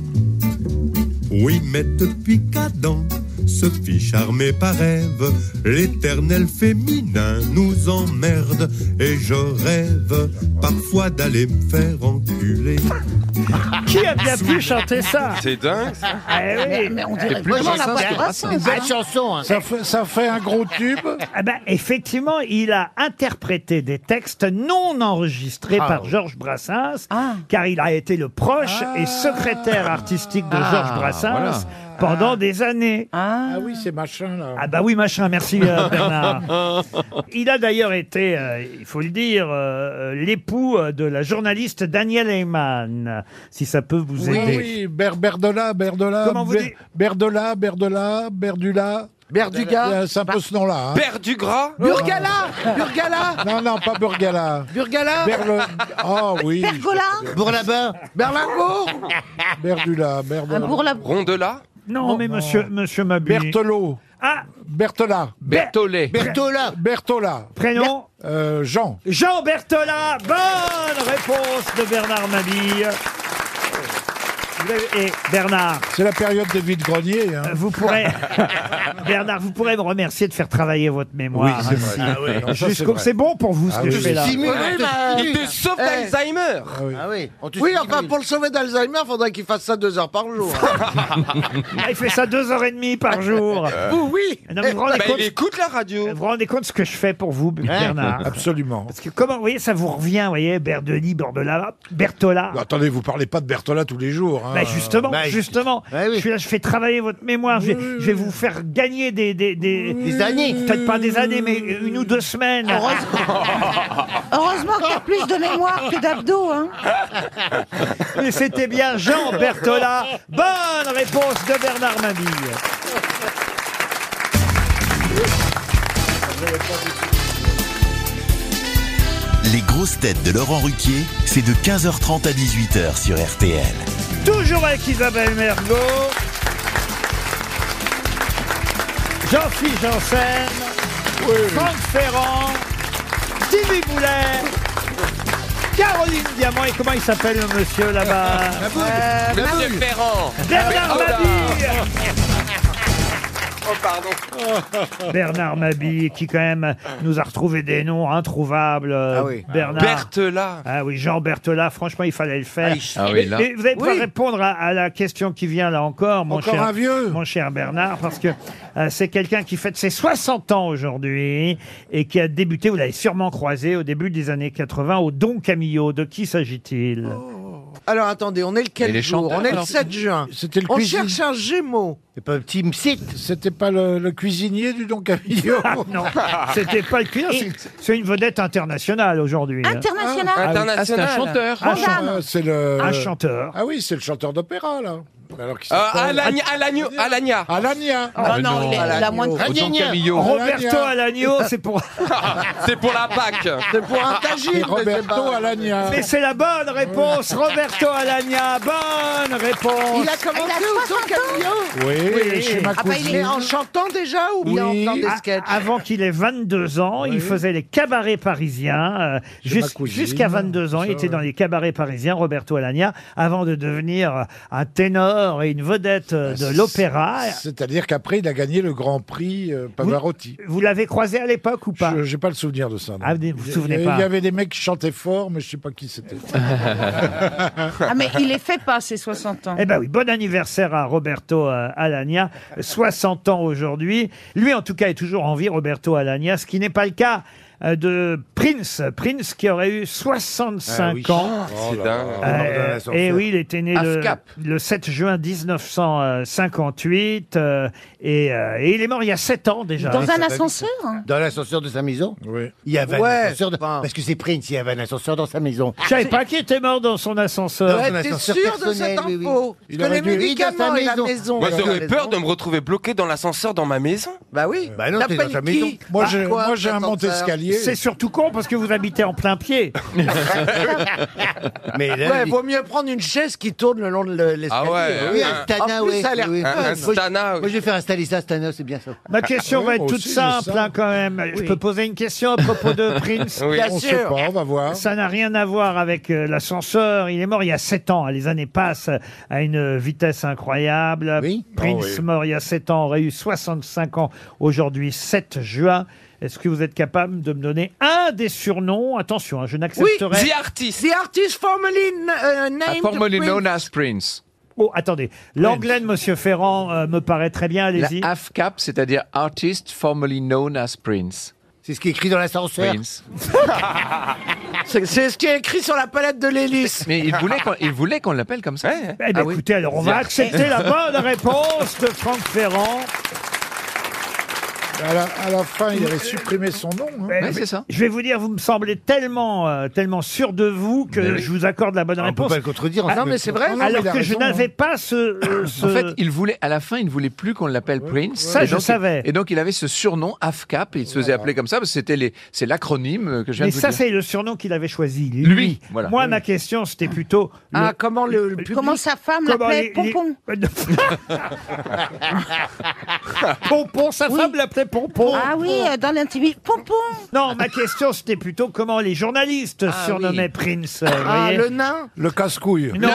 Oui, mais depuis qu'Adam se fit charmer par Ève, l'éternel féminin nous emmerde et je rêve parfois d'aller me faire enculer. [laughs] Qui a bien pu chanter ça C'est dingue. Ah Mais- mais on dirait C'est plus vraiment la Brassens, voix de c'est Brassens, une belle hein. chanson, hein. Ça, fait, ça fait un gros tube. Ah ben, effectivement, il a interprété des textes non enregistrés Ah. par Georges Brassens, car il a été le proche et secrétaire artistique de Ah, Georges Brassens voilà. pendant des années. Ah oui, c'est machin là. Ah bah oui, machin, merci [laughs] [laughs] euh, Bernard. Il a d'ailleurs été, euh, il faut le dire, euh, euh, l'époux euh, de la journaliste Danielle Heyman, si ça peut vous oui, aider. oui, Ber- Berdola, Berdola, Comment vous Ber- dites Berdola, Berdola, Berdula. Berduga. Euh, C'est un peu ce nom-là. hein. Berdugras Burgala Burgala Non, non, pas Burgala. Burgala Berle... Oh oui. Pergola Bourlabin. Berlingot Berdula, Berdola. Rondelat Non, Oh. mais monsieur, monsieur Mabille. Berthelot. Ah Bertola. Berthollet. Bertola. Bertola. Prénom Euh, Jean. Jean Bertola, bonne réponse de Bernard Mabille. Vous avez- Et Bernard, C'est la période des vides-greniers. hein. vous [laughs] pourrez, Bernard, vous pourrez me remercier de faire travailler votre mémoire. Oui, c'est vrai. hein. Ah oui, non, ça, Jusqu'au- c'est vrai. c'est bon pour vous ce Ah que oui. je fais là. Stimule, Ouais, on te bah, stimule. il te sauve Eh. d'Alzheimer. Ah oui, on te Oui, stimule. enfin, pour le sauver d'Alzheimer, faudrait qu'il fasse ça deux heures par jour. [laughs] Ah, il fait ça deux heures et demie par jour. Euh. Vous, oui Non, mais vous vous rendez Bah, compte, il écoute la radio. vous vous rendez compte ce que je fais pour vous, Bernard Absolument. Parce que comment, vous voyez, ça vous revient, vous voyez, Berdeli, Bordola, Bertola. Non, attendez, vous parlez pas de Bertola tous les jours. hein. Bah justement, Bah, justement, je suis là, je fais travailler votre mémoire, je, vais- je vais vous faire gagner des... Des, Des années. Peut-être pas des années, mais une ou deux semaines. [laughs] Heureusement qu'il y a plus de mémoire que d'abdos. Hein. Mais c'était bien Jean Bertola. Bonne réponse de Bernard Mabille. Les grosses têtes de Laurent Ruquier, c'est de 15h30 à 18h sur RTL. Toujours avec Isabelle Mergot. Jean-Philippe Janssen. Franck Ferrand. Stevie Boulet. Caroline Diamant. Et comment il s'appelle le monsieur là-bas Euh, Monsieur Ferrand. Bernard Oh là. Mabille Oh, pardon. Bernard Mabille, qui quand même nous a retrouvé des noms introuvables. euh, Ah oui. Bernard. Berthelin. Ah oui, Jean Berthelin, franchement, il fallait le faire. Ah oui, là. Et vous allez pouvoir Oui. répondre à, à la question qui vient là encore, mon Encore cher, un vieux. mon cher Bernard, parce que euh, c'est quelqu'un qui fête ses 60 ans aujourd'hui et qui a débuté, vous l'avez sûrement croisé, au début des années 80 au Don Camillo. De qui s'agit-il Alors attendez, on est Et lequel les jour chanteurs, On est le alors 7 juin. Oh. C'était le On cuisinier. cherche un Gémeaux. C'est pas un petit msite. C'était pas le, le cuisinier du Don Camillo. [laughs] Ah, Ah, Non, c'était pas le client, c'est- c'est une vedette internationale aujourd'hui. hein. International. Ah, c'est un International. chanteur. Un Bonjour. chan- Euh, C'est le. un chanteur. Ah oui, c'est le chanteur d'opéra là. Alors qui Euh, s'appelle- Alagna- Alagna- Alagna. Alania. Ah, non, il, a, il a moins de... Au Don Camillo. Roberto Alagno, c'est pour. [laughs] C'est pour la Pâque. C'est pour un Et tagine, mais c'est Roberto pas... Alania. Mais c'est la bonne réponse, Roberto Alagna. Bonne réponse. Il a commencé au son camion Oui, Oui. chez ma Ah bah, il est cousine. Ah, en chantant déjà ou bien Oui. en faisant des A- sketchs Ah, avant qu'il ait 22 ans, il faisait les cabarets parisiens. euh, Chez ma jus- cousine, Jusqu'à 22 ans, il ça, était ouais. dans les cabarets parisiens, Roberto Alagna, avant de devenir euh, un ténor et une vedette euh, de l'opéra. Bah, C'est-à-dire qu'après, il a gagné le Grand Prix euh, Pavarotti. Vous l'avez croisé à l'époque ou pas Je J'ai pas le souvenir de ça. non. Ah, vous vous Il y- souvenez il y- pas. Il y avait des mecs qui chantaient fort, mais je sais pas qui c'était. Ah, mais il les fait pas, ses 60 ans. Eh ben oui, bon anniversaire à Roberto euh, Alagna, 60 ans aujourd'hui. Lui, en tout cas, est toujours en vie, Roberto Alagna, ce qui n'est pas le cas euh, de Prince. Prince qui aurait eu 65 Ah ans. Oh, C'est dingue. Mordant Euh, la sorcière. et oui, il était né le, AFCAP. le 7 juin 1958 euh, et, euh, et il est mort il y a 7 ans déjà. Dans un pas ascenseur Dans l'ascenseur de sa maison Oui. Il y avait Ouais, un ascenseur. de- enfin. Parce que c'est Prince, il y avait un ascenseur dans sa maison. Je savais pas qui était mort dans son ascenseur. Ouais. Ouais, un T'es ascenseur sûr de personnel, cette oui, oui. info Il Parce aurait que les dû- Oui, dans sa médicaments et la maison. maison. Moi, alors. j'aurais peur de me retrouver bloqué dans l'ascenseur dans ma maison. Bah oui, Bah non, t'es dans t'appelles ta qui maison. Moi, Bah, j'ai quoi, moi, j'ai un cet monte-escalier pied. C'est surtout con parce que vous habitez en plein [laughs] pied. Mais là, ouais, il- vaut mieux prendre une chaise qui tourne le long de le- Ah l'escalier. oui, un stana, Ah hein. En plus, ouais, ça a l'air oui, oui. fun. Moi, je- Moi, je vais faire installer ça, stana, c'est bien ça. Ma question va être toute simple hein, quand même. Je Oui. peux poser une question à propos de Prince Oui. Bien On sait sûr. pas, on va voir. Ça n'a rien à voir avec euh, l'ascenseur. Il est mort il y a 7 ans. Les années passent à une vitesse incroyable. Prince Ah oui. mort il y a 7 ans aurait eu 65 ans aujourd'hui, 7 juin. Est-ce que vous êtes capable de me donner un des surnoms Attention, hein, je n'accepterai... artist. The artist formerly n- euh, named. Formally Prince. Ah, known as Prince. Oh, attendez. L'anglais de Monsieur Ferrand euh, me paraît très bien. Allez-y. La AFCAP, c'est-à-dire Artist Formerly Known as Prince. C'est ce qui est écrit dans l'ascenseur. Prince. [laughs] C'est c'est ce qui est écrit sur la palette de l'hélice. Mais il voulait qu'on, il voulait qu'on l'appelle comme ça. Ah Eh bien, écoutez, alors [laughs] on va accepter la bonne réponse de Franck Ferrand. À la, à la fin, il avait supprimé son nom. hein. Eh, mais [laughs] Je vais vous dire, vous me semblez tellement, euh, tellement sûr de vous que Mais oui. je vous accorde la bonne Ah, on peut réponse. pas le contredire, en Ah, fait. non, mais c'est vrai. Non, non, Alors mais il a que je raison, n'avais hein. pas ce, euh, ce- En fait, il voulait, à la fin, il ne voulait plus qu'on l'appelle Prince. Ça, Et je donc, savais. Et donc, il avait ce surnom AFCAP. et Il se faisait appeler comme ça parce que c'était les, c'est l'acronyme que je viens Mais de vous ça, dire. c'est le surnom qu'il avait choisi. Lui. Lui, voilà. Moi, ma question, c'était plutôt. Ah, comment le- le public- Comment sa femme comment l'appelait les- les- [laughs] Pompon [laughs] Pompon, sa femme l'appelait Pompon. Ah oui, euh, dans l'intimité. Pompon Non, ma question, c'était plutôt comment les journalistes Ah surnommaient Prince. euh, vous Ah, voyez. le nain Le casse-couille. Non.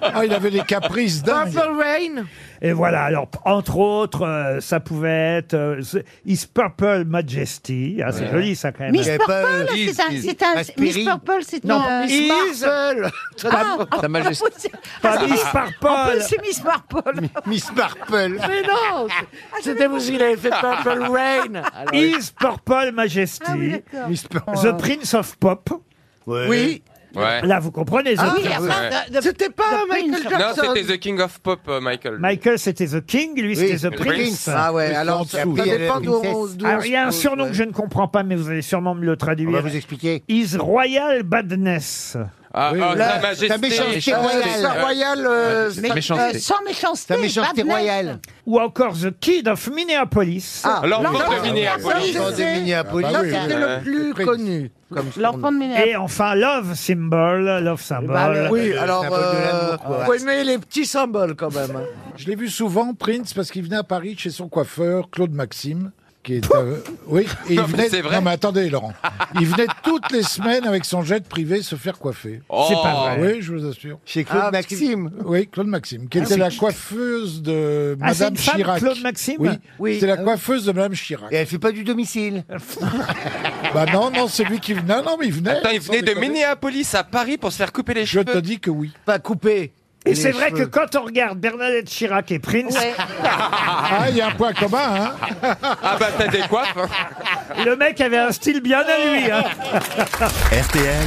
Ah, il avait des caprices dingues. Purple Rain Et voilà, alors p- entre autres, euh, ça pouvait être euh, ce- His Purple Majesty. Ah, c'est Ouais. joli ça quand même. Miss J'avais pas, euh, Purple, c'est un- c'est un- Miss Purple, c'est Non, un- Miss Is- Marple Ah, Sa Majesté. en plus- Pas Miss Ah, En plus, Purple. c'est Miss Marple. Miss Marple. Mais non Ah, Ah, c'est- C'était vous qui l'avez fait [laughs] Purple [laughs] Rain Alors, His Purple Majesty. Ah oui, d'accord. Miss Purple. The Prince of Pop. Oui Là, vous comprenez. The Ah oui, Prince- enfin, euh, Ouais. de- de- C'était pas The Prince Michael of- Non, Jackson c'était The King of Pop, euh, Michael. Michael, c'était The King. Lui, Oui, c'était The The Prince. Prince. Ah ouais, Oui, alors en ça dessous. Il y a dépend la d'où on princesse. d'où on Alors, il y a un se pose, surnom ouais. que je ne comprends pas, mais vous allez sûrement me le On va traduire. vous expliquer. His Royal Badness. Ah, Oui, ah, là, Sa Majesté. ta méchanceté Ah, royale. c'est royal, euh, C'est ça- euh, méchanceté. sans méchanceté. Ta méchanceté Babnet. royale. Ou encore The Kid of Minneapolis. Ah, L'enfant l'enfant de Minneapolis. L'enfant de Minneapolis. Ah bah oui, C'était ouais. le plus Prince. connu. Comme L'enfant de Ménard. Et enfin, Love Symbol. Love Bah, Symbol. oui, le alors. symbole de euh, l'amour, quoi. faut aimer les petits symboles quand même. hein. Je l'ai vu souvent, Prince, parce qu'il venait à Paris chez son coiffeur, Claude Maxime. Qui est, euh, oui, et [laughs] il Non, mais venait. c'est vrai. Non, mais attendez, Laurent. Il venait toutes les semaines avec son jet privé se faire coiffer. C'est pas Oh. vrai. Oui, je vous assure. Chez Claude Ah, parce Maxime. Oui, Claude Maxime, qui était la coiffeuse de Ah, c'est Madame une femme, Chirac. Claude Maxime Oui, Oui. c'était Ah la oui. coiffeuse de Madame Chirac. Et elle fait pas [laughs] du domicile. Bah non, non, c'est lui qui venait. Non, non, mais il venait. Attends, il sans venait de déconner. Minneapolis à Paris pour se faire couper les Je cheveux. te dis que oui. Pas coupé. Et c'est vrai que quand on regarde Bernadette Chirac et Prince, Ouais. [laughs] Ah, il y a un point commun, hein. [laughs] Ah bah t'as des coiffes. hein. le mec avait un style bien à lui. [laughs] hein. RTL,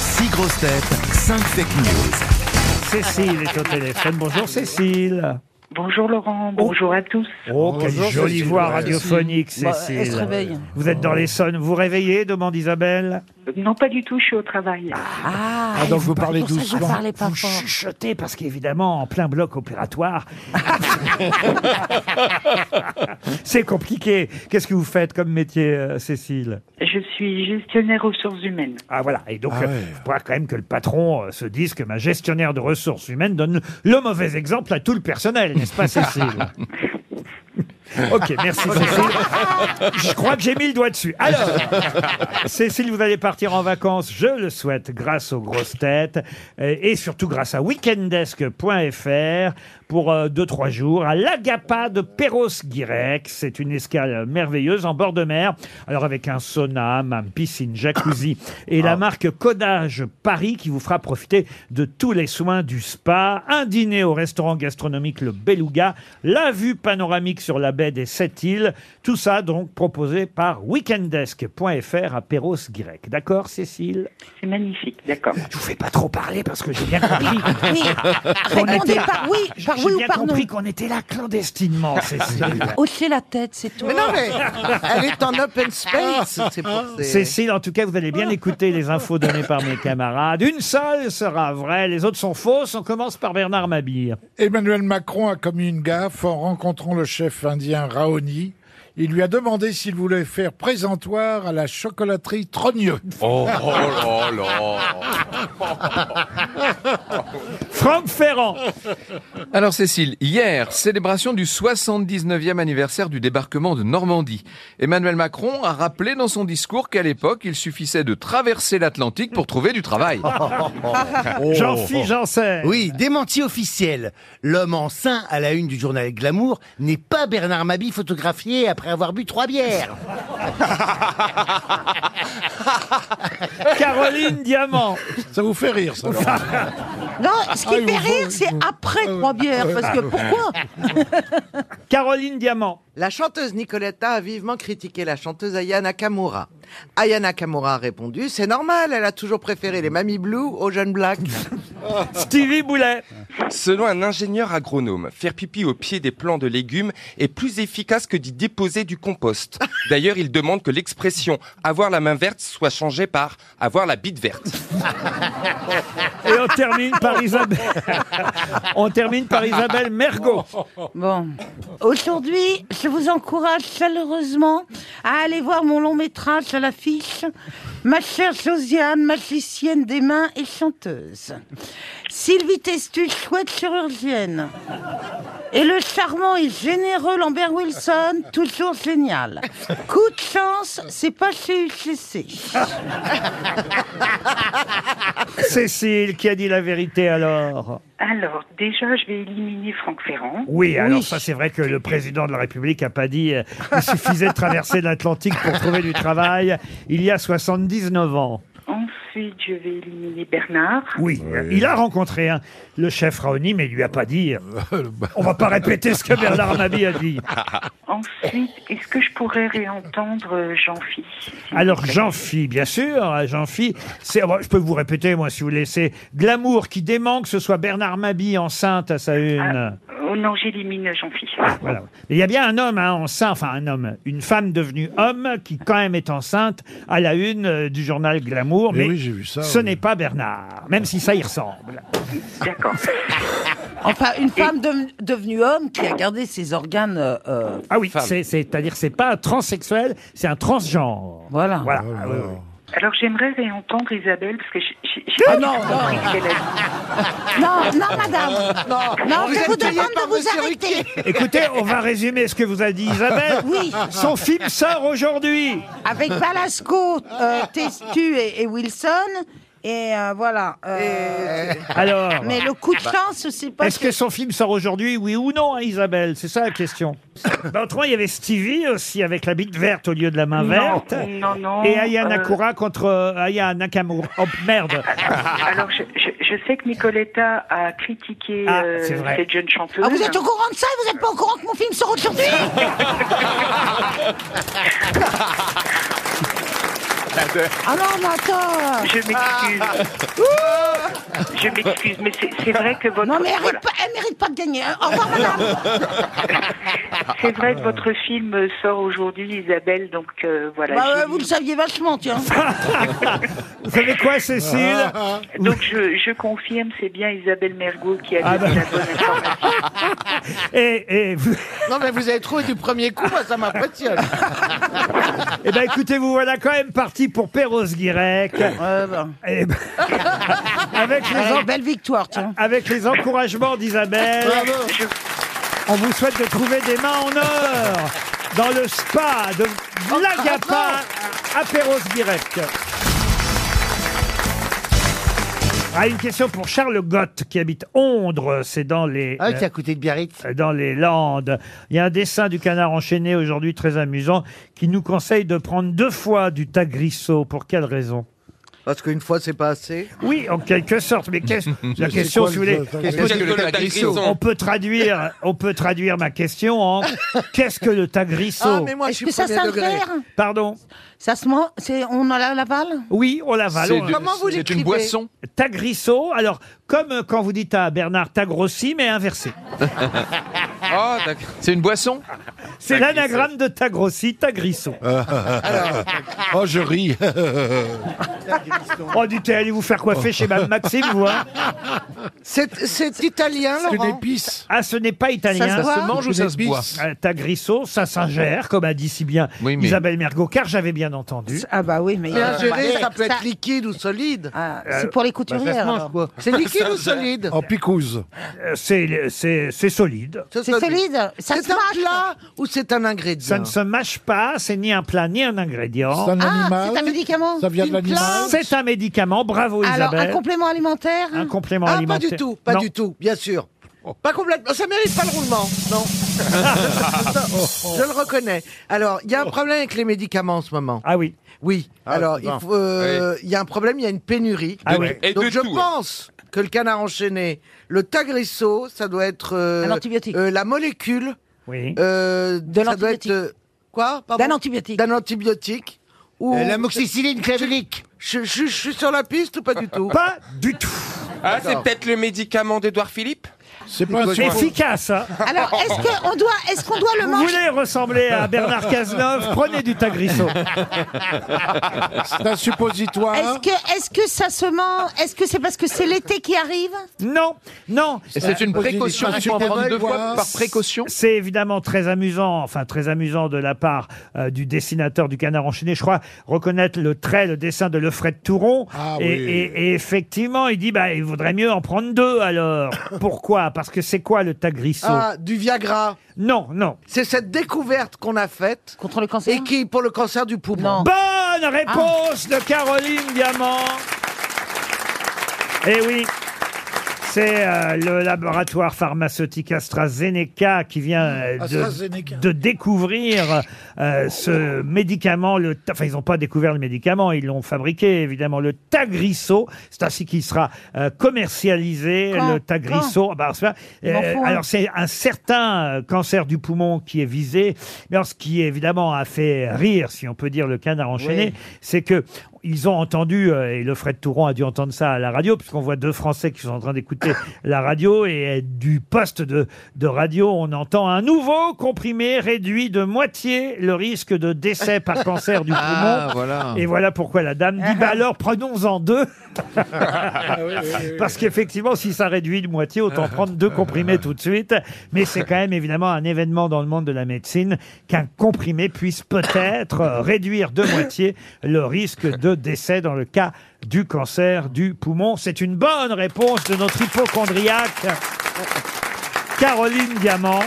6 grosses têtes, 5 fake news. Cécile est au téléphone. Bonjour Cécile. Bonjour Laurent, bonjour à tous. Oh, quelle Bonjour, jolie Cécile. voix Ouais. radiophonique, Bah, Cécile. elle se réveille. Vous êtes dans l'Essonne, vous vous réveillez demande Isabelle. Non, pas du tout, je suis au travail. Ah, Ah, donc vous parlez pour ça que je doucement. parlais pas vous fort. chuchotez parce qu'évidemment, en plein bloc [laughs] opératoire, c'est compliqué. Qu'est-ce que vous faites comme métier, euh, Cécile Je suis gestionnaire ressources humaines. Ah voilà, et donc Ah euh, ouais. il faudra quand même que le patron euh, se dise que ma gestionnaire de ressources humaines donne le mauvais exemple à tout le personnel, n'est-ce [laughs] pas Cécile Ok, [laughs] merci Cécile. Je crois que j'ai mis le doigt dessus. Alors, [laughs] Cécile, vous allez partir en vacances, je le souhaite, grâce aux grosses têtes euh, et surtout grâce à weekendesk.fr pour 2-3 jours à l'Agapa de Perros-Guirec. C'est une escale merveilleuse en bord de mer. Alors, avec un sauna, hammam, piscine, jacuzzi et la marque Codage Paris qui vous fera profiter de tous les soins du spa. Un dîner au restaurant gastronomique Le Beluga, la vue panoramique sur la baie des Sept Îles. Tout ça donc proposé par weekendesk.fr à Perros-Guirec. D'accord, Cécile C'est magnifique, d'accord. Je vous fais pas trop parler parce que j'ai bien compris. [laughs] Oui, répondez par oui, par oui j'ai ou bien par non. compris qu'on était là clandestinement, Cécile. Hochez la tête, c'est tout. Mais non, mais elle est en open space. C'est pour Cécile, en tout cas, vous allez bien écouter les infos données par mes camarades. Une seule sera vraie, les autres sont fausses. On commence par Bernard Mabille. Emmanuel Macron a commis une gaffe en rencontrant le chef indien Raoni. il lui a demandé s'il voulait faire présentoir à la chocolaterie Trogneux. Oh, oh [laughs] là [laughs] Franck Ferrand. Alors Cécile, hier, célébration du 79e anniversaire du débarquement de Normandie. Emmanuel Macron a rappelé dans son discours qu'à l'époque, il suffisait de traverser l'Atlantique pour trouver du travail. Jean-Philippe Janssen. Oh. Oui, démenti officiel. L'homme enceint à la une du journal Glamour n'est pas Bernard Mabi photographié après avoir bu trois bières. Caroline Diamant. Ça vous fait rire, ça. [laughs] Non, ce qui Ah, il fait vous faut- rire, c'est après Ah trois bières. Euh, Parce que pourquoi Caroline Diamant. La chanteuse Nicoletta a vivement critiqué la chanteuse Aya Nakamura. Aya Nakamura a répondu C'est normal, elle a toujours préféré les mamies blue aux jeunes blacks. Stevie Boulet. Selon un ingénieur agronome, faire pipi au pied des plants de légumes est plus efficace que d'y déposer du compost. D'ailleurs, il demande que l'expression avoir la main verte soit changée par avoir la bite verte. Et on termine par Isabelle. on termine par Isabelle Mergot. Bon. Aujourd'hui, je vous encourage chaleureusement à aller voir mon long métrage à l'affiche. Ma chère Josiane, magicienne des mains et chanteuse. Sylvie Testu, chouette chirurgienne. Et le charmant et généreux Lambert Wilson, toujours génial. Coup de chance, c'est pas chez UCC. Cécile qui a dit la vérité alors. Alors, déjà, je vais éliminer Franck Ferrand. Oui, alors ça c'est vrai que le président de la République a pas dit euh, il suffisait de traverser l'Atlantique pour trouver du travail il y a 79 ans. Ensuite, je vais éliminer Bernard. Oui, il a rencontré hein, le chef Raoni, mais il lui a pas [laughs] dit. euh, On va pas répéter ce que Bernard Mabie a dit. Ensuite, est-ce que je pourrais réentendre euh, Jean-Phi Alors Jean-Phi, bien sûr, hein, Jean-Phi, c'est, bon, je peux vous répéter moi si vous voulez, c'est de l'amour qui dément que ce soit Bernard Mabie enceinte à sa une. Oh non, j'élimine Jean-Phi. Ah, Voilà. Mais Il y a bien un homme hein, enceinte, enfin un homme, une femme devenue homme qui quand même est enceinte à la une euh, du journal Glamour, Mais mais, Eh oui, j'ai vu ça, ce oui. n'est pas Bernard, même si ça y ressemble. D'accord. Enfin, une femme de- devenue homme qui a gardé ses organes. euh, euh, Ah oui, c'est, c'est-à-dire c'est pas un transsexuel, c'est un transgenre. Voilà. voilà. Ah oui, oui. Alors, j'aimerais réentendre Isabelle, parce que j'ai- j'ai j'ai Ah, pas non, compris ce qu'elle a dit. Non, non, madame. Non, Non, vous je êtes vous payé demande par de vous Monsieur arrêter. Écoutez, on va résumer ce que vous a dit Isabelle. Oui. Son film sort aujourd'hui. Avec Palasco, euh, Testu et, et Wilson. Et euh, voilà. euh, Alors. Mais le coup de Bah. Bah. chance, c'est pas. Est-ce que son film sort aujourd'hui, oui ou non, hein, Isabelle C'est ça la question. Bah, autrement, il y avait Stevie aussi avec la bite verte au lieu de la main Non, verte. non, non, Et Aya euh, Nakamura contre euh, Aya Nakamura. Oh merde Alors, je, je, je sais que Nicoletta a critiqué Ah, euh, c'est vrai. cette jeune chanteuse. Ah, vous êtes au courant de ça Vous n'êtes pas au courant que mon film sort aujourd'hui Ah non, mais attends Ah. Je m'excuse. Ah. je m'excuse, mais c'est c'est vrai que votre Non, mais elle voilà. mérite, pas, elle mérite pas de gagner. Au revoir, madame c'est vrai que votre film sort aujourd'hui, Isabelle. Donc euh, voilà. Bah, j'ai- euh, Vous le saviez vachement, tiens. [laughs] Vous savez quoi, Cécile Donc je, je confirme, c'est bien Isabelle Mergot qui a Ah, donné la bonne [laughs] information. [laughs] Et, et vous- [laughs] Non, mais vous avez trouvé du premier coup, moi, ça m'impressionne. eh ben, écoutez, vous voilà quand même parti pour Perros Guirec. Ouais, bah. Eh ben, avec, les Ouais, en- belle victoire, tiens. avec les encouragements d'Isabelle, on vous souhaite de trouver des mains en or dans le spa de Lagapa à Perros Guirec. Ah, une question pour Charles Gott qui habite Ondres, c'est dans les Ah, euh, c'est à côté de Biarritz. dans les Landes. Il y a un dessin du canard enchaîné aujourd'hui très amusant qui nous conseille de prendre deux fois du tagrisso. Pour quelle raison Parce qu'une fois, c'est pas assez. Oui, en quelque sorte. [laughs] Mais qu'est-ce- la C'est question, quoi si vous le- voulez, Qu'est-ce que le tagrisso on peut traduire, on peut traduire ma [laughs] question en qu'est-ce que le Ah, tagrisso mais moi, je Est-ce suis que ça premier degré. s'affaire Pardon Ça se ment c'est On a la l'aval Oui, on l'avale. C'est on- de- Comment vous c'est l'écrivez une boisson. Tagrisso. Alors, comme euh, quand vous dites à Bernard tagrossi, mais inversé. Oh, d'accord. [laughs] C'est une boisson C'est Tagrisso. l'anagramme de [laughs] tagrossi, tagrisso. Oh, je ris. Oh, dites, allez vous faire coiffer chez Mme Maxime, vous, hein C'est c'est italien, C'est une Laurent épice. Ah, ce n'est pas italien. Ça se Ça se boit mange ou Une ça se boit épice. Ah, Tagrisso, ça s'ingère, comme a dit si bien Isabelle Mergot, car j'avais bien entendu. Euh, Ah bah oui, mais... Mais Ah, ingérer, ça peut être Ça- Ah, liquide ou solide. [laughs] c'est pour les bah, couturières, se mange, alors. quoi. [laughs] C'est liquide ou solide En picouse. Euh, C'est c'est- c'est solide. Ça c'est un plat ou c'est un ingrédient Ça ne se mâche pas, c'est ni un plat ni un ingrédient. C'est un Ah, animal. c'est un médicament Ça vient de Une l'animal plante C'est un médicament, bravo Alors, Isabelle. un complément alimentaire Un complément Ah, pas alimentaire. du tout, pas Non. du tout, bien sûr. Pas complètement. Ça mérite pas le roulement, non. [laughs] Je le reconnais. Alors, il y a un problème avec les médicaments en ce moment. Oh. Ah oui. Oui. Alors, bon. il faut, euh, il y a un problème, il y a une pénurie. Ah oui. Et Donc, de je tout. pense que le canard enchaîné, le tagrisso, ça doit être. euh, Un antibiotique. euh, la molécule. Oui. euh, ça doit être. euh, quoi pardon D'un antibiotique. D'un antibiotique. Ou... Euh, l'amoxicilline clavulique. Je, je- je suis sur la piste ou pas du tout Pas du tout. Ah, c'est peut-être le médicament d'Edouard Philippe C'est pas un- C'est efficace, hein. Alors, est-ce qu'on doit, est qu'on doit le Vous manger voulez ressembler à Bernard Cazeneuve Prenez du Tagrisso. C'est un suppositoire. Est-ce que, est que ça se ment Est-ce que c'est parce que c'est l'été qui arrive Non, non. Et c'est une précaution, il faut en prendre deux fois par précaution. C'est évidemment très amusant, enfin très amusant de la part euh, du dessinateur du canard enchaîné, je crois, reconnaître le trait, le dessin de Lefred Touron. Ah et, oui. et- et effectivement, il dit, bah, il vaudrait mieux en prendre deux [coughs] alors. Pourquoi Parce que c'est quoi le tagrisso Ah, du Viagra. Non, non. C'est cette découverte qu'on a faite. Contre le cancer Et qui, pour le cancer du poumon. Bonne réponse Ah. de Caroline Diamant. Eh oui. C'est euh, le laboratoire pharmaceutique AstraZeneca qui vient euh, AstraZeneca. de, de découvrir euh, ce médicament. Le, ta- enfin, ils n'ont pas découvert le médicament, ils l'ont fabriqué évidemment. Le Tagrisso, c'est ainsi qu'il sera euh, commercialisé. Quand le Tagrisso, bah, c'est pas- Il en faut un. alors c'est un certain euh, cancer du poumon qui est visé. Mais alors, ce qui évidemment a fait rire, si on peut dire, le canard enchaîné, Oui. c'est que ils ont entendu, euh, et le Fred Touron a dû entendre ça à la radio, puisqu'on voit deux Français qui sont en [laughs] train d'écouter la radio, et euh, du poste de, de radio, on entend un nouveau comprimé réduit de moitié le risque de décès par cancer du Ah, poumon. voilà. Et voilà pourquoi la dame dit, bah alors prenons-en deux. Parce qu'effectivement, si ça réduit de moitié, autant prendre deux comprimés tout de suite. Mais c'est quand même évidemment un événement dans le monde de la médecine qu'un comprimé puisse peut-être euh, réduire de moitié le risque de décès dans le cas du cancer du poumon. C'est une bonne réponse de notre hypochondriaque Caroline Diamant.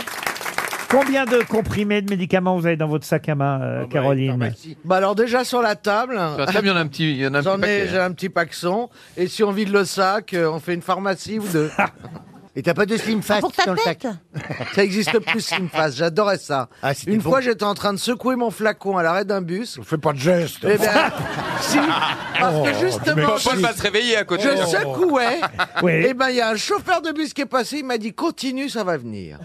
Combien de comprimés de médicaments vous avez dans votre sac à main, euh, Caroline Bah alors déjà sur la table. Sur la table, il y en a un petit- il y en a un petit J'en ai- paquet. hein. J'ai un petit paxon. Et si on vide le sac, euh, on fait une pharmacie ou deux. [laughs] Et t'as pas de slim fast Ah, Pour ta tête [laughs] Ça existe plus slim fast. J'adorais ça. une fois, j'étais en train de secouer mon flacon à l'arrêt d'un bus. Fais pas de geste. [laughs] Eh ben, si, parce Oh, que mais- justement, Paul va se réveiller à côté. Oh. je secouais. Oui. Et ben, il y a un chauffeur de bus qui est passé. Il m'a dit continue, ça va venir.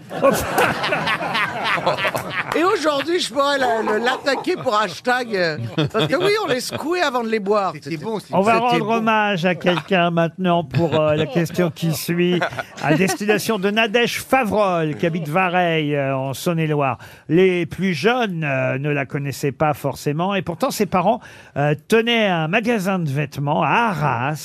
Et aujourd'hui, je pourrais la- le- l'attaquer pour hashtag. euh, Parce que oui, on les secouait avant de les boire. C'était bon. On va rendre hommage à quelqu'un maintenant pour euh, la question qui suit, à destination de Nadège Favrol, qui habite Vareille, euh, en Saône-et-Loire. Les plus jeunes euh, ne la connaissaient pas forcément, et pourtant ses parents euh, tenaient un magasin de vêtements à Arras.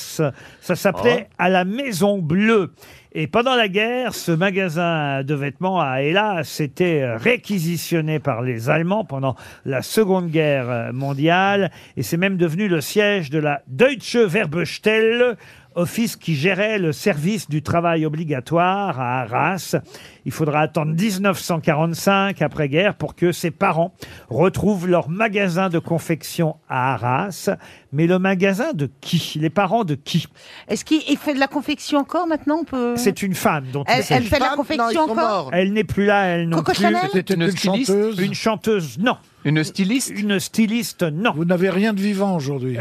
Ça s'appelait à la Maison Bleue. Et pendant la guerre, ce magasin de vêtements a hélas été euh, réquisitionné par les Allemands pendant la Seconde Guerre euh, mondiale et c'est même devenu le siège de la Deutsche Werbestelle, office qui gérait le service du travail obligatoire à Arras. Il faudra attendre 1945 après-guerre pour que ses parents retrouvent leur magasin de confection à Arras. Mais le magasin de qui Les parents de qui Est-ce qu'il il fait de la confection encore maintenant on peut... c'est une femme dont Elle- il s'agit. elle fait de la Femme confection Non, ils sont encore morts. Elle n'est plus là, elle non Coco plus. Chanel C'était C'était une une, styliste chanteuse. Une chanteuse, non. Une styliste Une styliste, non. Vous n'avez rien de [laughs] vivant aujourd'hui.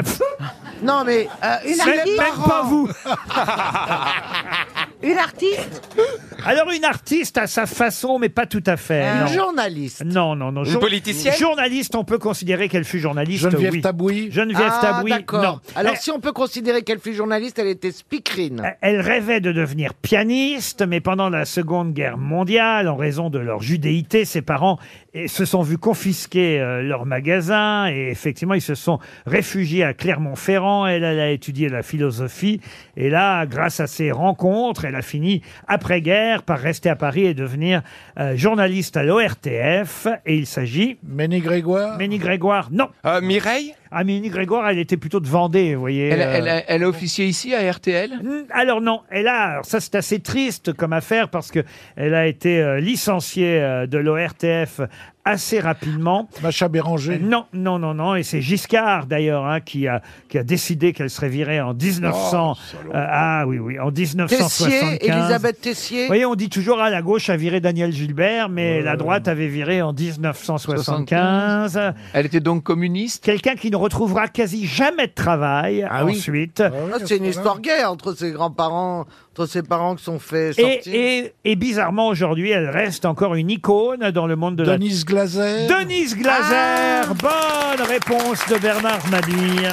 Non, mais euh, [laughs] C'est même pas vous. Une artiste Alors, une artiste à sa façon, mais pas tout à fait. Une journaliste Non, non, non. Une politicienne Journaliste, on peut considérer qu'elle fut journaliste. Geneviève oui. Tabouy Geneviève ah, Tabouy, d'accord. non. Alors, Elle- si on peut considérer qu'elle fut journaliste, elle était speakerine. Elle rêvait de devenir pianiste, mais pendant la Seconde Guerre mondiale, en raison de leur judéité, ses parents eh, se sont vus confisquer euh, leur magasin et effectivement, ils se sont réfugiés à Clermont-Ferrand. Elle, elle a étudié la philosophie et là, grâce à ses rencontres, elle a fini après-guerre par rester à Paris et devenir euh, journaliste à l'ORTF. Et il s'agit... Ménie Grégoire Ménie Grégoire, non. Mireille ah, Ménie Grégoire, elle était plutôt de Vendée, vous voyez. Elle, euh. elle, elle, est officier ici à RTL Mm, Alors non, elle a, alors ça c'est assez triste comme affaire parce que elle a été euh, licenciée euh, de l'ORTF assez rapidement. Macha Béranger Non, non, non, non, et c'est Giscard d'ailleurs hein, qui, a, qui a décidé qu'elle serait virée en 1900. euh, ah oui, oui, en 1975. Tessier, Elisabeth Tessier. Vous voyez, on dit toujours à la gauche a viré Daniel Gilbert, mais la droite avait viré en 1975. Elle était donc communiste Quelqu'un qui ne retrouvera quasi jamais de travail ensuite. Ah, c'est une histoire gay entre ses grands-parents, entre ses parents qui sont faits sortir. Et, et- et bizarrement, aujourd'hui, elle reste encore une icône dans le monde de la... Denise Glaser. Denise Glaser Ah Bonne réponse de Bernard Mabille.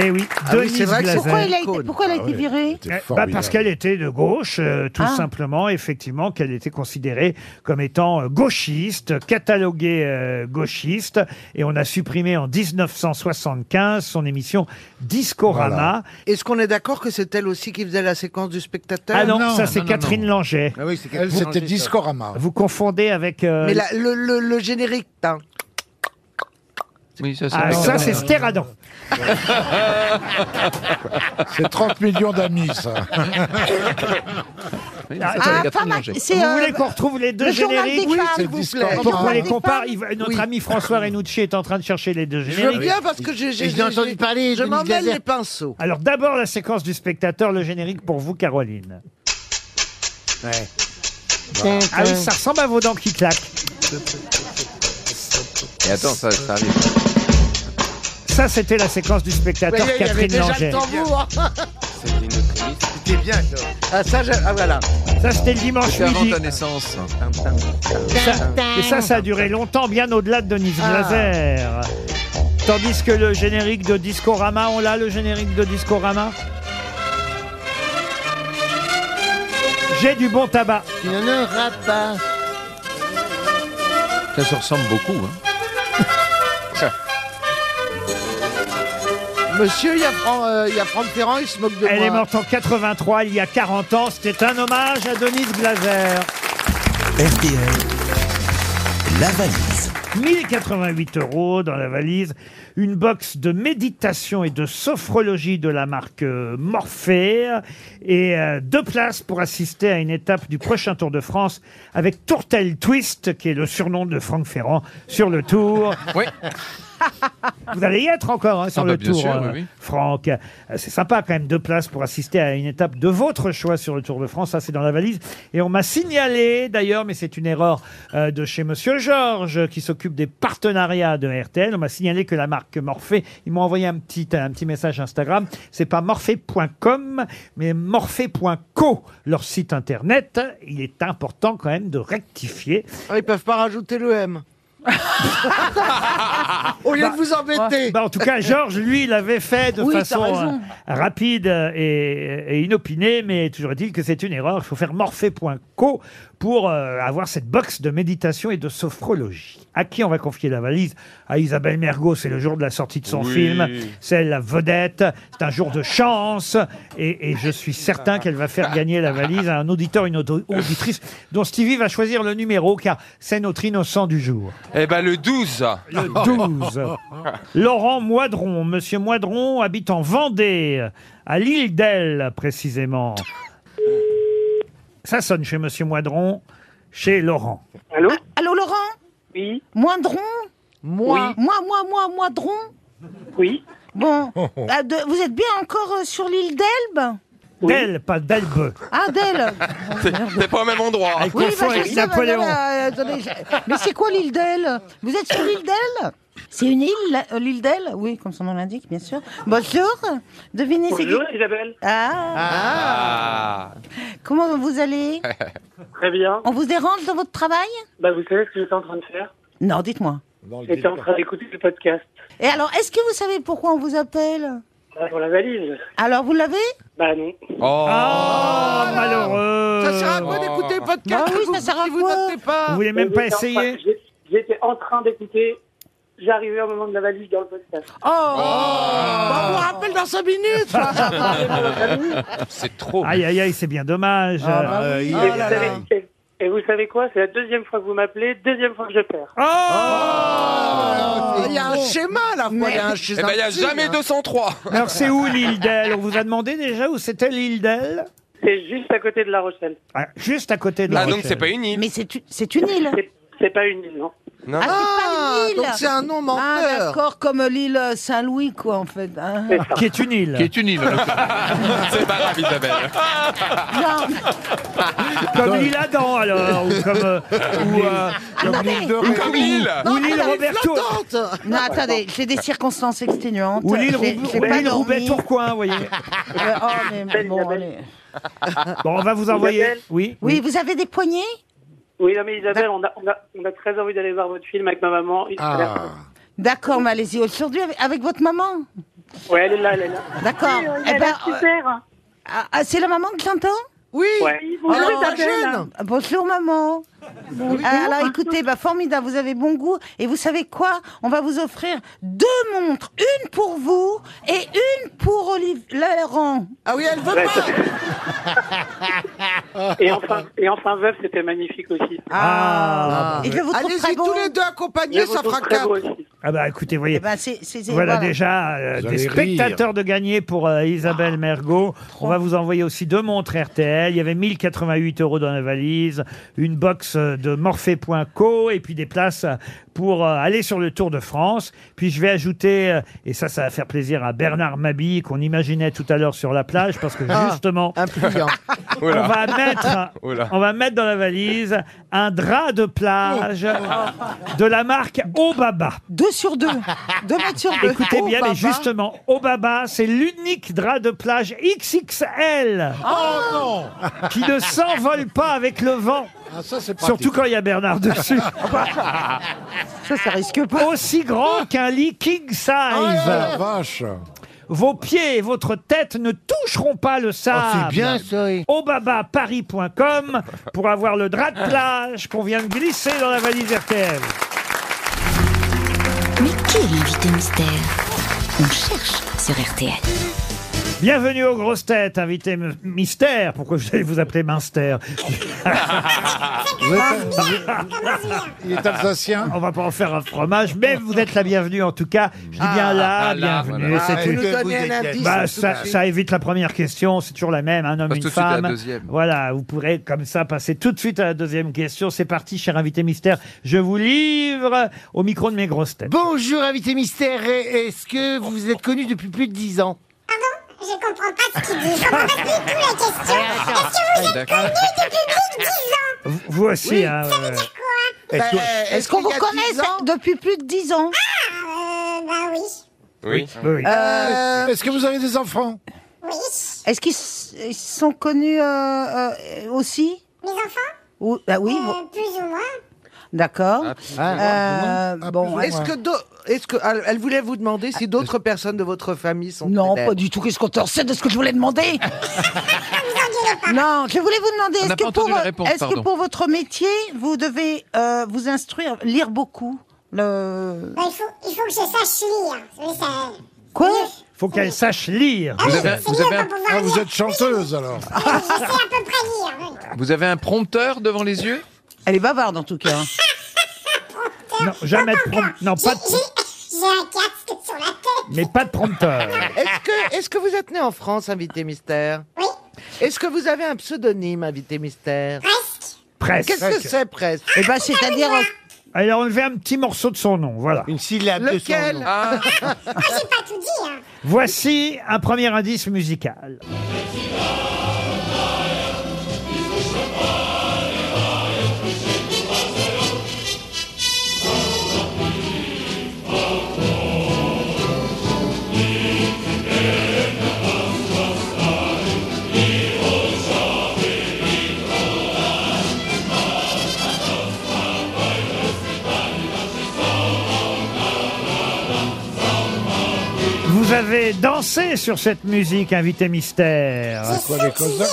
Eh oui, Ah oui, Denise c'est vrai que c'est Glaser. Pourquoi elle a été- pourquoi elle a Ah été ouais, virée Eh, c'était bah, formidable. Parce qu'elle était de gauche, euh, tout Ah. simplement, effectivement, qu'elle était considérée comme étant euh, gauchiste, cataloguée euh, gauchiste. Et on a supprimé en 1975 son émission Discorama. Est-ce qu'on est d'accord que c'est elle aussi qui faisait la séquence du spectateur Ah non, ça c'est Catherine Langer. Ah Catherine Elle, c'était Langer, ça. Discorama. Vous confondez avec. euh, Mais la- le, le- le générique, hein. t'as. Oui, ça, Ah, ça c'est Stéradan. C'est 30 millions d'amis, ça. Ah, vous euh, voulez qu'on retrouve les deux euh, le journal des génériques Oui, femmes, s'il Pour vous plaît. qu'on Le journal les des compare. femmes. il va- notre Oui. ami François Renucci est en train de chercher les deux Je génériques. veux bien parce que j'ai. j'ai- j'ai- j'ai- Je m'emmène les pinceaux. Alors d'abord la séquence du spectateur, le générique pour vous, Caroline. Ah oui, ça ressemble à vos dents qui claquent. Et attends, ça, ça arrive. Ça, c'était la séquence du spectateur Mais il y Catherine avait déjà Langer. le tambour. C'était bien. Ah ça, je- ah voilà. Ça, c'était le dimanche C'était avant midi. ta naissance. Ça- et ça, ça a duré longtemps, bien au-delà de Denise Glaser. Tandis que le générique de Discorama, on l'a le générique de Discorama J'ai du bon tabac. Tu n'en auras pas. Ça se ressemble beaucoup. Hein. Monsieur, il y a Fran- euh, il y a Franck Ferrand, il se moque de Elle moi. est morte en 83, il y a 40 ans. C'était un hommage à Denise Glaser. RTL, la valise. 1088 euros dans la valise, une box de méditation et de sophrologie de la marque euh, Morphée et euh, deux places pour assister à une étape du prochain Tour de France avec Tourtel Twist, qui est le surnom de Franck Ferrand sur le Tour. Oui. [laughs] Vous allez y être encore hein, sur Ah bah, le bien Tour, sûr, euh, oui, oui. Franck. Euh, C'est sympa quand même, deux places pour assister à une étape de votre choix sur le Tour de France. Ça, c'est dans la valise. Et on m'a signalé, d'ailleurs, mais c'est une erreur euh, de chez Monsieur Georges, qui s'occupe des partenariats de RTL. On m'a signalé que la marque Morphée, ils m'ont envoyé un petit, un petit message Instagram. C'est pas morphée.com, mais morphée.co, leur site internet. Il est important quand même de rectifier. Ah, Ils peuvent pas rajouter le M. [laughs] Au lieu de vous embêter. Bah, en tout cas, Georges, lui, l'avait fait de Oui, t'as façon raison. euh, rapide et, et inopinée, mais toujours est-il que c'est une erreur. Il faut faire morphée.co pour euh, avoir cette box de méditation et de sophrologie. À qui on va confier la valise À Isabelle Mergot, c'est le jour de la sortie de son Oui. film. C'est la vedette, c'est un jour de chance, et, et je suis certain qu'elle va faire gagner la valise à un auditeur, une auto- auditrice, dont Stevie va choisir le numéro, car c'est notre innocent du jour. Eh ben le 12. Le 12. Laurent Moidron. Monsieur Moidron habite en Vendée, à l'île d'Elle, précisément. Ça sonne chez Monsieur Moidron, chez Laurent. Allô Allô, Laurent Oui. Moindron Moi. Moi, moi, moi, Moindron Oui. Bon. Oh, Ah, de- vous êtes bien encore euh, sur l'île d'Elbe D'Elle, pas d'Elbe. Ah, d'Elbe T'es [laughs] t'es pas au même endroit. Elle confond bah, je avec sais, bah, Napoléon. non, mais, euh, attendez, je- mais c'est quoi l'île d'Elle Vous êtes sur l'île d'Elle C'est une île, la- euh, l'île d'Elle Oui, comme son nom l'indique, bien sûr. Bonjour. Devinez c'est qui Bonjour Isabelle. Ah. Comment vous allez Très bien. On vous dérange dans votre travail Bah, vous savez ce que j'étais en train de faire Non, dites-moi. J'étais en train d'écouter le podcast Et alors, est-ce que vous savez pourquoi on vous appelle Ah, pour la valise. Alors, vous l'avez Bah non. Oh, malheureux Ah, Ça sert à quoi d'écouter podcast Bah oui, vous, ça sert à si vous notez pas Vous voulez même pas J'étais en train- essayer j'ai- J'étais en train d'écouter. J'arrivais au moment de la valise dans le podcast. Oh, Ah, Bah, On vous rappelle dans 5 bah minutes C'est trop. Aïe, aïe, aïe, c'est bien dommage. Oh Ah, bah oui. Et vous savez- et- Et vous savez quoi C'est la deuxième fois que vous m'appelez, deuxième fois que je perds. Oh. [laughs] Oh, Il y a un schéma à la fois, il y a un Eh schéma. hein. ben, il n'y a jamais 203. Alors, c'est où l'île d'Elle On vous a demandé déjà où c'était l'île d'Elle C'est juste à côté de La Rochelle. Ah, Juste à côté de la Rochelle. une île. Mais c'est u- c'est une île. C'est- C'est pas une île, non. Ah, c'est pas une île. donc c'est un nom Ah, menteur. d'accord, comme l'île euh, Saint-Louis, quoi, en fait. hein. Qui est une île. Qui est une île. C'est pas grave, Ah, Isabelle. Non, [laughs] Comme l'île Adam, alors. Ou comme. euh, ou, euh, attendez. ou comme Ah, l'île. Ah, Non, Ou l'île attendez. Roberto. Non, attendez, j'ai des circonstances exténuantes. Ou l'île J'ai- Roubou- j'ai ou pas l'île dormi. Roubaix-Tourcoing, Oh, vous voyez. Euh, oh, mais bon, allez. [laughs] Bon, on va vous envoyer. Isabelle Oui. Oui, vous avez des poignées Oui, non, mais Isabelle, on a, on a, on a très envie d'aller voir votre film avec ma maman. Il- Ah. D'accord, mais allez-y aujourd'hui avec, avec votre maman. Ouais, elle est là, elle est là. D'accord. Eh ben, euh, [laughs] ah, ah, c'est la maman que j'entends Oui. Ouais. bonjour, Isabelle. Bonjour maman. Bonjour. Ah, Alors écoutez, bah, formidable, vous avez bon goût. Et vous savez quoi On va vous offrir deux montres. Une pour vous et une pour Olivier Laurent. Ah oui, elle veut Ouais, pas Et enfin, et enfin Veuve, c'était magnifique aussi. Ah. Et je bah, vous trouve très Allez-y, tous beau. les deux accompagnés, ça fera 4. Ah bah écoutez, vous voyez. Eh ben, c'est- c'est- c'est- Voilà déjà euh, Vous des allez rire. spectateurs de gagner pour euh, Isabelle Mergot. On va vous envoyer aussi deux montres RTL. Il y avait 1088 euros dans la valise, une box euh, de Morphée.co et puis des places euh, pour euh, aller sur le Tour de France. Puis je vais ajouter, euh, et ça, ça va faire plaisir à Bernard Mabille qu'on imaginait tout à l'heure sur la plage parce que Ah, justement, [laughs] on, Oula. va [laughs] mettre, Oula. on va mettre dans la valise un drap de plage de la marque Obaba. Oh. Deux sur deux. Deux mètres sur deux. Écoutez Oh, bien, papa. mais justement, Obaba, c'est l'unique drap de plage XXL Oh qui ne s'envole pas avec le vent. Ah, ça, c'est pratique. Surtout quand il y a Bernard dessus. Ça, ça risque pas. Aussi grand qu'un lit king size. Ah, la vache Vos pieds et votre tête ne toucheront pas le sable. Oh, c'est bien, ça, oui. Obabaparis.com pour avoir le drap de plage qu'on vient de glisser dans la valise RTL. Mais qui est l'invité mystère On cherche sur RTL. Bienvenue aux grosses têtes, invité m- mystère. Pourquoi vous allez vous appeler Minster Vous êtes- Il est alsacien On va pas en faire un fromage, mais vous êtes la bienvenue en tout cas. Je dis bien là, Ah, là, bienvenue. voilà. C'est Ah, une- vous donnez un indice, Bah, tout de ça, suite. ça évite la première question, c'est toujours la même, un homme, Passe une tout de suite à la femme. deuxième. Voilà, vous pourrez comme ça passer tout de suite à la deuxième question. C'est parti, cher invité mystère. Je vous livre au micro de mes grosses têtes. Bonjour, invité mystère. Et- Est-ce que vous vous êtes connu depuis plus de 10 ans Je comprends pas ce qu'il dit. Je comprends pas du tout la question. Est-ce que vous êtes D'accord. connu depuis plus de 10 ans Vous- Vous aussi, Oui. hein, ouais. Est-ce que- Bah, euh, Est-ce qu'on vous connaît ça- depuis plus de 10 ans Euh, bah oui. Oui. Oui. Euh, Est-ce que vous avez des enfants Est-ce qu'ils s- ils sont connus euh, euh, aussi Mes enfants Ou- ah Oui, Euh, bon, Plus ou moins. d'accord. Ah. Euh, bon, Est-ce que, d'au- est-ce que elle, elle voulait vous demander si d'autres personnes de votre famille sont Non, célèbres pas du tout. Qu'est-ce qu'on t'en sait de ce que je [laughs] voulais demander Non, je voulais vous demander, On est-ce n'a que, pas pour, euh, entendu la réponse, est-ce que pardon. pour votre métier, vous devez euh, vous instruire, lire beaucoup le... Bah, il, faut, il faut que je sache lire. Oui, ça... Quoi Faut qu'elle sache lire. Ah Vous oui, avez- c'est vous mieux avez un- pour pouvoir Ah, vous lire. êtes chanteuse, alors Oui, Je sais à peu près lire. oui. Vous avez un prompteur devant les yeux Elle est bavarde en tout cas. Non, jamais de prom- Non, pas de... J'ai- J'ai un casque sur la tête. Mais pas de prompteur. Est-ce que, est-ce que vous êtes né en France, invité mystère Oui, Est-ce que vous avez un pseudonyme, invité mystère presque. Presque. Qu'est-ce que c'est presque Et ben, c'est-à-dire, euh, Elle a enlevé un petit morceau de son nom, voilà. Une syllabe de son Lequel nom. [laughs] Ah, Ah, j'ai pas tout dit. Hein. [laughs] Voici un premier indice musical. Ah, avez dansé sur cette musique, invité mystère. C'est quoi, les Cosaques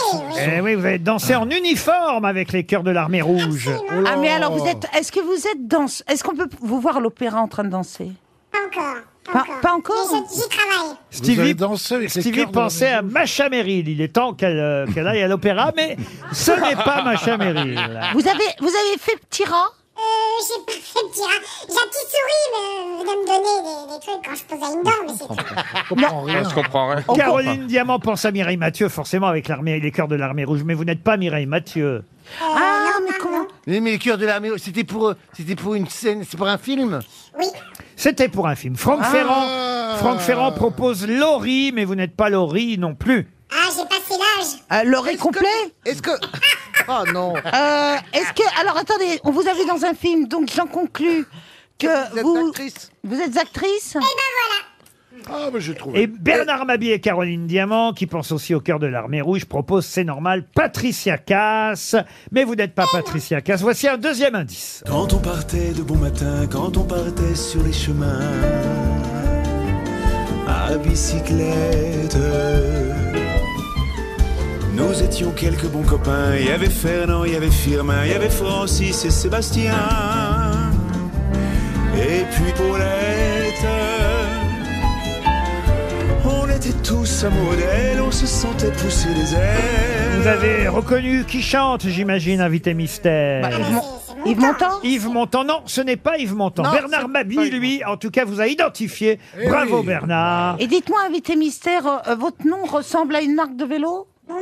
Eh oui, vous avez dansé en uniforme avec les chœurs de l'armée rouge. Ah mais alors vous êtes, est-ce que vous êtes danse Est-ce qu'on peut vous voir à l'opéra en train de danser Pas encore. Pas- pas encore Mais je- J'y travaille. Stevie, avec les Stevie chœurs de pensait à Macha Merrill. Il est temps qu'elle euh, qu'elle aille à l'opéra, mais ce n'est pas Macha Merrill. Vous avez, vous avez fait petit rat Euh, j'ai pas fait de tir. J'ai un petit souris, mais euh, de me donner des, des trucs quand je pose à une dent, mais c'est Euh, rien. Je comprends rien. Caroline Diamant pense à Mireille Mathieu, forcément, avec l'armée, les chœurs de l'armée rouge. Mais vous n'êtes pas Mireille Mathieu. Ah, mais comment Mais mais les cœurs de l'armée, c'était pour, euh, c'était pour une scène, c'est pour un film C'était pour un film. Franck Ah. Ferrand. Franck Ferrand propose Laurie, mais vous n'êtes pas Laurie non plus. Ah, j'ai passé l'âge. L'oreille Euh, complet [laughs] Est-ce que. Oh [laughs] non Euh, Est-ce que alors attendez, on vous a vu dans un film, donc j'en conclus que vous vous êtes actrice. Et ben Ah, mais j'ai trouvé. Et Bernard Mabie et Caroline Diamant, qui pensent aussi au cœur de l'armée rouge, proposent, c'est normal, Patricia Cass. Mais vous n'êtes pas Patricia Cass. Voici un deuxième indice. Quand on partait de bon matin, quand on partait sur les chemins, Ah. à bicyclette, nous étions quelques bons copains. Il y avait Fernand, il y avait Firmin, il y avait Francis et Sébastien, et puis Paulette. On était tous amoureux d'elle, on se sentait pousser les ailes. Vous avez reconnu qui chante, j'imagine, invité mystère. Bah, Yves Montand Yves Montand, non, ce n'est pas Yves Montand. Non, Bernard Mabie, lui, en tout cas, vous a identifié. Eh Bravo, oui. Bernard. Et dites-moi, invité mystère, euh, euh, votre nom ressemble à une marque de vélo voilà.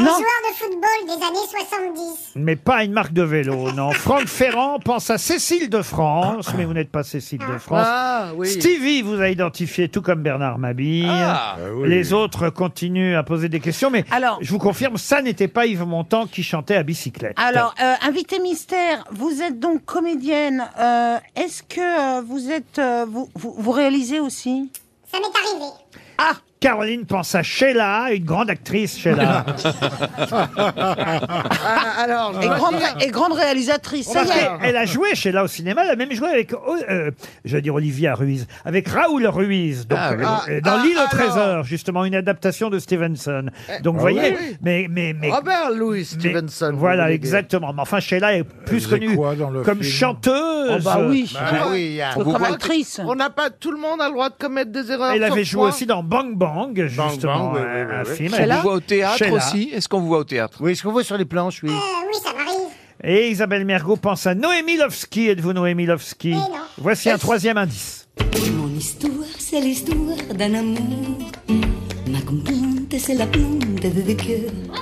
Mon nom euh, ressemble à un Non. joueur de football des années 70. Mais pas une marque de vélo, non. Franck Ferrand pense à Cécile de France, mais vous n'êtes pas Cécile de France. Ah, oui. Stevie vous a identifié, tout comme Bernard Mabille. Ah, oui. Les autres continuent à poser des questions, mais je vous confirme, ça n'était pas Yves Montand qui chantait à bicyclette. Ah. Alors, euh, invité mystère, vous êtes donc comédienne. euh, Est-ce que euh, vous êtes, euh, vous, vous, vous réalisez aussi Ça m'est arrivé. Ah Caroline pense à Sheila, une grande actrice, Sheila. Ah, alors, et, grande, ré- et grande réalisatrice, ça y est. Remarquez, Oh, Elle a joué chez là au cinéma, elle a même joué avec, oh, euh, je veux dire Olivia Ruiz, avec Raoul Ruiz, donc, Ah oui. euh, Ah, euh, dans ah, L'île au alors. trésor, justement une adaptation de Stevenson. Donc ah vous voyez, oui. mais mais mais. Robert Louis Stevenson. vous Voilà, voulez dire. exactement. Mais enfin, Sheila est plus faisait connue quoi dans le comme film chanteuse. Euh, Oh, bah oui. Bah Ah, oui, on- ah. on- Comme on- actrice. On n'a pas tout le monde a le droit de commettre des erreurs. Elle sur avait joué toi. aussi dans Bang Bang, justement, Bang, oui, un- oui, oui, un oui. film. Sheila Elle- On vous voit au théâtre Sheila. aussi Est-ce qu'on vous voit au théâtre Oui, est-ce qu'on voit sur les planches, oui. Euh, oui, ça m'arrive. Et Isabelle Mergot pense à Noémie Lovski. Êtes-vous Noémie Lovski Eh non. Voici un troisième indice. Mon histoire, c'est l'histoire d'un amour. Ma complainte, c'est la plainte de deux cœurs.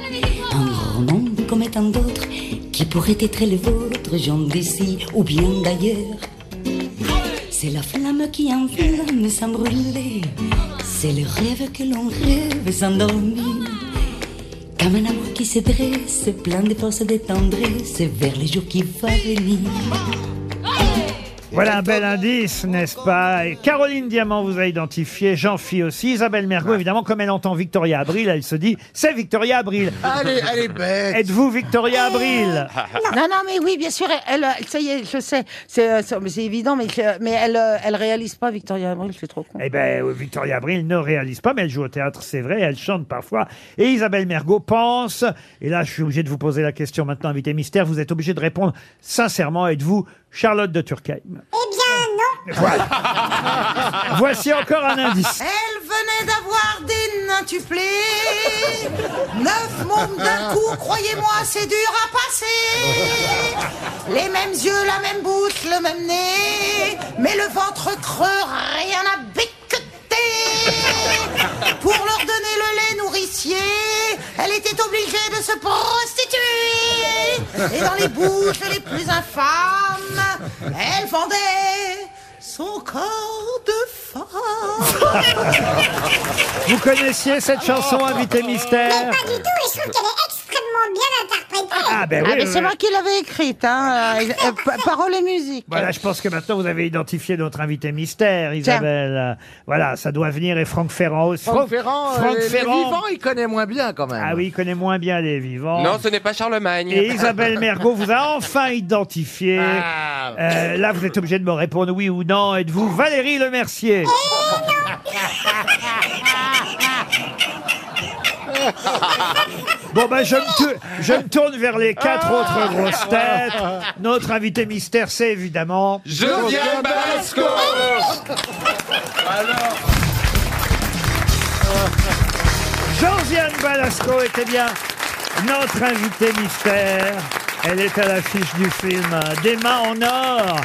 Un roman comme tant d'autres qui pourrait être le vôtre, j'en d'ici ou bien d'ailleurs. C'est la flamme qui enflamme sans brûler. C'est le rêve que l'on rêve sans dormir. Comme un amour qui se dresse, plein de force et de tendresse, vers les jours qui vont venir. Voilà un bel indice, n'est-ce pas Et Caroline Diamant vous a identifié, jean phi aussi, Isabelle Mergot, évidemment, comme elle entend Victoria Abril, elle se dit, c'est Victoria Abril. Allez, allez, bête. Eh. Êtes-vous Victoria Abril Non, non, mais oui, bien sûr. Elle, elle- ça y est, je sais. C'est, euh, c'est- c'est évident, mais, je- mais elle, euh, elle réalise pas Victoria Abril. Je suis trop con. Eh ben, oui, Victoria Abril ne réalise pas, mais elle joue au théâtre, c'est vrai, elle chante parfois. Et Isabelle Mergot pense, et là, je suis obligé de vous poser la question maintenant, invité mystère, vous êtes obligé de répondre sincèrement, êtes-vous Charlotte de Turckheim Eh bien, non. Voici encore un [laughs] indice. Elle venait d'avoir des nintuplés. [laughs] Neuf membres d'un coup, croyez-moi, c'est dur à passer. Les mêmes yeux, la même bouche, le même nez. Mais le ventre creux, rien à becqueter. Pour leur donner le lait nourricier, elle était obligée de se prostituer. Et dans les bouches les plus infâmes, elle vendait son corps de Vous connaissiez cette chanson, invité mystère Pas du tout, et je trouve qu'elle est extrêmement bien interprétée. Ah, ben oui, mais oui, c'est oui. moi [laughs] qui l'avais écrite, hein, euh, euh, pa- paroles et musique. Voilà, je pense que maintenant vous avez identifié notre invité mystère, Isabelle. Voilà, ça doit venir et Franck Ferrand aussi. Franck Ferrand, Franck euh, les- les Ferrand. vivants, il connaît moins bien quand même. Ah oui, il connaît moins bien les vivants. Non, ce n'est pas Charlemagne. Et Isabelle Mergot vous a enfin identifié. Euh, là, vous êtes obligé de me répondre oui ou non. Êtes-vous Valérie Lemercier Eh non, Bon, ben, je me, tu- je me tourne vers les quatre Ah. autres grosses têtes. Notre invité mystère, c'est évidemment. Josiane Eh Balasco Alors Josiane Balasco était bien notre invitée mystère. Elle est à l'affiche du film Des mains en or,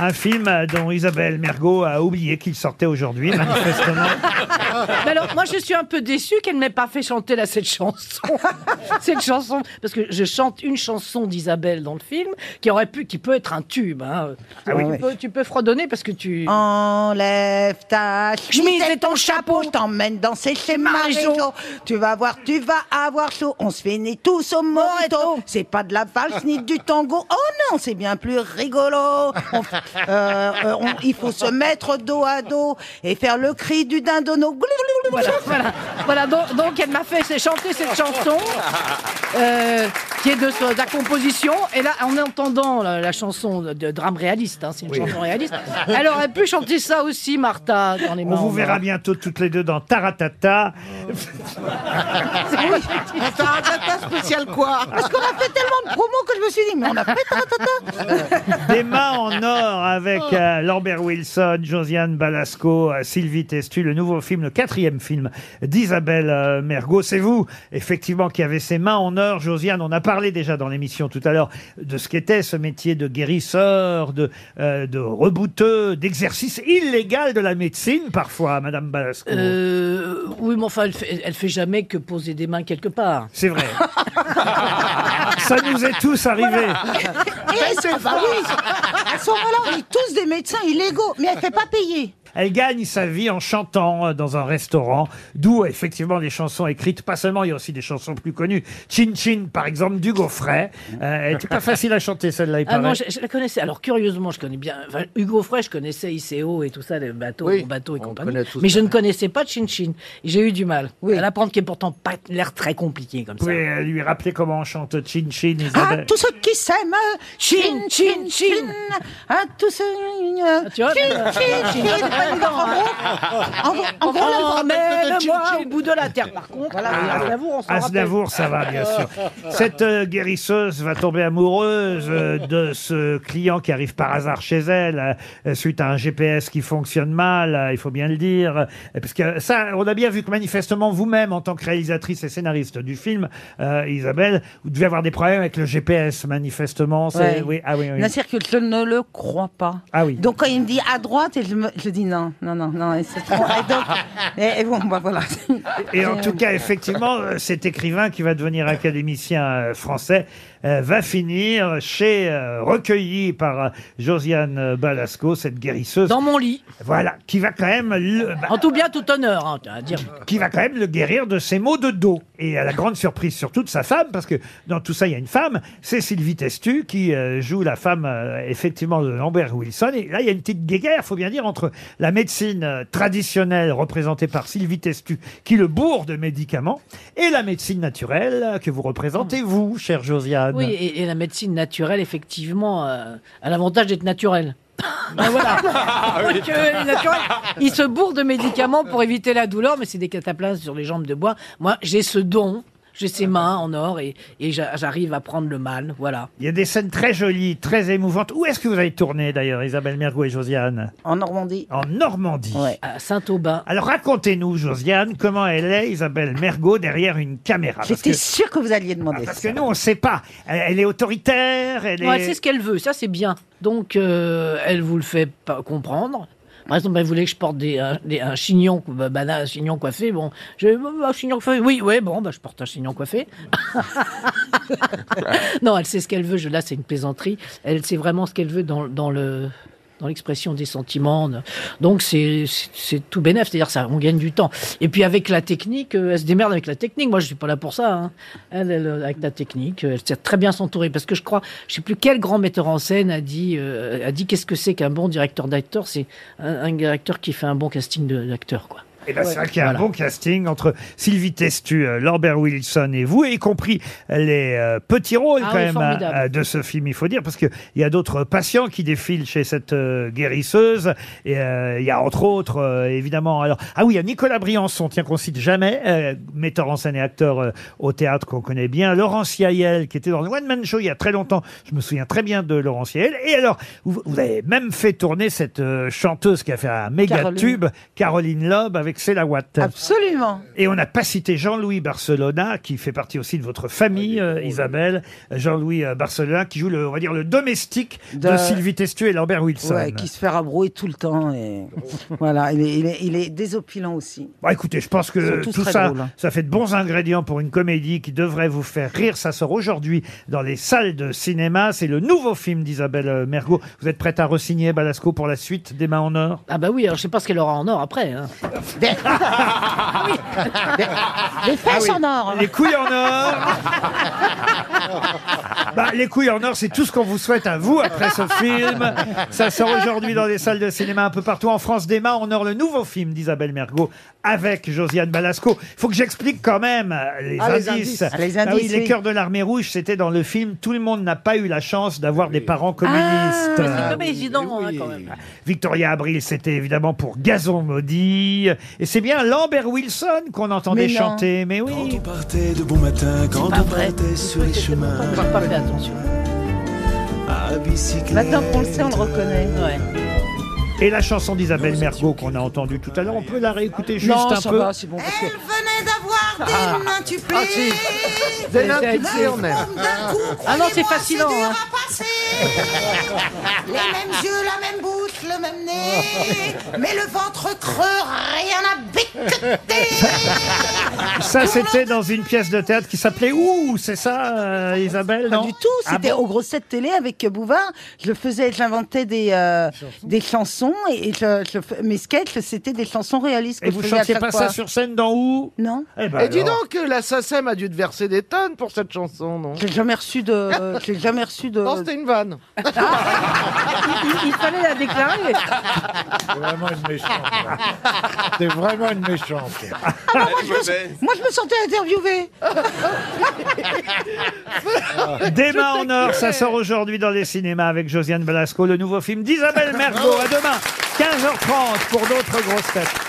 un film dont Isabelle Mergot a oublié qu'il sortait aujourd'hui, manifestement. [laughs] Mais alors, moi, je suis un peu déçue qu'elle m'ait pas fait chanter là cette chanson. [laughs] cette chanson, parce que je chante une chanson d'Isabelle dans le film, qui aurait pu, qui peut être un tube. hein. Ah oui. tu, peux, tu peux fredonner parce que tu. Enlève ta chemise et ton chapeau, je t'emmène danser chez Marisot. Tu vas voir, tu vas avoir chaud, on se finit tous au morito. C'est pas de la valse ni du tango, oh non, c'est bien plus rigolo. On- euh, euh, on- il faut se mettre dos à dos et faire le cri du dindono. Voilà, voilà, voilà. Donc, donc, elle m'a fait chanter cette chanson Ah, euh, qui est de, sa- de la composition. Et là, en entendant la, la chanson de, de drame réaliste, hein, c'est une Oui. chanson réaliste, elle aurait pu chanter ça aussi, Martha, dans les On vous verra bientôt toutes les deux dans Taratata. Un taratata spécial quoi Parce qu'on a fait tellement de promos que je me suis dit, mais on a fait Des mains en or avec euh, Lambert Wilson, Josiane Balasco, euh, Sylvie Testu, le nouveau film, le quatrième film d'Isabelle euh, Mergot. C'est vous, effectivement, qui avez ces mains en or, Josiane. On a parlé déjà dans l'émission tout à l'heure de ce qu'était ce métier de guérisseur, de, euh, de rebouteux, d'exercice illégal de la médecine parfois, Madame Balasco. Euh, oui, mais enfin, elle fait, elle fait jamais que poser des mains quelque part. C'est vrai. Ça nous est tous arrivé. Et c'est bah oui. Ah. À ce moment-là, on est tous des médecins illégaux, Oh, mais elle ne fait pas payer. Elle gagne sa vie en chantant euh, dans un restaurant, d'où euh, effectivement les chansons écrites, pas seulement, il y a aussi des chansons plus connues. Chin Chin, par exemple, du Gaufret. Euh, elle était pas facile à chanter celle-là, il Ah non, paraît. je, je la connaissais. Alors curieusement, je connais bien. Enfin, Hugo Frey, je connaissais ICO et tout ça, les bateaux, Oui, gros bateaux et compagnie. connaît tous Mais ça. je ne connaissais pas Chin Chin. J'ai eu du mal à l'apprendre, qui est pourtant pas l'air très compliqué comme Vous ça. Ah, pouvez euh, lui rappeler comment on chante Chin Chin, À Isabelle Hein, tous ceux qui s'aiment, chin, chin, chin. Ah, À tous ceux. euh, Tu vois, Chin, même- chin, chin. Pas du grand mot. En gros- En gros, là, on parle de Emmène-moi chin, Oh, au bout de la terre. Par contre, Ah, Aznavour, on s'en Aznavour, rappelle. ça va, [laughs] bien sûr. Cette euh, guérisseuse va tomber amoureuse euh, de ce client qui arrive par hasard chez elle, euh, suite à un GPS qui fonctionne mal, euh, il faut bien le dire. Euh, Parce que ça, on a bien vu que manifestement, vous-même, en tant que réalisatrice et scénariste du film, euh, Isabelle, vous devez avoir des problèmes avec le GPS, manifestement. C'est- Ouais. Oui, ah oui, oui. Nasser, que je ne le crois pas. Ah oui. Donc quand il me dit à droite, et je, me- je dis non, non, non, non, et c'est trop. Et, [laughs] donc, et- et bon, bah voilà. Et en tout cas, effectivement, euh, cet écrivain qui va devenir académicien euh, français euh, va finir chez, euh, recueilli par euh, Josiane euh, Balasco, cette guérisseuse. Dans mon lit. Voilà, qui va quand même le, En tout bien, tout honneur, hein, à dire. qui va quand même le guérir de ses maux de dos. Et à la grande surprise surtout de sa femme, parce que dans tout ça, il y a une femme, c'est Sylvie Testu qui euh, joue la femme, euh, effectivement, de Lambert Wilson. Et là, il y a une petite guéguerre, faut bien dire, entre la médecine euh, traditionnelle représentée par Sylvie Testu, qui le bourre de médicaments, et la médecine naturelle euh, que vous représentez, vous, chère Josiane. Ah. Oui, et, et la médecine naturelle, effectivement, euh, a l'avantage d'être [laughs] naturelle. Ben voilà. Donc, euh, les naturels, ils se bourrent de médicaments pour éviter la douleur, mais c'est des cataplasmes sur les jambes de bois. Moi, j'ai ce don, j'ai ces mains en or et, et j'a- j'arrive à prendre le mal. Voilà. Il y a des scènes très jolies, très émouvantes. Où est-ce que vous avez tourné d'ailleurs, Isabelle Mergo et Josiane En Normandie. En Normandie. À Saint-Aubin. Alors racontez-nous, Josiane, comment elle est, Isabelle Mergo, derrière une caméra. Ah, J'étais sûre que vous alliez demander Parce que nous, on ne sait pas. Elle, elle est autoritaire, elle Ouais, est... elle sait ce qu'elle veut, ça c'est bien. Donc, euh, elle vous le fait pas comprendre. Par exemple, elle voulait que je porte des, un, des- un chignon, bah, banal, un chignon coiffé. Bon, je, bah, un chignon coiffé, oui, ouais, bon, bah, je porte un chignon coiffé. [laughs] non, elle sait ce qu'elle veut. Je, là, c'est une plaisanterie. Elle sait vraiment ce qu'elle veut dans, dans le dans l'expression des sentiments. Donc c'est c'est- c'est tout bénef, c'est-à-dire ça, on gagne du temps. Et puis avec la technique, euh, elle se démerde avec la technique. Moi, je suis pas là pour ça. hein. Elle, elle, euh, avec la technique, euh, elle sait très bien s'entourer. Parce que je crois, je sais plus quel grand metteur en scène a dit, euh, a dit qu'est-ce que c'est qu'un bon directeur d'acteur C'est un, un directeur qui fait un bon casting de- d'acteur, quoi. Eh ben, c'est Ouais. vrai qu'il y a Voilà. un bon casting entre Sylvie Testu, euh, Norbert Wilson et vous, et y compris les euh, petits rôles Ah quand oui, même formidable. euh, de ce film, il faut dire, parce qu'il y a d'autres patients qui défilent chez cette euh, guérisseuse. Et euh, il y a entre autres, euh, évidemment, alors ah oui, il y a Nicolas Briançon, tiens qu'on cite jamais, euh, metteur en scène et acteur euh, au théâtre qu'on connaît bien, Laurent Yael qui était dans le One Man Show il y a très longtemps. Je me souviens très bien de Laurent Yael. Et alors, vous, vous avez même fait tourner cette euh, chanteuse qui a fait un méga Caroline. tube, Caroline Loeb, avec Céla Watt. Absolument. Et on n'a pas cité Jean-Louis Barcelona, qui fait partie aussi de votre Ah, famille, euh, Isabelle. Jean-Louis euh, Barcelona, qui joue le, on va dire, le domestique de, De- Sylvie Testu et Lambert Wilson. [laughs] Ouais, qui se fait rabrouer tout le temps. Et... voilà, il est, il, est, il est désopilant aussi. Bon, Bah, écoutez, je pense Ils sont que tous tout très ça, drôles, hein. ça fait de bons ingrédients pour une comédie qui devrait vous faire rire. Ça sort aujourd'hui dans les salles de cinéma. C'est le nouveau film d'Isabelle euh, Mergot. Vous êtes prête à re-signer Balasco pour la suite des mains en or Ah bah oui, alors je sais pas ce qu'elle aura en or après. [laughs] hein. Ah [laughs] Les fesses en or. Les couilles en [laughs] or Bah, les couilles en or, c'est tout ce qu'on vous souhaite à vous après ce film. Ça sort aujourd'hui dans les salles de cinéma un peu partout en France. Demain, en or, le nouveau film d'Isabelle Mergot avec Josiane Balasco. Faut que j'explique quand même euh, les Ah, les indices. indices. Ah, les Bah oui, indices, les oui. cœurs de l'armée rouge, c'était dans le film Tout le monde n'a pas eu la chance d'avoir des parents Ah, communistes. C'est comme évident, hein, quand même. Victoria Abril, c'était évidemment pour Gazon maudit. Et c'est bien Lambert Wilson qu'on entendait Mais non. chanter. Mais oui. Quand on partait de bon matin, quand pas on vrai. partait sur les chemins, On va pas faire attention. à bicyclette. Maintenant qu'on le sait, on le reconnaît. Et la chanson d'Isabelle Mergot qu'on a entendue tout à l'heure, on peut la réécouter juste Non, un Oh, ça peu. va, c'est bon. Parce que... Ah. Ah, si. Des nains tuplés, on aime. Ah non, c'est fascinant. hein. Les mêmes yeux, la même bouche, le même nez, mais le ventre creux, rien à becqueter. Ça, c'était dans une pièce de théâtre qui s'appelait Ouh, c'est ça, euh, Isabelle Pas non du tout, Ah c'était bon aux grossettes télé avec Bouvard. Je le faisais, j'inventais des, euh, des chansons et, et je, je fais- mes sketchs, c'était des chansons réalistes. que Et je vous faisais à chantiez chaque pas fois. ça sur scène dans Ouh Non. Eh ben Et dis alors. donc, la SACEM a dû te verser des tonnes pour cette chanson, non J'ai jamais reçu [laughs] de. euh, J'ai jamais reçu de. Non, c'était une vanne. Ah. Il, il fallait la déclarer. Vraiment une méchante. T'es vraiment une méchante. Ah, Bah, bah, moi, je me, sens- moi, je me sentais [laughs] interviewée. [laughs] Des mains en or, ça sort aujourd'hui dans les cinémas avec Josiane Velasco, le nouveau film d'Isabelle Mergo. À demain, 15h30 pour d'autres grosses têtes.